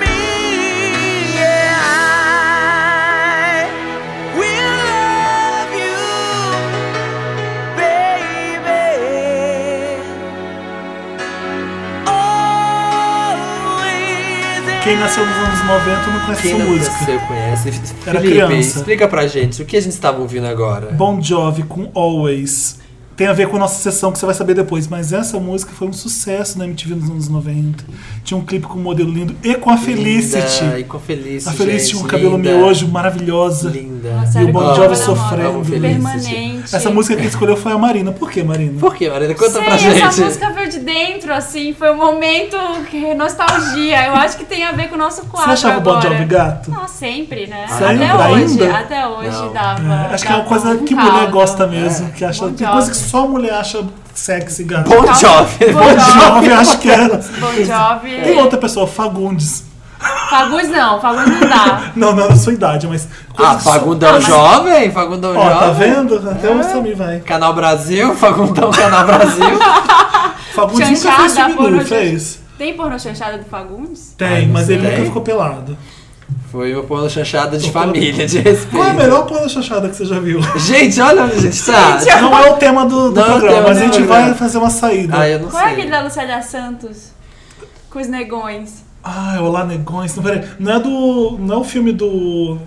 Speaker 7: me. Yeah.
Speaker 1: quem nasceu nos anos 90 não conhece
Speaker 2: Quem
Speaker 1: essa
Speaker 2: não
Speaker 1: música.
Speaker 2: conheceu conhece.
Speaker 1: Era
Speaker 2: Felipe,
Speaker 1: criança.
Speaker 2: explica pra gente o que a gente estava ouvindo agora.
Speaker 1: Bon Jovi com Always. Tem a ver com a nossa sessão que você vai saber depois, mas essa música foi um sucesso na MTV nos anos 90. Tinha um clipe com um modelo lindo e com a Felicity.
Speaker 2: Linda, e com a Felicity.
Speaker 1: a Felicity
Speaker 2: gente,
Speaker 1: tinha um cabelo
Speaker 2: linda,
Speaker 1: miojo maravilhosa.
Speaker 2: Linda.
Speaker 3: Nossa,
Speaker 1: E o
Speaker 3: era
Speaker 1: Bon
Speaker 3: como
Speaker 1: Jovi
Speaker 3: eu namoro,
Speaker 1: sofrendo.
Speaker 3: Permanente.
Speaker 1: Essa música que escolheu foi a Marina. Por que, Marina?
Speaker 2: Por que, Marina? Conta
Speaker 3: Sei,
Speaker 2: pra gente.
Speaker 3: essa é música veio de dentro, assim, foi um momento que nostalgia. Eu acho que tem a ver com o nosso
Speaker 1: Você
Speaker 3: quadro
Speaker 1: achava o Bon
Speaker 3: agora.
Speaker 1: Jovi gato?
Speaker 3: Não, sempre, né?
Speaker 1: Sempre,
Speaker 3: até hoje,
Speaker 1: ainda?
Speaker 3: até hoje
Speaker 2: Não.
Speaker 3: dava.
Speaker 1: É, acho que é uma
Speaker 3: dava
Speaker 1: coisa
Speaker 3: um
Speaker 1: que mulher
Speaker 3: caldo.
Speaker 1: gosta mesmo. Que acha,
Speaker 3: Bon
Speaker 1: tem coisa que
Speaker 3: Jovi.
Speaker 1: só mulher acha sexy, gato.
Speaker 2: Bon
Speaker 3: Calma.
Speaker 2: Jovi.
Speaker 3: Bon Jovi.
Speaker 1: Jovem, acho que era.
Speaker 3: Bon Jovi.
Speaker 1: Tem outra pessoa, Fagundes.
Speaker 3: Fagundes não, Fagundes não dá.
Speaker 1: Não, não é da sua idade, mas. coisa
Speaker 2: Ah,
Speaker 1: que só-
Speaker 2: Fagundão Jovem, Fagundão
Speaker 1: Ó,
Speaker 2: Jovem.
Speaker 1: tá vendo? Até
Speaker 3: Ah.
Speaker 1: o Samir vai.
Speaker 2: Canal Brasil, Fagundão Canal Brasil.
Speaker 1: Fagundes nunca
Speaker 3: Chanchada,
Speaker 1: fez filme nu,
Speaker 3: porno,
Speaker 1: fez?
Speaker 3: Tem porno chanchada do Fagundes?
Speaker 1: Tem,
Speaker 2: Ai, não
Speaker 1: mas ele
Speaker 2: sei.
Speaker 1: nunca ficou pelado.
Speaker 2: Foi uma porno chanchada de família, de respeito.
Speaker 1: Qual é a melhor porno chanchada que você já viu?
Speaker 2: Gente, olha onde a gente tá.
Speaker 1: Não é o tema do, do
Speaker 2: Não é o
Speaker 1: programa,
Speaker 2: tema
Speaker 1: mas
Speaker 2: do
Speaker 1: a gente
Speaker 2: programa.
Speaker 1: vai fazer uma saída.
Speaker 2: Ah, eu não
Speaker 3: Qual é aquele
Speaker 2: sei.
Speaker 3: da Lucélia Santos? Com os negões.
Speaker 1: Ah, Olá Negões. Não, peraí. Não é do. Não é o filme do.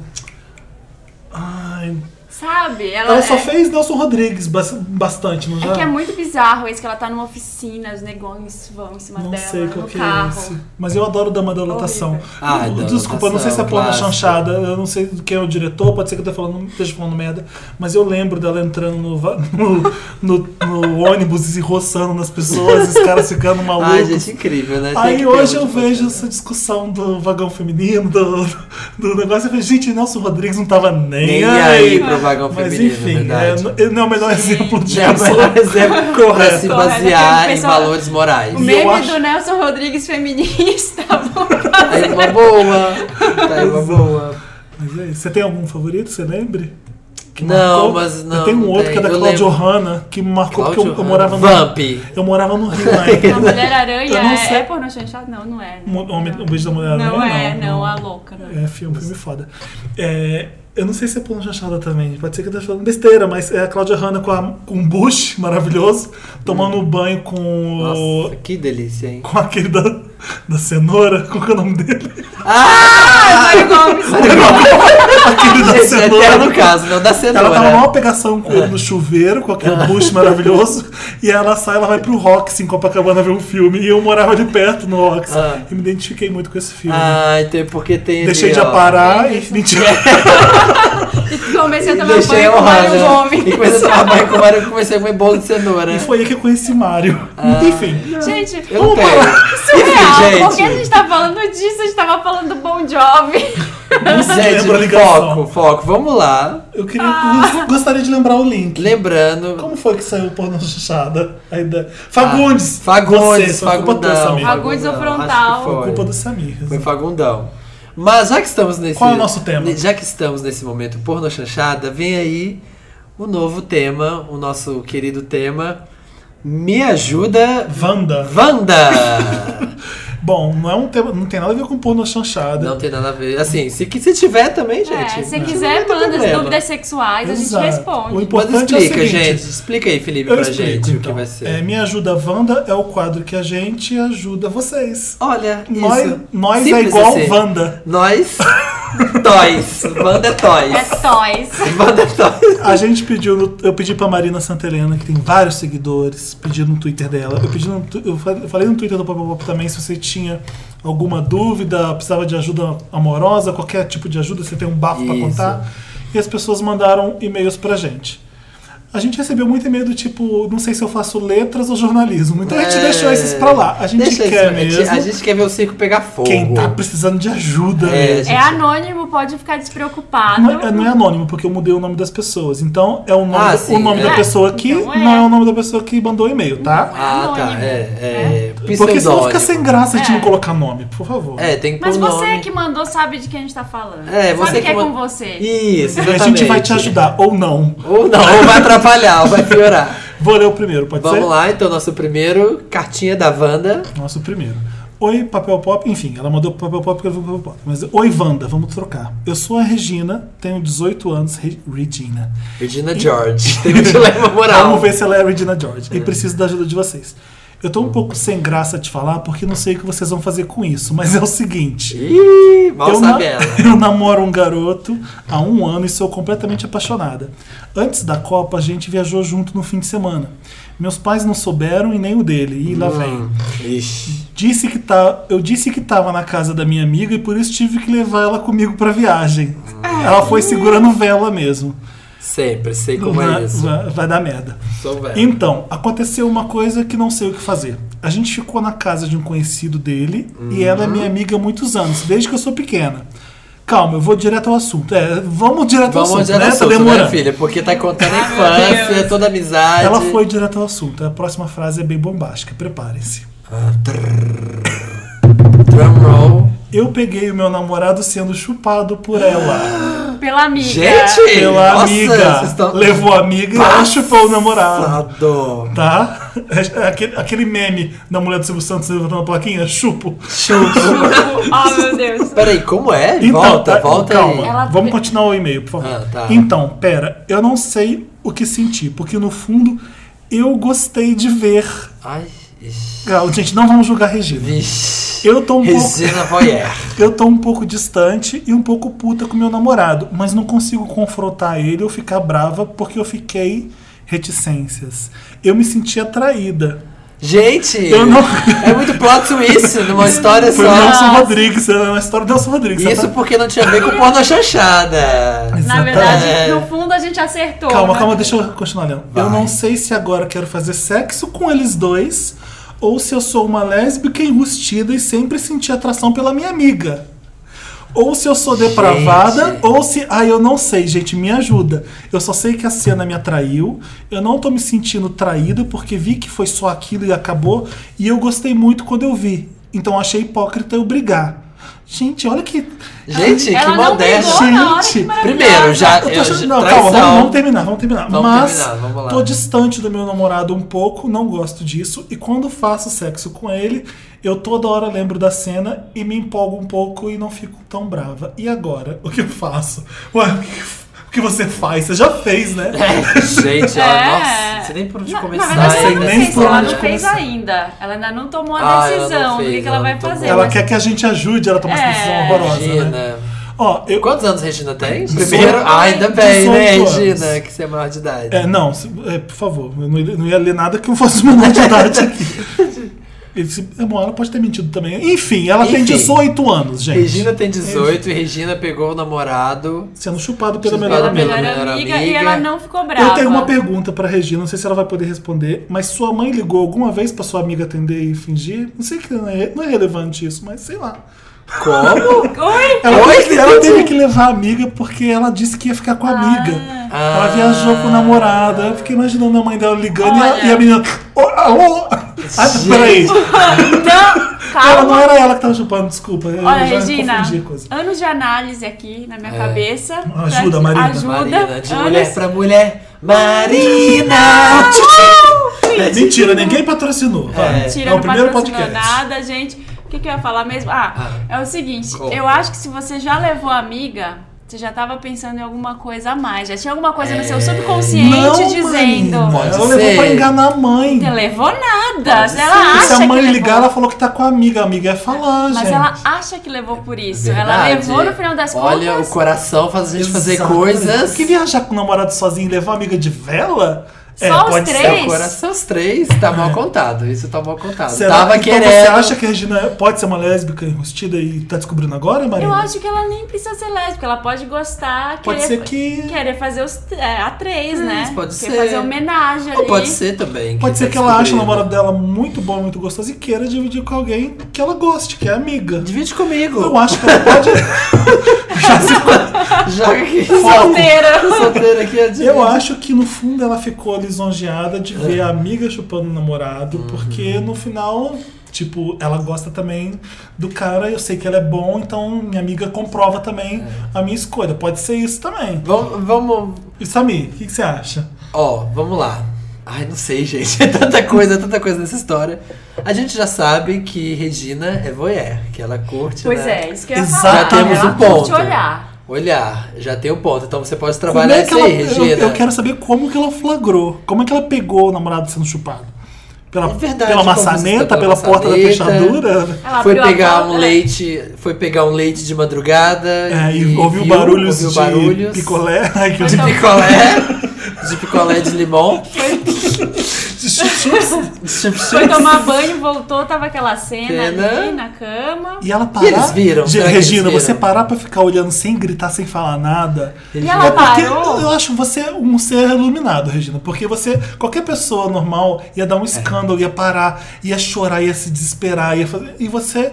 Speaker 1: Ai.
Speaker 3: Sabe? Ela,
Speaker 1: Ela só
Speaker 3: é,
Speaker 1: fez Ah. Nelson Rodrigues bas- bastante, não já?
Speaker 3: é que é muito bizarro esse que ela tá numa oficina, os negões vão em cima
Speaker 1: Não
Speaker 3: dela,
Speaker 1: sei qual
Speaker 3: no
Speaker 1: que é
Speaker 3: carro.
Speaker 1: esse. Mas eu adoro Dama da Lotação.
Speaker 3: Horrível.
Speaker 2: Ah, Dama da
Speaker 1: Desculpa, não sei se é
Speaker 2: Lotação,
Speaker 1: porno
Speaker 2: clássico.
Speaker 1: chanchada, eu não sei quem é o diretor, pode ser que eu tô falando, esteja falando merda, mas eu lembro dela entrando no, va- no- no- no ônibus e roçando nas pessoas, os caras ficando malucos.
Speaker 2: Ai, gente, incrível, né? Tem que
Speaker 1: Aí
Speaker 2: ter
Speaker 1: hoje eu
Speaker 2: muito
Speaker 1: vejo
Speaker 2: conteúdo.
Speaker 1: essa discussão do vagão feminino, do, do negócio. Eu falei, gente, Nelson Rodrigues não tava nem,
Speaker 2: Nem aí pro vagão
Speaker 1: Mas
Speaker 2: feminino,
Speaker 1: enfim, é,
Speaker 2: verdade.
Speaker 1: n- ele não é o melhor exemplo de
Speaker 2: Já é um exemplo pra se
Speaker 1: Correto.
Speaker 2: basear
Speaker 3: Correto,
Speaker 2: em
Speaker 3: pessoal.
Speaker 2: valores morais.
Speaker 3: O
Speaker 1: E
Speaker 3: meme
Speaker 1: eu acho-
Speaker 3: do Nelson Rodrigues feminista.
Speaker 2: Tá aí uma boa. Tá aí uma boa.
Speaker 1: Mas é isso. Você tem algum favorito, você lembre? Que
Speaker 2: Não,
Speaker 1: marcou?
Speaker 2: mas não.
Speaker 1: Eu tenho um
Speaker 2: não
Speaker 1: outro
Speaker 2: tem.
Speaker 1: que é da
Speaker 2: Eu
Speaker 1: Cláudia
Speaker 2: lembro.
Speaker 1: Hanna, que me marcou porque eu, eu
Speaker 2: Cláudio
Speaker 1: morava no.
Speaker 2: Vamp.
Speaker 1: Eu morava no Rio na época.
Speaker 3: A Mulher Aranha
Speaker 1: Eu não
Speaker 3: é,
Speaker 1: sei.
Speaker 3: é porno chanchado? Não, não é. né?
Speaker 1: Mo- Homem- O beijo da mulher
Speaker 3: Não,
Speaker 1: Aranha,
Speaker 3: é, não, a louca. Não.
Speaker 1: É filme, filme foda. É, eu não sei se é Pulão Chachada também, pode ser que eu esteja falando besteira, mas é a Cláudia Hanna com, a- com um Bush maravilhoso, tomando um banho com, o-
Speaker 2: Nossa, que delícia, hein?
Speaker 1: com aquele da, da cenoura, qual que é o nome dele?
Speaker 3: Mário Gomes.
Speaker 1: Aquele da
Speaker 2: Esse é
Speaker 1: cenoura.
Speaker 2: eterno caso, não é. da
Speaker 1: Ela tá numa
Speaker 2: cenoura.
Speaker 1: maior pegação com ele no chuveiro, com aquele bush maravilhoso, e ela sai, ela vai pro Roxy em Copacabana ver um filme, e eu morava ali perto no Roxy,
Speaker 2: Ah.
Speaker 1: e me identifiquei muito com esse filme.
Speaker 2: Ah, então é porque tem.
Speaker 1: Deixei
Speaker 2: ali,
Speaker 1: de
Speaker 2: ó.
Speaker 1: aparar e mentira.
Speaker 3: Comecei a tomar
Speaker 2: Deixei
Speaker 3: banho com o Mário
Speaker 2: honrada. E
Speaker 3: Gomes.
Speaker 2: quando eu tava banho com o Mário, eu comecei a comer bolo de cenoura. né?
Speaker 1: E foi aí que eu conheci Mário.
Speaker 2: Ah.
Speaker 1: Enfim.
Speaker 3: Gente,
Speaker 2: Eu não
Speaker 1: Vamos
Speaker 2: tenho.
Speaker 3: surreal.
Speaker 2: Enfim,
Speaker 3: Por que a é gente tá falando disso? A gente tava falando do Bon Jovi.
Speaker 1: Lembra a
Speaker 2: Gente,
Speaker 1: ligação.
Speaker 2: foco, foco. Vamos lá.
Speaker 1: Eu queria, eu gostaria de lembrar o link.
Speaker 2: Lembrando.
Speaker 1: Como foi que saiu o porno chuchada? A ideia- Fagundes!
Speaker 2: Ah, Fagundes,
Speaker 1: Você, foi culpa tua,
Speaker 2: Fagundão.
Speaker 1: Samir.
Speaker 2: Fagundão,
Speaker 3: Fagundes ou
Speaker 2: acho que
Speaker 3: frontal?
Speaker 2: foi.
Speaker 1: Culpa do Samir.
Speaker 2: Foi Fagundão. Mas já que estamos nesse.
Speaker 1: Qual é o nosso tema?
Speaker 2: Já que estamos nesse momento porno chanchada, vem aí o novo tema, o nosso querido tema. Me ajuda,
Speaker 1: Wanda.
Speaker 2: Wanda!
Speaker 1: Bom, não é um tema. Não tem nada a ver com porno chanchada.
Speaker 2: Não tem nada a ver. Assim, se, que- se tiver também, gente.
Speaker 3: É, se
Speaker 2: não
Speaker 3: quiser,
Speaker 2: tem
Speaker 3: manda as
Speaker 2: problema.
Speaker 3: dúvidas sexuais,
Speaker 1: Exato.
Speaker 3: a gente responde.
Speaker 1: O
Speaker 2: Mas
Speaker 1: importante é o
Speaker 2: explica,
Speaker 1: seguinte.
Speaker 2: gente. Explica aí, Felipe,
Speaker 1: Eu
Speaker 2: pra
Speaker 1: explico,
Speaker 2: gente o que
Speaker 1: então.
Speaker 2: vai ser.
Speaker 1: É, Me Ajuda Wanda é o quadro que a gente ajuda vocês.
Speaker 2: Olha,
Speaker 1: Nós,
Speaker 2: isso.
Speaker 1: nós é
Speaker 2: Simples
Speaker 1: igual
Speaker 2: assim.
Speaker 1: Wanda.
Speaker 2: Nós. Toys. Wanda é
Speaker 3: É
Speaker 2: Toys.
Speaker 3: sóis.
Speaker 2: Wanda é Toys.
Speaker 1: A gente pediu, no- eu pedi pra Marina Santelena, que tem vários seguidores, pedi no Twitter dela. Eu, pedi no tu- eu fa- eu falei no Twitter do Pop Pop também se você tinha alguma dúvida, precisava de ajuda amorosa, qualquer tipo de ajuda, você tem um bafo pra
Speaker 2: Isso.
Speaker 1: contar. E as pessoas mandaram e-mails pra gente. A gente recebeu muito e-mail do tipo, não sei se eu faço letras ou jornalismo. Então a gente
Speaker 2: É.
Speaker 1: deixou esses pra lá. A gente
Speaker 2: Deixa
Speaker 1: quer
Speaker 2: isso,
Speaker 1: mesmo.
Speaker 2: A gente quer ver o circo pegar fogo.
Speaker 1: Quem tá precisando de ajuda
Speaker 2: É,
Speaker 1: mesmo.
Speaker 3: É anônimo, pode ficar despreocupado.
Speaker 1: Não, é- não é anônimo, porque eu mudei o nome das pessoas. Então, é o nome,
Speaker 2: Ah,
Speaker 1: da-
Speaker 2: sim,
Speaker 1: o nome
Speaker 2: é.
Speaker 1: da pessoa aqui,
Speaker 3: Então é.
Speaker 1: não é o nome da pessoa que mandou o e-mail, tá?
Speaker 2: Ah, tá.
Speaker 3: Anônimo. né?
Speaker 2: É. é
Speaker 1: Porque senão
Speaker 2: pseudônimo.
Speaker 1: fica sem graça a gente
Speaker 3: É.
Speaker 1: não colocar nome, por favor.
Speaker 2: É, tem que
Speaker 3: Mas
Speaker 2: pôr o
Speaker 3: você
Speaker 2: nome.
Speaker 3: que mandou sabe de quem a gente tá falando.
Speaker 2: É, você
Speaker 3: sabe
Speaker 2: que
Speaker 3: que é com
Speaker 2: manda-
Speaker 3: você.
Speaker 2: Isso,
Speaker 1: a
Speaker 2: exatamente.
Speaker 1: gente vai te ajudar, ou não.
Speaker 2: Ou não, ou vai atrapalhar, ou vai piorar.
Speaker 1: Vou ler o primeiro, pode ser?
Speaker 2: Vamos lá, então, nosso primeiro cartinha da Wanda.
Speaker 1: Nosso primeiro. Oi, Papel Pop. Enfim, ela mandou pro Papel Pop porque eu vi o Papel Pop. Mas, oi, Wanda, vamos trocar. Eu sou a Regina, tenho 18 anos. Re- Regina.
Speaker 2: Regina George. Tem um dilema moral. É.
Speaker 1: Vamos ver se ela é a Regina George. E preciso da ajuda de vocês. Eu tô um pouco sem graça de falar porque não sei o que vocês vão fazer com isso, mas é o seguinte.
Speaker 2: Ih, mal
Speaker 1: Eu, na-
Speaker 2: sabe ela.
Speaker 1: eu namoro um garoto há um ano e sou completamente apaixonada. Antes da Copa, a gente viajou junto no fim de semana. Meus pais não souberam e nem o dele. E
Speaker 2: Hum.
Speaker 1: lá vem.
Speaker 2: Ixi.
Speaker 1: Disse que tá, eu disse que tava na casa da minha amiga e por isso tive que levar ela comigo pra viagem.
Speaker 2: Hum.
Speaker 1: Ela foi segurando vela mesmo.
Speaker 2: Sempre, sei como
Speaker 1: vai,
Speaker 2: é isso.
Speaker 1: vai- vai dar merda.
Speaker 2: Sou velho.
Speaker 1: Então, aconteceu uma coisa que não sei o que fazer. A gente ficou na casa de um conhecido dele
Speaker 2: Uhum.
Speaker 1: e ela é minha amiga há muitos anos, desde que eu sou pequena. Calma, eu vou direto ao assunto. É, vamos direto ao
Speaker 2: Vamos
Speaker 1: assunto,
Speaker 2: já no
Speaker 1: né?
Speaker 2: assunto,
Speaker 1: tá demorando.
Speaker 2: né, filha? Porque tá contando a infância, toda a amizade.
Speaker 1: Ela foi direto ao assunto. A próxima frase é bem bombástica, preparem-se.
Speaker 2: Drumroll.
Speaker 1: Eu peguei o meu namorado sendo chupado por ela.
Speaker 3: Pela amiga.
Speaker 2: Gente!
Speaker 1: Pela
Speaker 2: nossa,
Speaker 1: amiga.
Speaker 2: vocês estão-
Speaker 1: Levou a amiga e ela chupou o namorado.
Speaker 2: Passado.
Speaker 1: Tá? Aquele, aquele meme da mulher do Silvio Santos levantando uma plaquinha, chupo.
Speaker 3: Oh, meu Deus.
Speaker 2: Peraí, como é?
Speaker 1: Então,
Speaker 2: volta,
Speaker 1: tá-
Speaker 2: volta
Speaker 1: calma.
Speaker 2: aí.
Speaker 3: Ela-
Speaker 1: Vamos continuar o e-mail, por favor.
Speaker 2: Ah, tá.
Speaker 1: Então, pera, eu não sei o que senti, porque no fundo eu gostei de ver.
Speaker 2: Ai, ixi.
Speaker 1: Ah, Gente, não vamos julgar a Regina.
Speaker 2: Vixe.
Speaker 1: Eu tô um pouco.
Speaker 2: Regina Voyer.
Speaker 1: Eu tô um pouco distante e um pouco puta com meu namorado, mas não consigo confrontar ele ou ficar brava porque eu fiquei reticências. Eu me senti atraída.
Speaker 2: Gente,
Speaker 1: Eu não-
Speaker 2: é muito plot twist numa história
Speaker 1: Foi o Nelson
Speaker 2: só.
Speaker 1: Rodrigues, é uma história do Nelson Rodrigues. você
Speaker 2: Isso
Speaker 1: tá-
Speaker 2: porque não tinha a ver com porno chanchada.
Speaker 3: Na
Speaker 1: Exatamente.
Speaker 2: É.
Speaker 3: verdade, no fundo a gente acertou.
Speaker 1: Calma,
Speaker 3: né?
Speaker 1: calma, deixa eu continuar, Leon. Eu
Speaker 2: Vai.
Speaker 1: não sei se agora quero fazer sexo com eles dois ou se eu sou uma lésbica enrustida e sempre senti atração pela minha amiga. Ou se eu sou depravada,
Speaker 2: Gente.
Speaker 1: ou se. Ah, eu não sei, gente, me ajuda. Eu só sei que a cena me atraiu. Eu não tô me sentindo traída porque vi que foi só aquilo e acabou. E eu gostei muito quando eu vi. Então achei hipócrita eu brigar. Gente, olha que.
Speaker 2: Gente,
Speaker 3: Ela
Speaker 2: que
Speaker 3: não
Speaker 2: modéstia.
Speaker 3: brigou na hora, que
Speaker 1: Gente,
Speaker 3: maravilhosa.
Speaker 2: Primeiro, já.
Speaker 1: Eu tô
Speaker 2: eu-
Speaker 1: achando- Não, calma,
Speaker 2: traição.
Speaker 1: vamos, vamos terminar, vamos terminar.
Speaker 2: Vamos
Speaker 1: Mas
Speaker 2: terminar, vamos lá.
Speaker 1: tô distante do meu namorado um pouco, não gosto disso. E quando faço sexo com ele, eu toda hora lembro da cena e me empolgo um pouco e não fico tão brava. E agora? O que eu faço? Ué, o que, o que você faz? Você já fez, né?
Speaker 2: É, Gente, ó,
Speaker 3: É.
Speaker 2: nossa, não sei nem por onde
Speaker 3: Na, na
Speaker 2: começar.
Speaker 3: verdade,
Speaker 1: Ai,
Speaker 3: eu não
Speaker 1: nem
Speaker 3: sei se
Speaker 1: por
Speaker 3: ela
Speaker 1: onde
Speaker 3: não fez
Speaker 1: começar.
Speaker 3: ainda. Ela ainda não tomou a
Speaker 2: Ah, ela não
Speaker 3: decisão do que,
Speaker 2: fez,
Speaker 3: que ela
Speaker 2: ela
Speaker 3: vai
Speaker 2: não tomou.
Speaker 3: fazer.
Speaker 1: Ela
Speaker 3: mas-
Speaker 1: quer que a gente ajude ela a tomar essa
Speaker 3: É,
Speaker 1: decisão horrorosa, né?
Speaker 2: Regina.
Speaker 1: Ó, eu,
Speaker 2: Quantos anos Regina tem? Primeiro, ah, ainda bem,
Speaker 1: 18
Speaker 2: né,
Speaker 1: anos.
Speaker 2: Regina, que você é maior de idade.
Speaker 1: É, não, se- é, por favor, eu não, ia- não ia ler nada que eu fosse menor de idade aqui. Ele se- é bom, ela pode ter mentido também. Enfim, ela tem
Speaker 2: Enfim.
Speaker 1: 18 anos, gente.
Speaker 2: Regina tem 18 e Regina pegou o namorado.
Speaker 1: Sendo chupado pela
Speaker 2: Chupada
Speaker 1: melhor
Speaker 3: Ela
Speaker 2: pela
Speaker 1: amiga.
Speaker 3: melhor
Speaker 2: melhor
Speaker 3: amiga, e
Speaker 2: amiga.
Speaker 3: ela não ficou brava.
Speaker 1: Eu tenho uma pergunta pra Regina, não sei se ela vai poder responder, mas sua mãe ligou alguma vez pra sua amiga atender e fingir? Não sei que não é, não é relevante isso, mas sei lá.
Speaker 2: Como?
Speaker 3: Oi?
Speaker 1: Ela,
Speaker 2: Oi,
Speaker 1: teve,
Speaker 2: que
Speaker 1: ela
Speaker 2: tudo?
Speaker 1: teve que levar a amiga porque ela disse que ia ficar com a amiga. Ela
Speaker 2: Ah.
Speaker 1: viajou com o namorado. Eu fiquei imaginando a mãe dela ligando e a,
Speaker 3: Olha. Tá
Speaker 1: e a menina. "Oh, alô? Ah, peraí.
Speaker 3: Não!
Speaker 1: Ela não
Speaker 3: Calma!
Speaker 1: era ela que tava chupando, desculpa. Eu
Speaker 3: Olha,
Speaker 1: já
Speaker 3: Regina,
Speaker 1: confundi a coisa.
Speaker 3: anos de análise aqui na minha cabeça.
Speaker 1: Ajuda, Marina.
Speaker 3: Ajuda.
Speaker 2: É. Marina, de
Speaker 3: anos-
Speaker 2: mulher pra mulher. Marina!
Speaker 1: Mentira, ninguém patrocinou. vai.
Speaker 3: Mentira,
Speaker 1: é o
Speaker 3: não
Speaker 1: primeiro
Speaker 3: patrocinou
Speaker 1: podcast.
Speaker 3: nada, gente. O que, que eu ia falar mesmo? Ah, é o seguinte.
Speaker 2: Conta.
Speaker 3: Eu acho que se você já levou a amiga, você já tava pensando em alguma coisa a mais. Já tinha alguma coisa no
Speaker 2: É.
Speaker 3: seu subconsciente
Speaker 1: Não,
Speaker 3: dizendo.
Speaker 1: mãe.
Speaker 2: Pode
Speaker 1: Ela levou
Speaker 2: ser.
Speaker 1: pra enganar a mãe.
Speaker 3: Não levou nada.
Speaker 2: Pode
Speaker 3: Ela
Speaker 1: E
Speaker 3: acha
Speaker 1: se a mãe
Speaker 3: que
Speaker 1: ligar,
Speaker 3: levou.
Speaker 1: ela falou que tá com a amiga. A amiga ia falar,
Speaker 3: Mas
Speaker 1: gente.
Speaker 3: ela acha que levou por isso. Ela
Speaker 2: É Verdade.
Speaker 3: levou no final das
Speaker 2: Olha,
Speaker 3: contas.
Speaker 2: o coração faz a gente fazer
Speaker 1: Exato.
Speaker 2: coisas.
Speaker 1: Que viajar com o namorado sozinho e levar a amiga de vela? É,
Speaker 3: Só os
Speaker 1: pode ser.
Speaker 3: três?
Speaker 2: É O coração, os três, tá mal contado. Isso tá mal contado.
Speaker 1: É. Será?
Speaker 2: Tava
Speaker 1: então
Speaker 2: querendo.
Speaker 1: você acha que a Regina pode ser uma lésbica enrustida e tá descobrindo agora, Marina?
Speaker 3: Eu acho que ela nem precisa ser lésbica, ela pode gostar,
Speaker 1: Pode
Speaker 3: querer,
Speaker 1: ser que-
Speaker 3: querer fazer os, é, a três, né?
Speaker 2: pode
Speaker 3: querer
Speaker 2: ser.
Speaker 3: fazer homenagem
Speaker 2: Ou
Speaker 3: ali.
Speaker 2: pode ser também.
Speaker 1: Pode
Speaker 2: tá
Speaker 1: ser que ela ache o
Speaker 2: descobrindo.
Speaker 1: namorado dela muito bom, muito gostoso e queira dividir com alguém que ela goste, que é amiga.
Speaker 2: Divide comigo.
Speaker 1: Eu acho que ela pode. Já se
Speaker 2: Joga aqui.
Speaker 3: Solteira.
Speaker 2: Solteiro aqui, é divide.
Speaker 1: Eu acho que no fundo ela ficou lisonjeada de
Speaker 2: É.
Speaker 1: ver a amiga chupando o namorado,
Speaker 2: Uhum.
Speaker 1: porque no final, tipo, ela gosta também do cara, eu sei que ela é bom, então minha amiga comprova também
Speaker 2: É.
Speaker 1: a minha escolha. Pode ser isso também.
Speaker 2: Vamos, vamos,
Speaker 1: E Samir, o que, que você acha?
Speaker 2: Ó, vamos lá. Ai, não sei, gente. É tanta coisa, é tanta coisa nessa história. A gente já sabe que Regina é voyeur, que ela curte,
Speaker 3: Pois
Speaker 2: né?
Speaker 3: é, isso que eu ia
Speaker 1: Já
Speaker 3: falar.
Speaker 2: Já temos
Speaker 3: ela
Speaker 2: um ponto.
Speaker 3: curte olhar.
Speaker 2: Olhar, já tem um ponto. Então você pode
Speaker 1: Como
Speaker 2: trabalhar
Speaker 1: é que
Speaker 2: isso
Speaker 1: ela,
Speaker 2: aí,
Speaker 1: eu,
Speaker 2: Regina.
Speaker 1: eu quero saber como que ela flagrou, como é que ela pegou o namorado sendo chupado. Pela,
Speaker 2: É verdade,
Speaker 1: pela
Speaker 2: como você
Speaker 1: maçaneta,
Speaker 2: está
Speaker 1: pela,
Speaker 2: pela
Speaker 1: porta da
Speaker 2: maçaneta.
Speaker 1: fechadura.
Speaker 3: Ela
Speaker 2: foi
Speaker 3: abriu a
Speaker 2: pegar
Speaker 3: porta,
Speaker 2: um
Speaker 3: é.
Speaker 2: leite, foi pegar um leite de madrugada
Speaker 1: É, e ouviu barulhos de picolé. Ai, que
Speaker 2: de
Speaker 3: Então-
Speaker 1: horrível.
Speaker 2: picolé, de picolé de limão,
Speaker 3: Foi tomar banho, voltou, tava aquela cena
Speaker 2: Cena.
Speaker 3: ali na cama.
Speaker 1: E ela parar.
Speaker 2: E eles viram,
Speaker 1: Ge-
Speaker 2: será que eles
Speaker 1: Regina,
Speaker 2: viram?
Speaker 1: você parar pra ficar olhando sem gritar, sem falar nada. É
Speaker 3: E
Speaker 2: Regina.
Speaker 3: ela
Speaker 1: Porque
Speaker 3: parou.
Speaker 1: eu acho você um ser iluminado, Regina. Porque você, qualquer pessoa normal ia
Speaker 2: É.
Speaker 1: dar um escândalo, ia parar, ia chorar, ia se desesperar, ia fazer. E você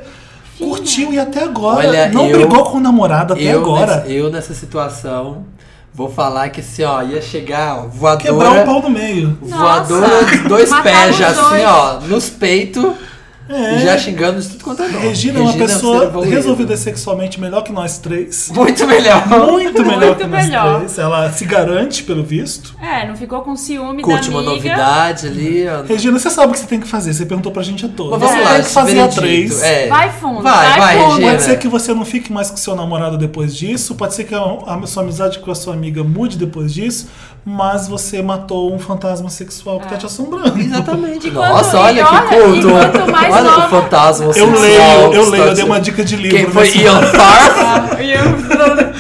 Speaker 1: curtiu e até agora.
Speaker 2: Olha,
Speaker 1: não
Speaker 2: eu-
Speaker 1: brigou com o namorado até
Speaker 2: eu,
Speaker 1: agora.
Speaker 2: nessa, eu nessa situação vou falar que assim, ó, ia chegar ó, voadora,
Speaker 1: Quebrar o pau no meio.
Speaker 2: voadora
Speaker 3: Nossa.
Speaker 2: de dois
Speaker 3: Matava
Speaker 2: pés
Speaker 3: os
Speaker 2: já assim,
Speaker 3: dois.
Speaker 2: ó, nos peitos.
Speaker 1: É.
Speaker 2: E já xingando de tudo quanto é nome.
Speaker 1: Regina é uma
Speaker 2: um ser
Speaker 1: pessoa
Speaker 2: evoluído.
Speaker 1: resolvida sexualmente melhor que nós três.
Speaker 2: Muito melhor.
Speaker 1: Muito melhor
Speaker 3: Muito
Speaker 1: que nós
Speaker 3: melhor.
Speaker 1: três. Ela se garante, pelo visto.
Speaker 3: É, não ficou com ciúme
Speaker 2: Curte
Speaker 3: da
Speaker 2: uma
Speaker 3: amiga.
Speaker 2: novidade ali. ó.
Speaker 1: Regina, você sabe o que você tem que fazer. Você perguntou pra gente a todos.
Speaker 2: Mas vamos
Speaker 1: você
Speaker 2: lá,
Speaker 1: tem que
Speaker 2: esse
Speaker 1: fazer a
Speaker 2: veredito,
Speaker 1: três.
Speaker 2: é.
Speaker 3: Vai fundo,
Speaker 2: Vai,
Speaker 3: vai
Speaker 2: vai,
Speaker 3: fundo.
Speaker 2: Regina.
Speaker 1: Pode ser que você não fique mais com seu namorado depois disso, pode ser que a, a sua amizade com a sua amiga mude depois disso, mas você matou um fantasma sexual que tá te assombrando.
Speaker 2: É. Exatamente.
Speaker 3: quanto-
Speaker 2: Nossa, olha
Speaker 3: e
Speaker 2: que
Speaker 3: olha-
Speaker 2: culto.
Speaker 3: e quanto mais
Speaker 2: olha
Speaker 3: nova-
Speaker 2: o fantasma
Speaker 1: Eu
Speaker 2: sexual
Speaker 1: leio,
Speaker 2: que
Speaker 1: eu
Speaker 2: está
Speaker 1: leio, eu dei
Speaker 2: te-
Speaker 1: uma dica de livro. assim,
Speaker 2: Quem foi
Speaker 1: nesse-
Speaker 2: Ian Farf?
Speaker 3: Ah, e eu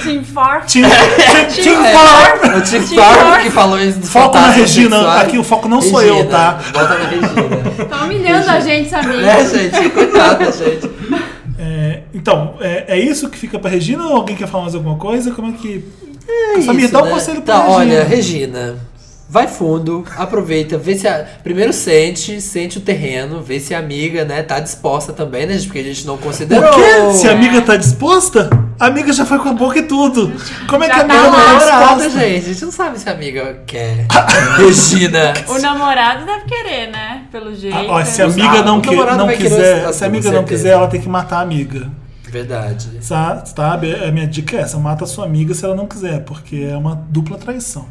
Speaker 3: Team Forte.
Speaker 2: É,
Speaker 1: Tim, Tim, Tim Farr.
Speaker 2: O Tim
Speaker 3: Tim
Speaker 2: Farf
Speaker 3: Farr.
Speaker 2: que falou isso do
Speaker 1: Foco na
Speaker 2: fantasma
Speaker 1: Regina,
Speaker 2: sexual.
Speaker 1: aqui o foco não sou
Speaker 2: Regina,
Speaker 1: eu, tá?
Speaker 2: Volta na Regina.
Speaker 3: Tá humilhando a gente, essa amiga.
Speaker 2: né, gente? Coitada, gente.
Speaker 1: É, então, é, é isso que fica pra Regina ou alguém quer falar mais alguma coisa? Como é que. Samir,
Speaker 2: Isso,
Speaker 1: dá um
Speaker 2: né?
Speaker 1: conselho pra
Speaker 2: Tá,
Speaker 1: Regina.
Speaker 2: olha, Regina, vai fundo, aproveita, vê se a... Primeiro sente, sente o terreno, vê se a amiga, né, tá disposta também, né, gente? Porque a gente não considerou.
Speaker 1: O quê? Se a amiga tá disposta, a amiga já foi com a boca e tudo. Como é que
Speaker 3: Já
Speaker 1: a
Speaker 3: tá
Speaker 1: amiga não tá
Speaker 2: Namorada,
Speaker 1: disposta?
Speaker 2: gente. A gente não sabe se a amiga quer. Regina.
Speaker 3: O namorado deve querer, né? Pelo jeito.
Speaker 1: Ah, ó, se a
Speaker 3: né?
Speaker 1: amiga
Speaker 2: Ah,
Speaker 1: não,
Speaker 2: o
Speaker 1: que,
Speaker 2: namorado
Speaker 1: não
Speaker 2: vai querer
Speaker 1: quiser,
Speaker 2: esse-
Speaker 1: se a amiga não
Speaker 2: com certeza.
Speaker 1: quiser, ela tem que matar a amiga.
Speaker 2: Verdade.
Speaker 1: Sa- Sabe? A minha dica é essa: mata a sua amiga se ela não quiser, porque é uma dupla traição.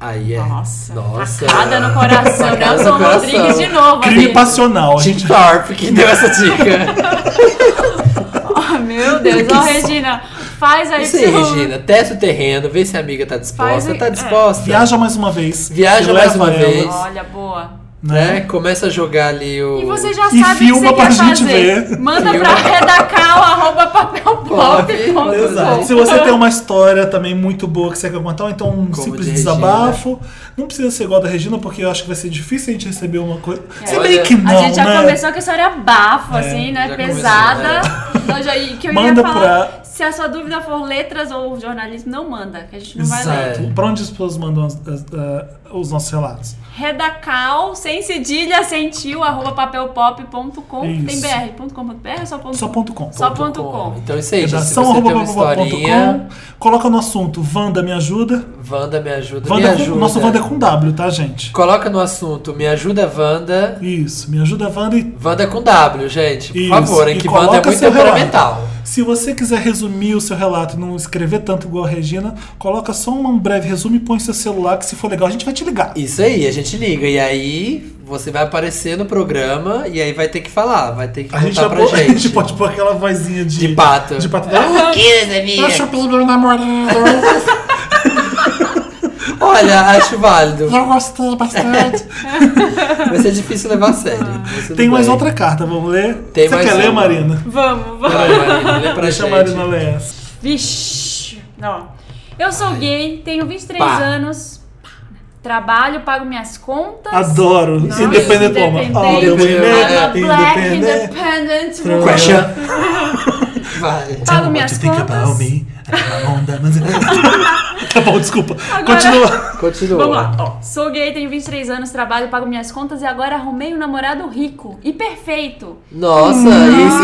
Speaker 2: Aí é.
Speaker 3: Nossa,
Speaker 2: Nossa.
Speaker 3: Facada no coração.
Speaker 2: Facada no
Speaker 3: Nelson
Speaker 2: coração.
Speaker 3: Rodrigues de novo.
Speaker 1: Crime
Speaker 3: ali.
Speaker 1: passional. A
Speaker 2: Tim
Speaker 1: gente
Speaker 2: Thorpe que deu essa dica.
Speaker 3: Ah, meu Deus. Ó, Regina, faz aí
Speaker 2: Isso aí,
Speaker 3: seu-
Speaker 2: Regina. Testa o terreno, vê se a amiga tá
Speaker 3: Faz
Speaker 2: disposta.
Speaker 3: o-
Speaker 2: Tá
Speaker 3: é.
Speaker 2: disposta.
Speaker 1: viaja mais uma vez.
Speaker 2: Viaja
Speaker 1: e
Speaker 2: mais
Speaker 1: leva
Speaker 2: uma
Speaker 1: ela,
Speaker 2: vez.
Speaker 3: Olha, boa.
Speaker 2: Né? Começa a jogar ali o.
Speaker 3: E você já
Speaker 1: E
Speaker 3: sabe o que
Speaker 1: filma
Speaker 3: você
Speaker 1: pra
Speaker 3: quer
Speaker 1: gente
Speaker 3: fazer.
Speaker 1: ver.
Speaker 3: Manda
Speaker 2: Filma.
Speaker 3: pra redacal, arroba papelpop ponto com.
Speaker 2: Exato.
Speaker 1: Se você tem uma história também muito boa que você quer contar, ou então um simples
Speaker 2: de Regina.
Speaker 1: desabafo, não precisa ser igual a da Regina, porque eu acho que vai ser difícil a gente receber uma coisa. Se bem
Speaker 2: Olha,
Speaker 1: que
Speaker 3: É. A
Speaker 1: não,
Speaker 3: gente já
Speaker 1: né? É,
Speaker 3: começou com a história bafo, assim, né?
Speaker 2: já é.
Speaker 3: Pesada. Nós já- e que eu
Speaker 1: Manda
Speaker 3: ia falar,
Speaker 1: pra-
Speaker 3: se a sua dúvida for letras ou jornalismo, não manda, que a gente não vai ler.
Speaker 1: Exato. Pra onde as pessoas mandam as- as- ah, os nossos relatos?
Speaker 3: Redacal, sem cedilha, sem tio, arroba papelpop.com, tem
Speaker 1: Isso.
Speaker 3: br, ponto com, ponto br ou só ponto
Speaker 1: Só ponto com.
Speaker 3: Só ponto com.
Speaker 2: Então isso aí, gente. Se
Speaker 1: Redação
Speaker 2: você
Speaker 1: arroba
Speaker 2: tem uma
Speaker 1: bababá ponto
Speaker 2: historinha,
Speaker 1: com. Coloca no assunto, Wanda me ajuda.
Speaker 2: Wanda me ajuda.
Speaker 1: Wanda
Speaker 2: me
Speaker 1: é com-
Speaker 2: ajuda.
Speaker 1: nosso Wanda é com W, tá, gente?
Speaker 2: Coloca no assunto, me ajuda Wanda.
Speaker 1: Isso, me ajuda, Wanda. E
Speaker 2: Wanda com W, gente. Por
Speaker 1: Isso,
Speaker 2: favor, hein?
Speaker 1: e
Speaker 2: Que Wanda é
Speaker 1: coloca
Speaker 2: muito
Speaker 1: seu relato.
Speaker 2: temperamental.
Speaker 1: se você quiser resumir o seu relato e não escrever tanto igual a Regina, coloca só um breve resumo e põe seu celular, que se for legal a gente vai te ligar.
Speaker 2: Isso aí, a gente liga. E aí você vai aparecer no programa e aí vai ter que falar, vai ter que
Speaker 1: A gente,
Speaker 2: contar pra
Speaker 1: vai pôr- a
Speaker 2: gente.
Speaker 1: gente pode pôr aquela vozinha de,
Speaker 2: De pato.
Speaker 1: De pato da. Eu chupei meu namorado.
Speaker 2: Olha, acho válido.
Speaker 1: Eu gostei bastante.
Speaker 2: Vai ser difícil levar a sério. mas tudo
Speaker 1: Tem mais
Speaker 2: bem.
Speaker 1: outra carta, vamos ler?
Speaker 2: Tem
Speaker 1: Você
Speaker 2: mais
Speaker 1: quer ler,
Speaker 2: uma.
Speaker 1: Marina?
Speaker 3: Vamos, vamos.
Speaker 2: Vai, Marina, lê pra
Speaker 1: Deixa a
Speaker 2: gente.
Speaker 1: Marina ler essa.
Speaker 3: Vixe! Não. Eu sou gay, tenho 23
Speaker 2: Pá.
Speaker 3: anos, trabalho, pago minhas contas.
Speaker 1: Adoro. Independent Woman.
Speaker 3: Independent.
Speaker 1: All the women
Speaker 3: I'm a
Speaker 1: are
Speaker 3: black né?
Speaker 1: independent.
Speaker 3: independent woman.
Speaker 2: Question. Vai.
Speaker 3: Pago minhas contas.
Speaker 2: é.
Speaker 1: Tá bom, desculpa.
Speaker 3: Agora-
Speaker 1: Continua.
Speaker 2: Continua.
Speaker 3: Vamos lá. ó. Sou gay, tenho 23 anos, trabalho, pago minhas contas e agora arrumei um namorado rico e perfeito.
Speaker 2: Nossa,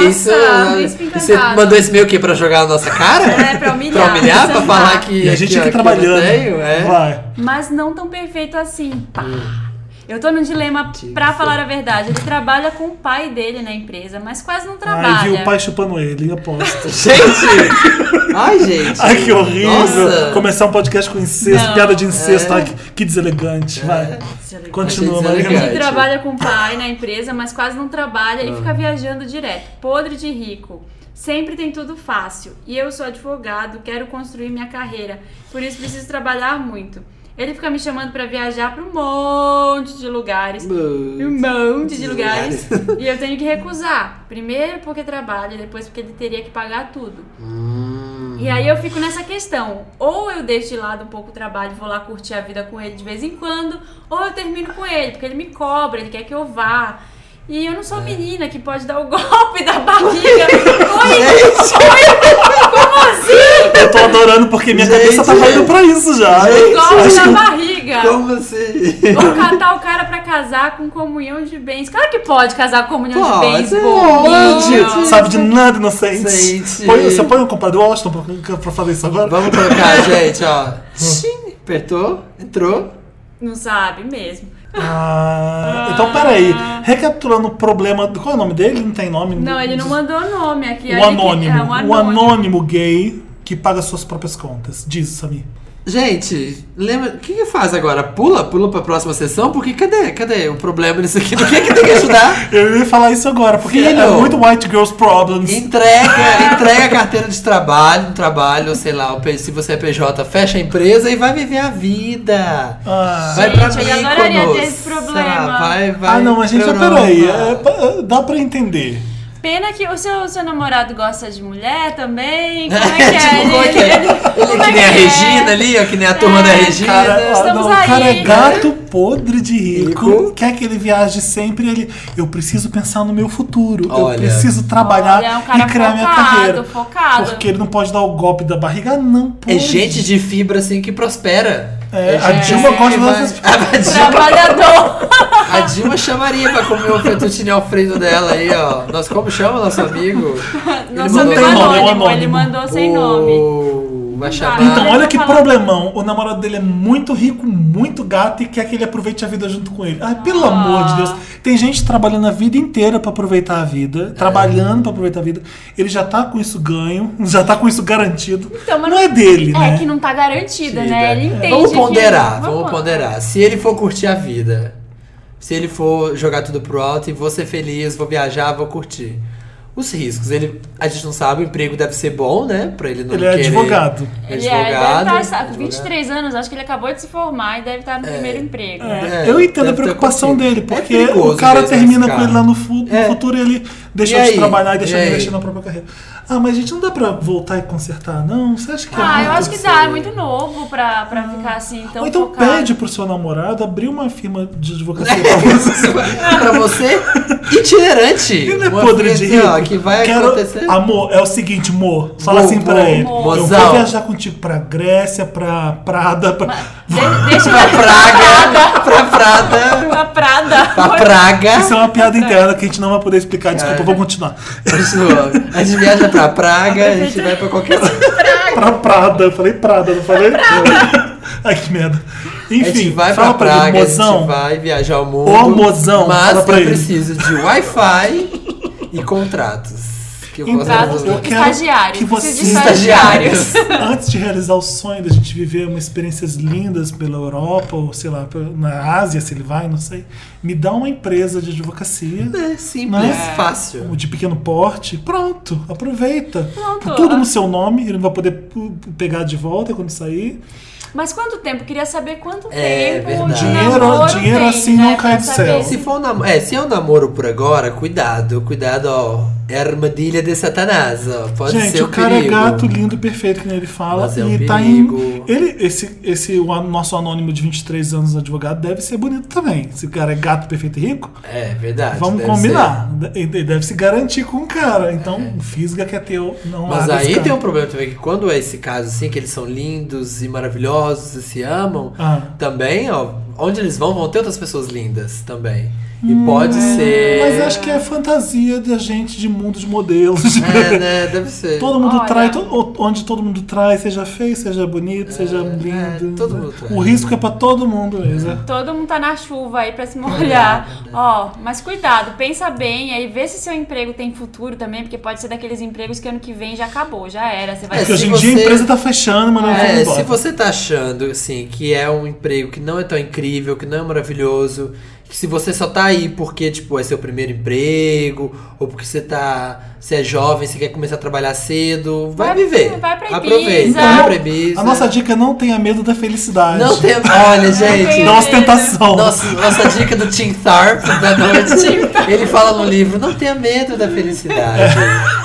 Speaker 2: isso.
Speaker 3: Nossa,
Speaker 2: isso
Speaker 3: príncipe encantado.
Speaker 2: você mandou esse e-mail o quê? Pra jogar na nossa cara?
Speaker 3: É, pra humilhar.
Speaker 2: Pra humilhar? Pra
Speaker 3: zangar.
Speaker 2: falar que. é
Speaker 1: E a gente
Speaker 2: que, ó,
Speaker 1: aqui
Speaker 2: que eu não
Speaker 1: trabalhando.
Speaker 2: tenho, é.
Speaker 1: Vai.
Speaker 3: Mas não tão perfeito assim. Pá.
Speaker 1: Hum.
Speaker 3: Eu tô num dilema, pra falar a verdade. Ele trabalha com o pai dele na empresa, mas quase não trabalha.
Speaker 1: Ai, viu o pai chupando ele, aposto.
Speaker 2: Gente! Ai, gente.
Speaker 1: Ai, que horrível.
Speaker 2: Nossa. É.
Speaker 1: Começar um podcast com incesto,
Speaker 3: Não. É.
Speaker 1: piada de incesto. Ai, que, que deselegante. Vai. Continua,
Speaker 2: Achei
Speaker 1: Marina.
Speaker 2: deselegante.
Speaker 3: Ele trabalha com o pai na empresa, mas quase não trabalha
Speaker 1: Ah.
Speaker 3: e fica viajando direto, podre de rico. Sempre tem tudo fácil. E eu sou advogado, quero construir minha carreira, por isso preciso trabalhar muito. Ele fica me chamando pra viajar pra um monte de lugares. Um
Speaker 2: Mas-
Speaker 3: monte de lugares.
Speaker 2: lugares.
Speaker 3: e eu tenho que recusar. Primeiro porque trabalho, depois porque ele teria que pagar tudo.
Speaker 2: Hum.
Speaker 3: E aí eu fico nessa questão. Ou eu deixo de lado um pouco o trabalho, vou lá curtir a vida com ele de vez em quando, ou eu termino com ele, porque ele me cobra, ele quer que eu vá. E eu não
Speaker 2: É.
Speaker 3: sou menina que pode dar o golpe da barriga.
Speaker 1: é
Speaker 2: É
Speaker 3: Oi,
Speaker 1: Eu tô adorando porque minha
Speaker 2: Gente.
Speaker 1: cabeça tava indo pra isso já.
Speaker 2: Gente.
Speaker 3: golpe
Speaker 1: Acho
Speaker 3: da
Speaker 1: que-
Speaker 3: barriga.
Speaker 2: Como assim?
Speaker 3: Ou catar o cara pra casar com comunhão de bens. Claro que pode casar com comunhão
Speaker 2: Pode,
Speaker 3: de bens,
Speaker 2: é,
Speaker 3: bobinho.
Speaker 2: pode.
Speaker 1: Sabe de nada inocente.
Speaker 2: Gente.
Speaker 1: Põe, você põe o compadre Washington pra, pra fazer isso agora?
Speaker 2: Vamos colocar, gente, ó.
Speaker 1: Hum.
Speaker 2: Sim. Apertou, entrou.
Speaker 3: Não sabe mesmo.
Speaker 1: Ah, então peraí. Recapitulando o problema. do- Qual é o nome dele? Não tem nome?
Speaker 3: Não, ele não mandou nome aqui. aí
Speaker 1: O
Speaker 3: ele-
Speaker 1: anônimo.
Speaker 3: é,
Speaker 1: O anônimo gay que paga suas próprias contas. Diz, Samir.
Speaker 2: Gente, lembra. O que, que faz agora? Pula? Pula pra próxima sessão? Porque cadê? Cadê o problema nisso aqui? Do que, que tem que ajudar?
Speaker 1: Eu ia falar isso agora, porque
Speaker 2: Filho.
Speaker 1: é muito White Girls Problems.
Speaker 2: Entrega, entrega a carteira de trabalho, um trabalho, sei lá, o P- se você é PJ, fecha a empresa e vai viver a vida.
Speaker 1: Ah.
Speaker 2: Vai
Speaker 3: Gente,
Speaker 2: pra
Speaker 3: eu adoraria ter
Speaker 2: Mykonos.
Speaker 3: esse problema.
Speaker 2: Ah, Vai, vai
Speaker 1: Ah, não, mas gente,
Speaker 2: pra
Speaker 1: mas peraí.
Speaker 2: Europa.
Speaker 1: é, pa- dá pra entender.
Speaker 3: Pena que o seu, seu namorado gosta de mulher também. Como é que é?
Speaker 2: Tipo, como é que é? Ele é que nem a Regina ali, ó, que nem a turma da
Speaker 3: É.
Speaker 2: Regina.
Speaker 1: Cara, ó,
Speaker 3: Estamos
Speaker 1: não, o cara
Speaker 3: aí.
Speaker 1: é gato podre de rico,
Speaker 2: Rico.
Speaker 1: quer que ele viaje sempre. Ele, eu preciso pensar no meu futuro,
Speaker 2: Olha.
Speaker 1: eu preciso trabalhar
Speaker 3: Olha, é um cara
Speaker 1: e criar minha
Speaker 3: focado,
Speaker 1: carreira.
Speaker 3: focado.
Speaker 1: Porque ele não pode dar o golpe da barriga, não pode.
Speaker 2: é gente de fibra assim que prospera.
Speaker 1: É,
Speaker 2: gente
Speaker 1: a Dilma
Speaker 2: que
Speaker 1: gosta
Speaker 2: vai-
Speaker 1: dessas-
Speaker 2: A Dilma,
Speaker 3: Trabalhador.
Speaker 2: a Dilma chamaria pra comer o fettuccine Alfredo dela aí, ó. Nós, como chama nosso amigo?
Speaker 3: Nosso
Speaker 1: mandou-
Speaker 3: amigo
Speaker 1: Não tem nome, é um
Speaker 3: anônimo,
Speaker 1: anônimo.
Speaker 3: ele mandou sem nome.
Speaker 2: O- Vai chamar.
Speaker 1: Então,
Speaker 3: Ah,
Speaker 1: olha
Speaker 3: eu
Speaker 1: que
Speaker 3: vou falar.
Speaker 1: problemão. O namorado dele é muito rico, muito gato e quer que ele aproveite a vida junto com ele. Ai, pelo
Speaker 3: Ah.
Speaker 1: amor de Deus. Tem gente trabalhando a vida inteira pra aproveitar a vida,
Speaker 2: É.
Speaker 1: trabalhando pra aproveitar a vida. Ele já tá com isso ganho, já tá com isso garantido.
Speaker 3: Então, mas
Speaker 1: não é dele,
Speaker 3: É
Speaker 1: né?
Speaker 3: que não tá garantida,
Speaker 2: é Vida.
Speaker 3: né? Ele entende.
Speaker 2: Vamos
Speaker 3: que-
Speaker 2: ponderar, vamos ponderar. Se ele for curtir a vida, se ele for jogar tudo pro alto e vou ser feliz, vou viajar, vou curtir. Os riscos, ele, a gente não sabe, o emprego deve ser bom, né? Pra ele não
Speaker 1: Ele é
Speaker 2: querer-
Speaker 1: advogado.
Speaker 2: É
Speaker 3: Ele é, deve
Speaker 2: advogado.
Speaker 3: estar sabe, com
Speaker 2: advogado.
Speaker 3: 23 anos, acho que ele acabou de se formar e deve estar no primeiro emprego. né?
Speaker 2: É,
Speaker 1: eu entendo
Speaker 2: deve
Speaker 1: a
Speaker 2: ter
Speaker 1: preocupação
Speaker 2: curtido.
Speaker 1: dele,
Speaker 2: É
Speaker 1: porque
Speaker 2: perigoso
Speaker 1: o cara
Speaker 2: mesmo
Speaker 1: termina
Speaker 2: esse
Speaker 1: com ele
Speaker 2: cara.
Speaker 1: lá no, fu- no
Speaker 2: É.
Speaker 1: futuro e ele deixou
Speaker 2: E
Speaker 1: de
Speaker 2: aí?
Speaker 1: trabalhar e deixou
Speaker 2: E
Speaker 1: de
Speaker 2: aí?
Speaker 1: investir na própria carreira. Ah, mas gente, não dá pra voltar e consertar, não? Você acha que é
Speaker 3: Ah, eu
Speaker 1: muito
Speaker 3: acho que dá, é muito novo pra, pra ficar assim tão
Speaker 1: Ou então
Speaker 3: focado.
Speaker 1: pede pro seu namorado abrir uma firma de advocacia pra
Speaker 2: É.
Speaker 1: você.
Speaker 2: pra você, itinerante.
Speaker 1: Ele é
Speaker 2: Uma
Speaker 1: podre
Speaker 2: coisa
Speaker 1: de
Speaker 2: assim,
Speaker 1: rico.
Speaker 2: ó, que vai
Speaker 1: Quero-
Speaker 2: acontecer.
Speaker 1: Amor, é o seguinte, amor. Fala
Speaker 2: Mo,
Speaker 1: assim
Speaker 2: mo,
Speaker 1: pra ele.
Speaker 2: mo.
Speaker 1: Eu
Speaker 2: Mozão.
Speaker 1: vou viajar contigo pra Grécia, pra Prada, pra...
Speaker 3: De- deixa
Speaker 2: Pra
Speaker 3: eu
Speaker 2: praga, pra prada,
Speaker 3: pra Prada.
Speaker 2: pra praga.
Speaker 1: Isso é uma piada interna que a gente não vai poder explicar.
Speaker 2: É.
Speaker 1: Desculpa, eu vou continuar.
Speaker 2: Continua. A gente viaja pra praga, a gente vai pra qualquer lugar.
Speaker 1: Pra Prada. Eu falei Prada, não falei? Ai, que merda.
Speaker 2: A gente
Speaker 1: Enfim,
Speaker 2: vai
Speaker 1: fala
Speaker 2: pra
Speaker 1: pra ele,
Speaker 2: praga, a gente
Speaker 1: mozão.
Speaker 2: vai viajar ao mundo.
Speaker 1: Ô, mozão,
Speaker 2: mas
Speaker 1: fala pra
Speaker 2: eu
Speaker 1: ele.
Speaker 2: preciso de Wi-Fi e contratos. Que eu vou
Speaker 1: Contratos,
Speaker 2: resolver.
Speaker 1: eu quero
Speaker 3: Estagiário,
Speaker 1: que
Speaker 3: precisa de
Speaker 1: vocês-
Speaker 3: estagiários.
Speaker 1: Antes de realizar o sonho da gente viver umas experiências lindas pela Europa ou, sei lá, pela- na Ásia, se ele vai, não sei, me dá uma empresa de advocacia
Speaker 2: É simples,
Speaker 1: Né?
Speaker 2: fácil.
Speaker 1: de pequeno porte, pronto, aproveita. Tá
Speaker 3: Pronto.
Speaker 1: Tudo no seu nome, ele não vai poder pu- pegar de volta quando sair.
Speaker 3: Mas quanto tempo? Queria saber quanto
Speaker 2: É,
Speaker 3: tempo
Speaker 2: verdade.
Speaker 3: de
Speaker 1: Dinheiro-
Speaker 3: namoro
Speaker 1: dinheiro
Speaker 3: tem,
Speaker 1: assim
Speaker 3: né,
Speaker 1: não
Speaker 3: pra
Speaker 1: cai do
Speaker 3: saber.
Speaker 1: céu.
Speaker 2: Se for um namoro, é, se é um namoro por agora, cuidado, cuidado, ó. É a armadilha de Satanás, ó. Pode
Speaker 1: Gente,
Speaker 2: ser um
Speaker 1: o cara
Speaker 2: perigo.
Speaker 1: é gato, lindo, perfeito, que nem ele fala.
Speaker 2: Mas é um
Speaker 1: e tá em.
Speaker 2: perigo.
Speaker 1: Ele, esse, esse o an- nosso anônimo de 23 anos advogado deve ser bonito também. Esse cara é gato, perfeito e rico.
Speaker 2: É verdade.
Speaker 1: Vamos
Speaker 2: deve
Speaker 1: combinar. Ele ele deve se garantir com o cara. Então, o Fisga que é teu. Não
Speaker 2: ser. Mas
Speaker 1: larga esse
Speaker 2: aí
Speaker 1: cara.
Speaker 2: tem um problema também, que quando é esse caso assim, que eles são lindos e maravilhosos e se amam,
Speaker 1: Ah.
Speaker 2: também, ó, onde eles vão, vão ter outras pessoas lindas também. E pode ser...
Speaker 1: Hum, Mas acho que é fantasia da gente de mundo de modelos.
Speaker 2: É, né? Deve ser.
Speaker 1: Todo mundo
Speaker 3: Olha.
Speaker 1: trai, to- onde todo mundo trai, seja feio, seja bonito, seja lindo.
Speaker 2: É, todo mundo trai. É,
Speaker 1: O risco é pra todo mundo, Isa.
Speaker 3: Todo mundo tá na chuva aí pra se molhar. Ó, mas cuidado, pensa bem aí, vê se seu emprego tem futuro também, porque pode ser daqueles empregos que ano que vem já acabou, já era. Você vai
Speaker 2: É,
Speaker 1: Porque hoje
Speaker 2: se
Speaker 1: em dia a
Speaker 2: você-
Speaker 1: empresa tá fechando, mas não
Speaker 2: É,
Speaker 1: vai embora.
Speaker 2: se você tá achando, assim, que é um emprego que não é tão incrível, que não é maravilhoso, se você só tá aí porque, tipo, é seu primeiro emprego, ou porque você tá. Você é jovem, você quer começar a trabalhar cedo, vai,
Speaker 3: Vai-
Speaker 2: viver.
Speaker 3: vai pra Ibiza.
Speaker 2: Aproveita,
Speaker 3: Então,
Speaker 2: vai pra Ibiza.
Speaker 1: A nossa dica é não tenha medo da felicidade.
Speaker 2: Não tem. Olha, gente.
Speaker 1: Não ostentação.
Speaker 2: Nossa, nossa dica do Tim Tharp da noite. ele fala no livro: não tenha medo da felicidade.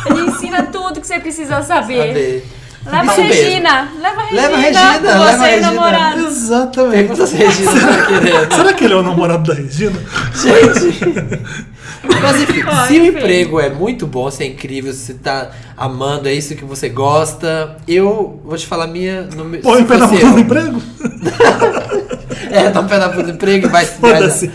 Speaker 3: Ele ensina tudo que você precisa saber.
Speaker 2: Sabe?
Speaker 3: Leva a
Speaker 2: Isso mesmo.
Speaker 3: Regina. Leva a Regina.
Speaker 2: Leva a Regina,
Speaker 3: Você
Speaker 2: leva a
Speaker 3: e o
Speaker 2: Regina.
Speaker 3: namorado.
Speaker 1: Exatamente.
Speaker 2: Pergunta se Regina tá querendo.
Speaker 1: Será que ele é o namorado da Regina?
Speaker 2: Gente. Mas enfim,
Speaker 3: Ai,
Speaker 2: se o
Speaker 3: enfim.
Speaker 2: emprego é muito bom, se é incrível, se tá amando, é isso que você gosta, eu vou te falar a minha. No, meu-
Speaker 1: Põe
Speaker 2: se
Speaker 1: o pé na
Speaker 2: fosse
Speaker 1: bunda
Speaker 2: eu.
Speaker 1: do emprego?
Speaker 2: É, dá um pé na bunda do emprego e vai se né?
Speaker 1: Foda-se.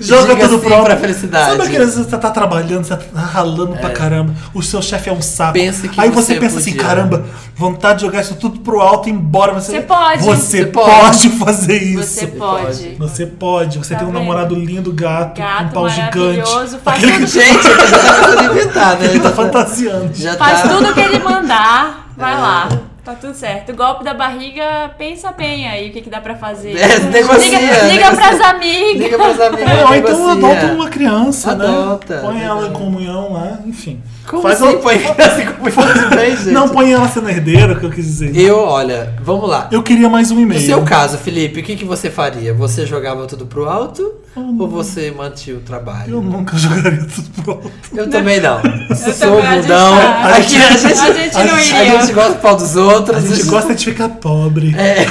Speaker 1: Joga
Speaker 2: Diga
Speaker 1: tudo
Speaker 2: sim
Speaker 1: pro
Speaker 2: pra felicidade.
Speaker 1: Sabe aquele você tá, tá trabalhando, você tá ralando pra caramba, o seu chefe é um saco.
Speaker 2: Pensa que
Speaker 1: Aí você,
Speaker 2: você
Speaker 1: pensa assim,
Speaker 2: podia.
Speaker 1: caramba, vontade de jogar isso tudo pro alto e ir embora. Você,
Speaker 3: Você pode.
Speaker 1: Você
Speaker 2: Você
Speaker 1: pode fazer isso.
Speaker 3: Você pode.
Speaker 1: Você pode, você
Speaker 3: Tá
Speaker 1: tem um
Speaker 3: vendo?
Speaker 1: namorado lindo, gato,
Speaker 3: Gato
Speaker 1: um pau gigante.
Speaker 3: maravilhoso, faz
Speaker 1: Aquele
Speaker 3: tudo,
Speaker 1: que
Speaker 2: Gente, eu já tá pensando em inventar, né?
Speaker 1: ele tá fantasiando.
Speaker 2: Já
Speaker 3: faz
Speaker 2: tá. É.
Speaker 3: tudo que ele mandar. Vai lá. Tá tudo certo. Golpe da barriga, pensa bem aí o que, que dá pra fazer.
Speaker 2: É, negocia,
Speaker 3: liga
Speaker 2: negocia.
Speaker 3: liga pras amigas.
Speaker 2: Liga pras amigas.
Speaker 1: É, ou então
Speaker 2: negocia.
Speaker 1: adota uma criança,
Speaker 2: tipo assim, Adota,
Speaker 1: né? Põe
Speaker 2: né?
Speaker 1: ela em comunhão lá, enfim.
Speaker 2: Como
Speaker 1: Faz
Speaker 2: assim?
Speaker 1: o-
Speaker 2: Põe assim como fosse bem, gente.
Speaker 1: Não põe ela sendo herdeira, que eu quis dizer. Eu,
Speaker 2: Eu, olha, vamos lá.
Speaker 1: queria mais um
Speaker 2: No
Speaker 1: e-mail.
Speaker 2: seu caso, Felipe, é o que, que você faria? Você jogava tudo pro alto ou você mantinha o trabalho?
Speaker 1: Eu nunca jogaria tudo pronto.
Speaker 2: Eu também não.
Speaker 3: Eu
Speaker 2: Sou
Speaker 3: também, a gente
Speaker 2: bundão.
Speaker 3: tá-
Speaker 1: A
Speaker 2: Aqui a gente,
Speaker 3: a gente não
Speaker 2: a gente-
Speaker 3: iria.
Speaker 2: a gente gosta do pau dos outros.
Speaker 1: A gente gosta de ficar pobre.
Speaker 2: É,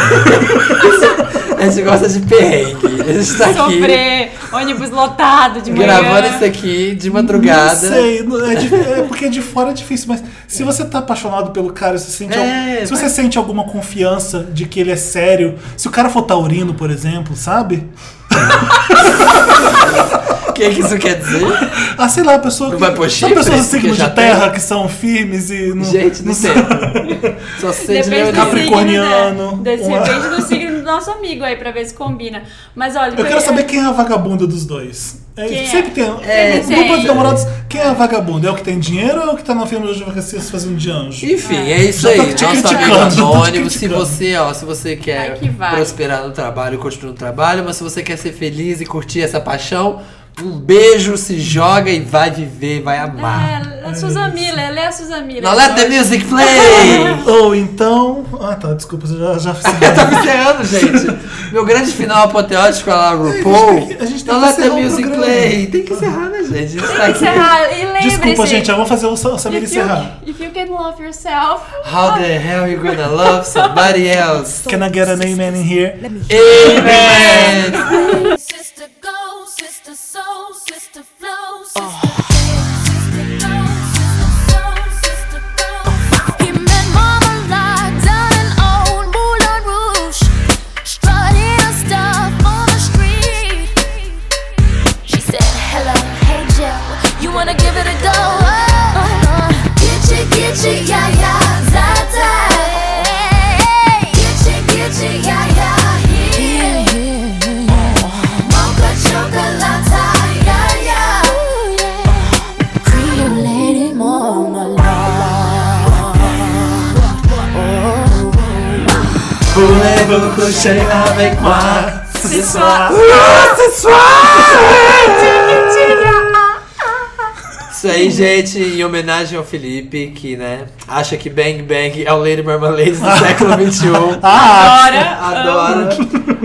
Speaker 2: a gente gosta de perrengue. A gente tá aqui
Speaker 3: Sofrer, ônibus lotado de manhã.
Speaker 2: gravando isso aqui de
Speaker 1: Não
Speaker 2: madrugada.
Speaker 1: sei, não- é, dif- é porque de fora é difícil, mas se você tá apaixonado pelo cara, você sente
Speaker 2: É,
Speaker 1: al- se você sente alguma confiança de que ele é sério, se o cara for taurino, por exemplo, sabe?
Speaker 2: O que, que isso quer dizer?
Speaker 1: Ah, sei lá, a pessoa.
Speaker 2: Não vai pôr
Speaker 1: sabe
Speaker 2: chifre?
Speaker 1: pessoas
Speaker 2: Porque
Speaker 1: signos
Speaker 2: já
Speaker 1: de terra que são firmes e não,
Speaker 2: Gente, não sei. Só sei de
Speaker 3: Depende
Speaker 2: Leonino.
Speaker 3: do
Speaker 1: Capricorniano,
Speaker 3: signo, né? Desse-
Speaker 1: uma-
Speaker 3: Depende do signo do nosso amigo aí, pra ver se combina. Mas olha...
Speaker 1: Eu quero saber quem é a vagabunda dos dois. É,
Speaker 3: Quem é?
Speaker 1: sempre tem.
Speaker 3: É,
Speaker 1: no grupo
Speaker 3: tem.
Speaker 1: de namorados, quem é a vagabunda? É o que tem dinheiro ou é o que tá na firma de advocacia fazendo de anjo?
Speaker 2: Enfim, é isso
Speaker 1: Já
Speaker 2: aí.
Speaker 1: tô te
Speaker 2: Nosso amigo
Speaker 1: criticando, já tô te
Speaker 2: anônimo. Se
Speaker 1: criticando.
Speaker 2: você, ó, se você quer
Speaker 3: Vai que vai.
Speaker 2: prosperar no trabalho, continua no trabalho, mas se você quer ser feliz e curtir essa paixão, um beijo, se joga e vai viver, vai amar.
Speaker 3: É, a Susan Miller, lê a Susan Miller.
Speaker 2: Now let the music play!
Speaker 1: Ou então. Ah, tá, desculpa, eu já, já fiz.
Speaker 2: Eu tô encerrando, gente. Meu grande final apoteótico, a
Speaker 1: É, A
Speaker 2: RuPaul.
Speaker 1: gente tem que- a gente tem
Speaker 2: Now
Speaker 1: que
Speaker 2: let the
Speaker 1: encerrar o
Speaker 2: music
Speaker 1: programa.
Speaker 2: play. Tem que encerrar, né, gente? A gente tá
Speaker 3: Tem que
Speaker 2: aqui.
Speaker 3: encerrar, e lembre-se...
Speaker 1: Desculpa, gente, eu vou fazer o Sa- o Samir
Speaker 3: If you,
Speaker 1: encerrar.
Speaker 3: if you can love yourself...
Speaker 2: How the hell you gonna love somebody else?
Speaker 1: Can I get an amen in here?
Speaker 2: Amen!
Speaker 8: Sister go, sister soul, sister flow, sister give, sister go, sister soul, sister flow. He met Marmalade down in old Moulin Rouge, strutting her stuff on the street. She said, "Hello, hey Joe, you wanna give it a go?" Oh, uh, Get you, get you, yeah, yeah, that, that. Get you, get you, yeah, yeah, here. Mocha chocolate, yeah, yeah. Creole lady, mama
Speaker 2: Voulez-vous coucher avec moi ce soir? Ce Isso aí, gente, em homenagem ao Felipe, que, né, acha que Bang Bang é o Lady Marmalade do século XXI.
Speaker 3: Ah!
Speaker 2: Ah,
Speaker 3: Adora!
Speaker 2: Adora.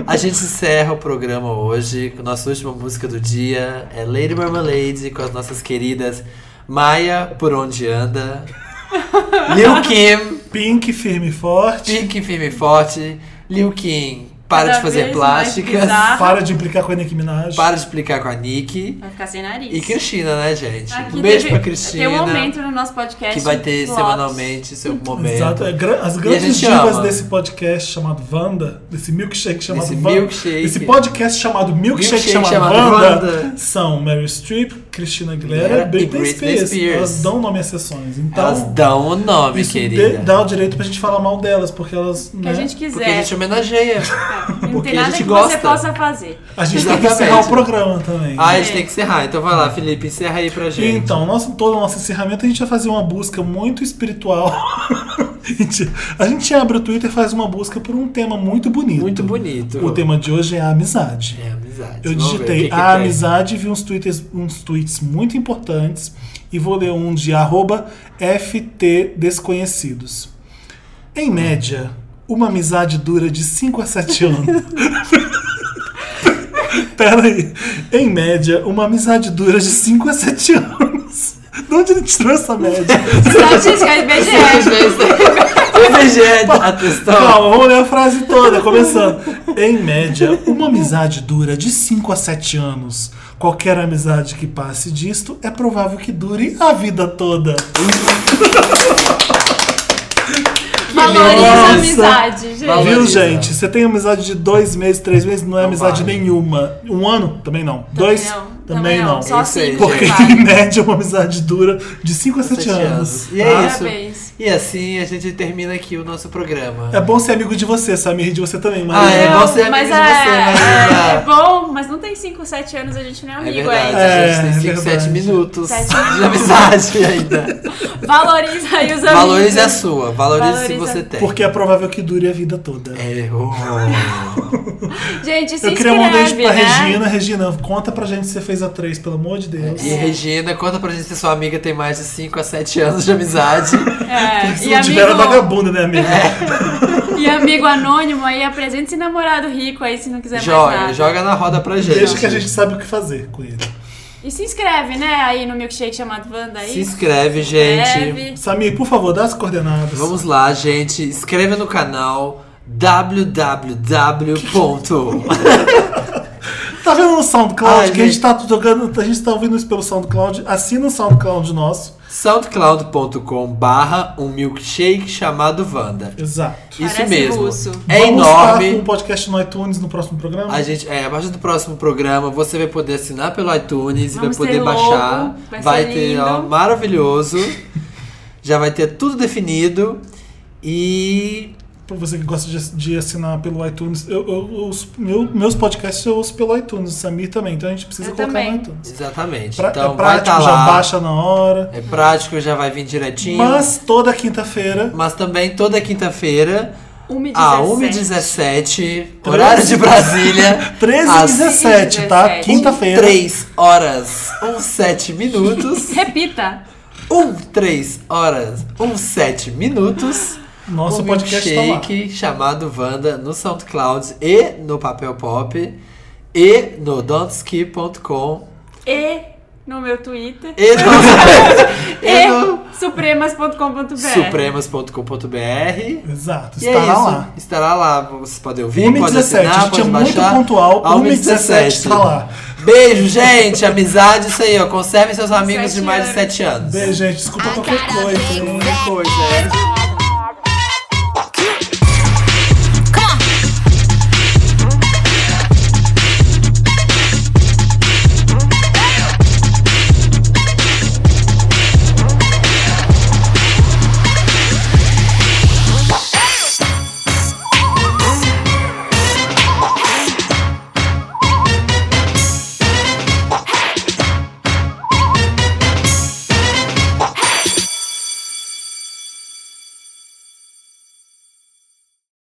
Speaker 2: A gente encerra o programa hoje com a nossa última música do dia. É Lady Marmalade com as nossas queridas Maia, Por Onde Anda, Lil Kim,
Speaker 1: Pink, firme e forte.
Speaker 2: Pink Firme e Forte, Lil Kim, Para
Speaker 3: Cada
Speaker 2: de Fazer
Speaker 3: vez mais
Speaker 2: Plásticas,
Speaker 3: bizarro.
Speaker 1: Para de implicar com a Nicki Minaj.
Speaker 2: Para de Explicar com a Nick
Speaker 3: Vai ficar sem nariz.
Speaker 2: e Cristina, né, gente?
Speaker 3: Aqui
Speaker 2: um beijo
Speaker 3: Ah, teve-
Speaker 2: pra Cristina,
Speaker 3: Tem um aumento no nosso podcast.
Speaker 2: que vai ter
Speaker 3: Flops.
Speaker 2: semanalmente seu momento.
Speaker 1: Exato. é gra- As
Speaker 2: E a
Speaker 1: grandes
Speaker 2: gente
Speaker 1: divas
Speaker 2: ama.
Speaker 1: desse podcast chamado Wanda, desse milkshake chamado
Speaker 2: Desse
Speaker 1: Wanda,
Speaker 2: milkshake.
Speaker 1: desse podcast chamado Milkshake,
Speaker 2: Milkshake
Speaker 1: chamado,
Speaker 2: chamado
Speaker 1: Wanda,
Speaker 2: Wanda.
Speaker 1: são Mary Streep, Christina Aguilera e
Speaker 2: Aguilera e
Speaker 1: Britney,
Speaker 2: Britney
Speaker 1: Spears.
Speaker 2: Spears.
Speaker 1: Elas dão nome às sessões. Então,
Speaker 2: Elas dão o nome,
Speaker 1: isso de-
Speaker 2: querida.
Speaker 1: dá o direito pra gente falar mal delas, porque elas.
Speaker 3: Que
Speaker 1: né,
Speaker 3: a gente
Speaker 2: Porque a
Speaker 3: quiser. Ah,
Speaker 2: gente homenageia.
Speaker 3: Não
Speaker 2: porque a
Speaker 3: tem nada
Speaker 2: gente
Speaker 3: que
Speaker 2: gosta.
Speaker 3: você possa fazer.
Speaker 1: a gente tem que
Speaker 2: Exatamente.
Speaker 1: encerrar o programa também.
Speaker 2: Ah, a gente tem que encerrar. Então vai lá, Felipe, encerra aí pra gente.
Speaker 1: Então, nosso, todo o nosso encerramento, a gente vai fazer uma busca muito espiritual Gente, A gente abre o Twitter e faz uma busca por um tema muito bonito.
Speaker 2: Muito bonito.
Speaker 1: O tema de hoje é a amizade.
Speaker 2: É amizade.
Speaker 1: Eu
Speaker 2: Vamos ver o
Speaker 1: digitei
Speaker 2: que que
Speaker 1: a
Speaker 2: tem.
Speaker 1: amizade e vi uns tweets, uns tweets muito importantes e vou ler um de arroba FT Desconhecidos. Em média, uma amizade dura de 5 a 7 anos. Peraí. Em média, uma amizade dura de 5 a 7 anos. De onde ele tirou essa média?
Speaker 3: Estatística é BGS.
Speaker 2: IBGE atestado.
Speaker 1: Calma, vamos ler a frase toda, começando. em média, uma amizade dura de 5 a 7 anos. Qualquer amizade que passe disto é provável que dure a vida toda.
Speaker 3: Valoriza a
Speaker 1: Nossa.
Speaker 3: amizade, gente.
Speaker 2: Valoriza.
Speaker 1: Viu, gente? Você tem amizade de dois meses, três meses, não é amizade
Speaker 2: vale.
Speaker 1: nenhuma. Um ano? Também não. dois?
Speaker 3: não,
Speaker 1: Também não. um
Speaker 3: Só
Speaker 2: Isso aí,
Speaker 3: assim,
Speaker 1: Porque,
Speaker 3: vale.
Speaker 1: em média, uma amizade dura de 5 a 7
Speaker 2: Sete
Speaker 1: anos.
Speaker 2: E
Speaker 1: tá?
Speaker 2: é isso.
Speaker 3: Parabéns.
Speaker 2: E assim a gente termina aqui o nosso programa.
Speaker 1: É bom ser amigo de você, Samir, e de você também,
Speaker 2: Ah,
Speaker 1: Maria.
Speaker 2: é
Speaker 3: Não,
Speaker 2: igual ser amigo
Speaker 3: mas
Speaker 2: de
Speaker 3: é,
Speaker 2: você,
Speaker 3: é, é
Speaker 2: né?
Speaker 3: bom, mas não tem 5, 7 anos a gente não é
Speaker 2: É
Speaker 3: amigo
Speaker 2: verdade,
Speaker 3: ainda.
Speaker 1: É,
Speaker 2: a gente tem
Speaker 1: é
Speaker 2: 5, 7
Speaker 1: verdade.
Speaker 2: minutos
Speaker 3: Sete
Speaker 2: de amizade ainda.
Speaker 3: Valoriza aí os amigos.
Speaker 2: Valorize a sua, valorize, se
Speaker 3: Valoriza.
Speaker 2: você tem.
Speaker 1: Porque é provável que dure a vida toda.
Speaker 2: É, oh.
Speaker 3: Gente, se
Speaker 1: Eu queria mandar isso
Speaker 3: inscreve,
Speaker 1: pra
Speaker 3: né?
Speaker 1: Regina. Regina, conta pra gente se você fez a 3, pelo amor de Deus.
Speaker 3: É.
Speaker 2: E Regina, conta pra gente se sua amiga tem mais de 5 a 7 anos de amizade.
Speaker 3: É,
Speaker 1: Se
Speaker 3: e
Speaker 1: não tiver, era
Speaker 3: amigo, é.
Speaker 1: vagabunda, né, amiga?
Speaker 3: e amigo anônimo aí, apresente esse namorado rico aí se não quiser mais
Speaker 2: joga,
Speaker 3: nada.
Speaker 2: joga na roda pra gente.
Speaker 1: Deixa que a gente sabe o que fazer com ele.
Speaker 3: E se inscreve, né, aí no milkshake chamado Wanda aí.
Speaker 2: Se inscreve, gente.
Speaker 3: É Inscreve.
Speaker 1: Samir, por favor, dá as coordenadas.
Speaker 2: Vamos lá, gente. Inscreva no canal www.
Speaker 1: Tá vendo no SoundCloud?
Speaker 2: Ai,
Speaker 1: que a gente
Speaker 2: gente.
Speaker 1: tá jogando, a gente tá ouvindo isso pelo SoundCloud. Assina o SoundCloud nosso.
Speaker 2: soundcloud.com barra um milkshake chamado Wanda.
Speaker 1: Exato.
Speaker 2: Isso
Speaker 3: Parece
Speaker 2: mesmo.
Speaker 3: russo.
Speaker 2: É
Speaker 1: Vamos
Speaker 2: enorme.
Speaker 1: estar com um podcast no iTunes no próximo programa.
Speaker 2: A gente, é, a partir do próximo programa você vai poder assinar pelo iTunes,
Speaker 3: Vamos
Speaker 2: vai
Speaker 3: ter
Speaker 2: poder
Speaker 3: logo,
Speaker 2: baixar,
Speaker 3: vai ser
Speaker 2: ter, ó,
Speaker 3: lindo.
Speaker 2: maravilhoso. Já vai ter tudo definido e
Speaker 1: Pra você que gosta de, de assinar pelo iTunes. Eu, eu- os- meu- meus podcasts eu ouço pelo iTunes, o Samir também. Então a gente precisa
Speaker 3: Eu
Speaker 1: colocar
Speaker 3: também.
Speaker 1: no iTunes.
Speaker 2: exatamente.
Speaker 1: Pra-
Speaker 2: então
Speaker 1: é
Speaker 2: vai
Speaker 1: prático,
Speaker 2: estar
Speaker 1: já
Speaker 2: lá.
Speaker 1: baixa na hora.
Speaker 2: É prático, já vai vir direitinho.
Speaker 1: Mas toda quinta-feira.
Speaker 2: Mas também toda quinta-feira
Speaker 3: 1 e
Speaker 2: a
Speaker 3: 17.
Speaker 2: 1h17, horário de Brasília.
Speaker 1: 13
Speaker 2: às
Speaker 1: e 17, tá?
Speaker 3: 17.
Speaker 1: Quinta-feira.
Speaker 2: 3 horas 17 minutos.
Speaker 3: Repita.
Speaker 2: 1, 3 horas 17 minutos.
Speaker 1: Nosso
Speaker 2: um
Speaker 1: podcast tá lá.
Speaker 2: milkshake chamado Wanda no SoundCloud e no Papel Pop e no donski.com
Speaker 3: E no meu Twitter.
Speaker 2: e no, e
Speaker 3: E
Speaker 2: no
Speaker 3: supremas.com.br.
Speaker 2: supremas.com.br.
Speaker 1: Exato,
Speaker 2: E é
Speaker 1: é. estará
Speaker 2: isso.
Speaker 1: lá.
Speaker 2: Estará lá. Você pode ouvir,
Speaker 1: 1
Speaker 2: pode
Speaker 1: 17
Speaker 2: assinar,
Speaker 1: a gente é
Speaker 2: pode
Speaker 1: muito
Speaker 2: baixar.
Speaker 1: pontual.
Speaker 2: A
Speaker 1: 1 17 tá lá.
Speaker 2: Beijo, gente. Amizade, isso aí, ó. Conservem seus amigos de
Speaker 3: Sete
Speaker 2: mais de
Speaker 3: anos.
Speaker 2: 7 anos.
Speaker 1: Beijo, gente. Desculpa qualquer coisa. hein?
Speaker 3: é.
Speaker 2: Coisa.
Speaker 5: Ass.